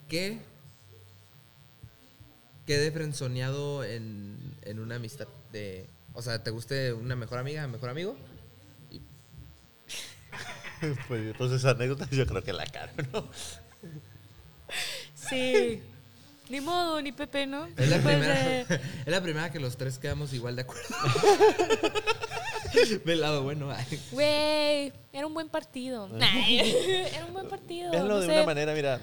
S2: que quede frenzoneado en, en una amistad de. O sea, ¿te guste una mejor amiga, mejor amigo?
S3: Pues entonces, anécdota, yo creo que la cara, ¿no?
S4: Sí. [LAUGHS] Ni modo, ni Pepe, ¿no?
S2: Es la,
S4: Pues,
S2: primera,
S4: eh,
S2: [LAUGHS] es la primera que los tres quedamos igual de [LAUGHS] acuerdo. Del lado bueno. ay.
S4: Güey, era un buen partido. Ay, [LAUGHS] era un buen partido.
S3: Ah. Véanlo
S4: no
S3: de
S4: sé.
S3: una manera, mira.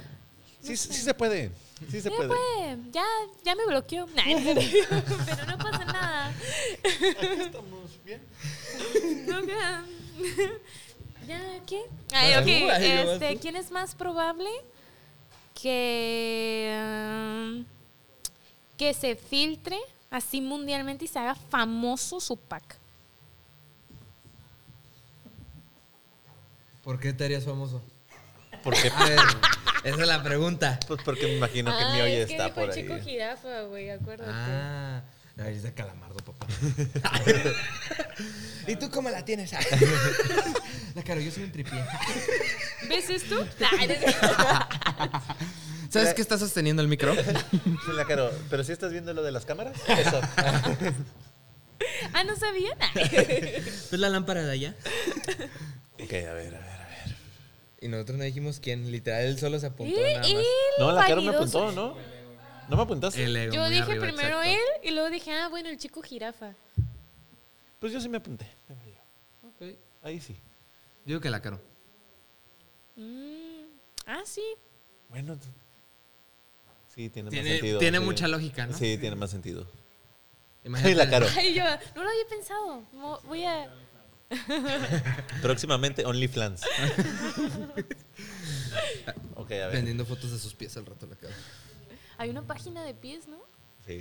S3: Sí, sí se puede. Sí se
S4: Ya,
S3: puede.
S4: pues, ya, ya me bloqueó. Ay, [LAUGHS] pero no pasa nada.
S3: Estamos bien.
S4: No, ya. [LAUGHS] ¿Ya qué?
S3: Ah,
S4: Ay,
S2: Para
S4: ok.
S2: tú, ay, ya vas
S4: Este,
S2: tú.
S4: ¿Quién es más probable que, ah, que se filtre así mundialmente y se haga famoso su pack?
S2: ¿Por qué te harías famoso?
S3: ¿Por qué?
S2: A ver, esa es la pregunta.
S3: Pues porque me imagino que mi
S4: Ay,
S3: hoy
S4: Ah, es que
S3: está
S4: dijo
S3: por
S4: el
S3: ahí. [LAUGHS]
S4: chico jirafa, güey, acuérdate.
S2: Ah, la es de calamardo, papá. [LAUGHS] ¿Y tú cómo la [LAUGHS] tienes? Ah. la caro, yo soy un tripié.
S4: ¿Ves esto? [LAUGHS]
S2: ¿Sabes qué está sosteniendo el [LAUGHS] micro?
S3: Sí, la Caro, pero si estás viendo lo de las cámaras,
S2: [LAUGHS]
S3: eso.
S4: ah, ¿no sabían?
S3: [LAUGHS]
S2: ¿Es la lámpara de allá?
S3: ok, a ver, a ver, a ver.
S2: Y nosotros no dijimos quién, literal, él solo se apuntó nada más.
S3: No, la Caro
S4: cara
S3: me apuntó, ¿no? ¿No me apuntaste?
S2: El ego
S4: Yo
S2: muy
S4: dije
S2: arriba,
S4: primero
S2: exacto.
S4: él y luego dije, ah, bueno, el chico jirafa.
S3: Pues yo sí me apunté.
S2: Ok,
S3: Ahí sí.
S2: Yo digo que la caro.
S4: Mm, ah, sí. [LAUGHS]
S3: Bueno. t- Sí, tiene,
S2: Tiene-
S3: más sentido.
S2: tiene
S3: sí.
S2: mucha lógica, ¿no?
S3: Sí, tiene más sentido.
S2: Imagínate-
S3: la Caro.
S4: Ay, yo no lo había pensado. Mo- Voy a.
S2: [LAUGHS]
S3: Próximamente OnlyFans. ok, a ver.
S2: Vendiendo fotos de sus pies al rato la caro.
S4: Hay una página de pies, ¿no?
S3: Sí.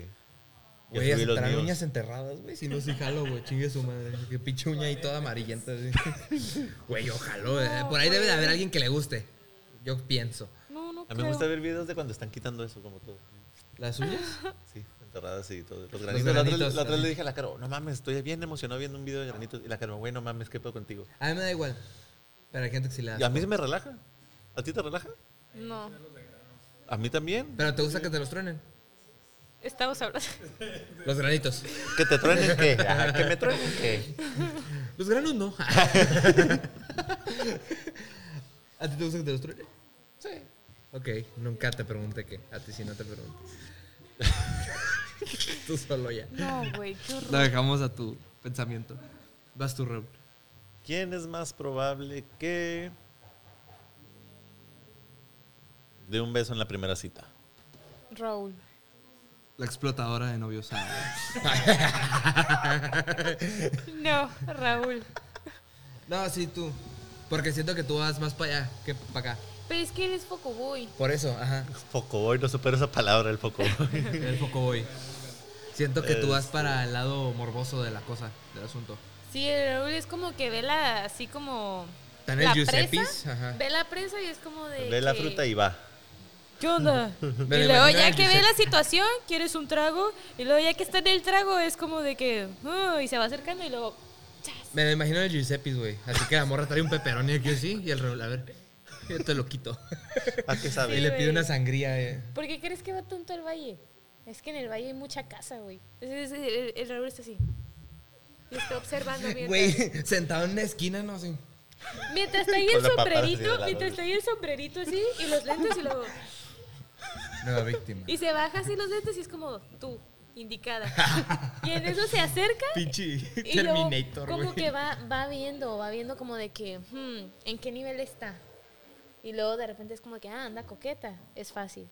S3: Yo
S2: Güey,
S3: subí los
S2: hasta
S3: míos.
S2: uñas enterradas, güey. Si no, sí jalo, güey. Chingue su madre. Que pinche uña ahí toda amarillenta.
S3: [LAUGHS]
S2: así. Güey, ojalá. eh. Por ahí debe de haber alguien que le guste. Yo pienso.
S4: No, no
S3: A
S4: creo.
S3: mí me gusta ver videos de cuando están quitando eso, como todo.
S2: ¿Las uñas?
S3: Sí, enterradas y todo. Los granitos. la, otra,
S2: granitos,
S3: la otra
S2: así.
S3: le dije a la Caro, no mames, estoy bien emocionado viendo un video de granitos. Y la Caro, güey, no mames, ¿qué pedo contigo?
S2: A mí me da igual. Pero hay gente que sí le
S3: Y a
S2: da.
S3: mí se me relaja. ¿A ti te relaja?
S4: No.
S3: A mí también.
S2: Pero te gusta que te los truenen.
S4: Estamos hablando. [LAUGHS]
S2: Los granitos.
S3: Que te truenen
S2: [LAUGHS]
S3: qué. Ajá, Que me truenen qué.
S2: Los granos no. [LAUGHS] ¿A ti te gusta que te los truenen? Sí. Ok, nunca te pregunté qué. A ti sí no te [LAUGHS] pregunté. Tú solo ya.
S4: No, güey, qué horror.
S2: Lo dejamos a tu pensamiento. Vas tú, Raúl.
S3: ¿Quién es más probable que de un beso en la primera cita?
S4: Raúl.
S2: La explotadora de novios. Ah,
S4: No, Raúl.
S2: no, sí, tú. Porque siento que tú vas más para allá que para acá.
S4: Pero es que eres poco boy.
S2: Por eso, ajá.
S3: Focoboy, no supero esa palabra, el focoboy.
S2: El foco voy. Siento que tú vas para el lado morboso de la cosa, del asunto.
S4: Sí, el Raúl es como que ve la así como.
S2: Tan el
S4: la
S2: Giuseppis,
S4: presa,
S2: ajá.
S4: Ve la presa y es como de.
S3: Ah. Ve la
S4: que-
S3: fruta y va.
S4: ¿Qué onda?
S2: Me
S4: y
S2: lo
S4: luego
S2: imagino
S4: ya
S2: en
S4: que ve la
S2: Giselle.
S4: situación, quieres un trago. Y luego ya que está en el trago, es como de que. "Uh", y se va acercando y luego. chas.
S2: Me lo imagino el Giuseppe, güey. Así que la morra trae un pepperoni aquí así y el revol- a ver, yo te lo quito.
S3: ¿A qué sabe?
S2: y le pide
S4: güey.
S2: una sangría. eh.
S4: ¿Por qué crees que va tanto al valle? Es que en el valle hay mucha casa, güey. Entonces, el, el, Raúl está así. Y está observando mientras.
S2: Güey, sentado en una esquina, no sé.
S4: Mientras está
S3: [LAUGHS]
S4: ahí
S3: Con
S4: el
S3: la papada así de
S4: sombrerito,
S3: lado.
S4: mientras está ahí el sombrerito así, y los lentes y luego.
S2: Nueva víctima.
S4: Y se baja así los lentes y es como tú,
S3: [LAUGHS]
S4: indicada. Y en eso se acerca.
S2: Pinche [LAUGHS]
S4: Y luego
S2: Terminator,
S4: como
S2: güey.
S4: que va, va viendo, va viendo como de que, hmm, ¿en qué nivel está? Y luego de repente es como que, ah, anda coqueta, es fácil.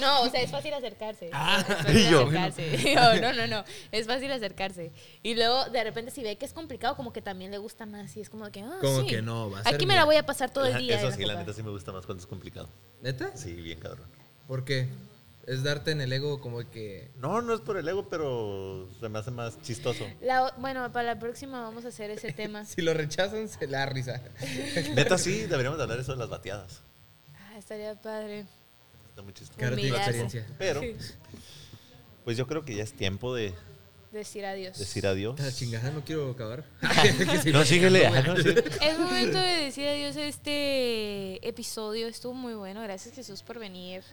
S4: No, o sea, es fácil acercarse.
S2: Ah,
S4: es fácil
S3: y yo,
S4: acercarse. [LAUGHS] Yo, no, no, no, es fácil acercarse. Y luego de repente si ve que es complicado, como que también le gusta más y es como de que, ah,
S2: Como
S4: sí,
S2: que no, va a ser
S4: Aquí me
S2: mía.
S4: la voy a pasar todo el
S3: La-
S4: día. en
S3: Eso
S4: la
S3: sí, la
S4: copa.
S3: neta sí me gusta más cuando es complicado.
S2: ¿Neta?
S3: Sí, bien cabrón.
S2: ¿Por qué? Es darte en el ego como que...
S3: No, no es por el ego, pero se me hace más chistoso.
S4: La o- bueno, para la próxima vamos a hacer
S2: [LAUGHS]
S4: ese tema.
S2: Si lo rechazan, se la da risa.
S3: Neta, sí, deberíamos de hablar eso de las bateadas.
S4: Ah, estaría padre.
S3: Está muy chistoso.
S2: Claro, tiene
S4: Humillarse.
S2: experiencia.
S3: Pero,
S4: Sí.
S3: pues yo creo que ya es tiempo de
S4: Decir adiós.
S3: decir adiós.
S2: La chingada, no quiero [LAUGHS] acabar.
S3: No, síguele. ajá, no, sí.
S4: Es momento de decir adiós a este episodio. Estuvo muy bueno. Gracias, Jesús, por venir.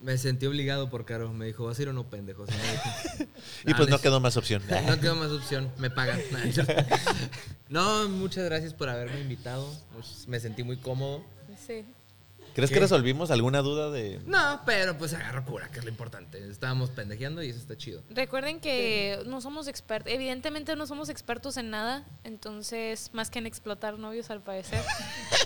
S2: Me sentí obligado por Caro. Me dijo, ¿vas a ir o no, pendejo? Si no, dije,
S3: Y pues
S2: "Nah,
S3: no quedó más opción. Ah,
S2: No quedó más opción, me pagan. [LAUGHS] Nah, es cierto. No, muchas gracias por haberme invitado. Much- Me sentí muy cómodo.
S4: Sí.
S3: ¿Crees que
S2: ¿Qué?
S3: resolvimos alguna duda de
S2: No, pero pues agarro cura, que es lo importante. Estábamos pendejeando y eso está chido.
S4: Recuerden que no somos expertos. Evidentemente no somos expertos en nada. Entonces, más que en explotar novios, al
S2: [LAUGHS]
S4: parecer.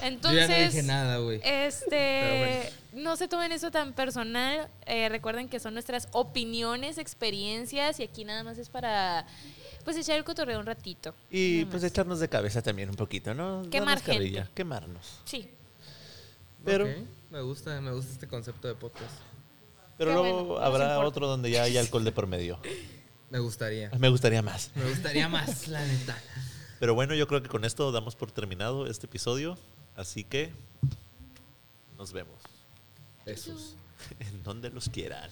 S4: Entonces. eh,
S2: Yo ya no dije nada, güey.
S4: Este, no se tomen eso tan personal. Eh, recuerden que son nuestras opiniones, experiencias y aquí nada más es para, pues echar el cotorreo un ratito.
S3: Y
S4: Nada
S3: pues
S4: más.
S3: echarnos de cabeza también un poquito, ¿no?
S4: Quemar
S3: Darnos carrilla,
S4: gente.
S3: Quemarnos.
S4: sí.
S3: Pero,
S2: Ok, me gusta, me gusta este concepto de podcast.
S3: pero
S4: Qué
S3: luego
S4: bueno, no nos
S3: habrá
S4: importa.
S3: otro donde ya hay alcohol de por medio.
S2: Me gustaría.
S3: Me gustaría más.
S2: Me gustaría más, la neta.
S3: Pero bueno, yo creo que con esto damos por terminado este episodio. Así que nos vemos.
S2: Besos.
S3: [LAUGHS] En donde los quieran.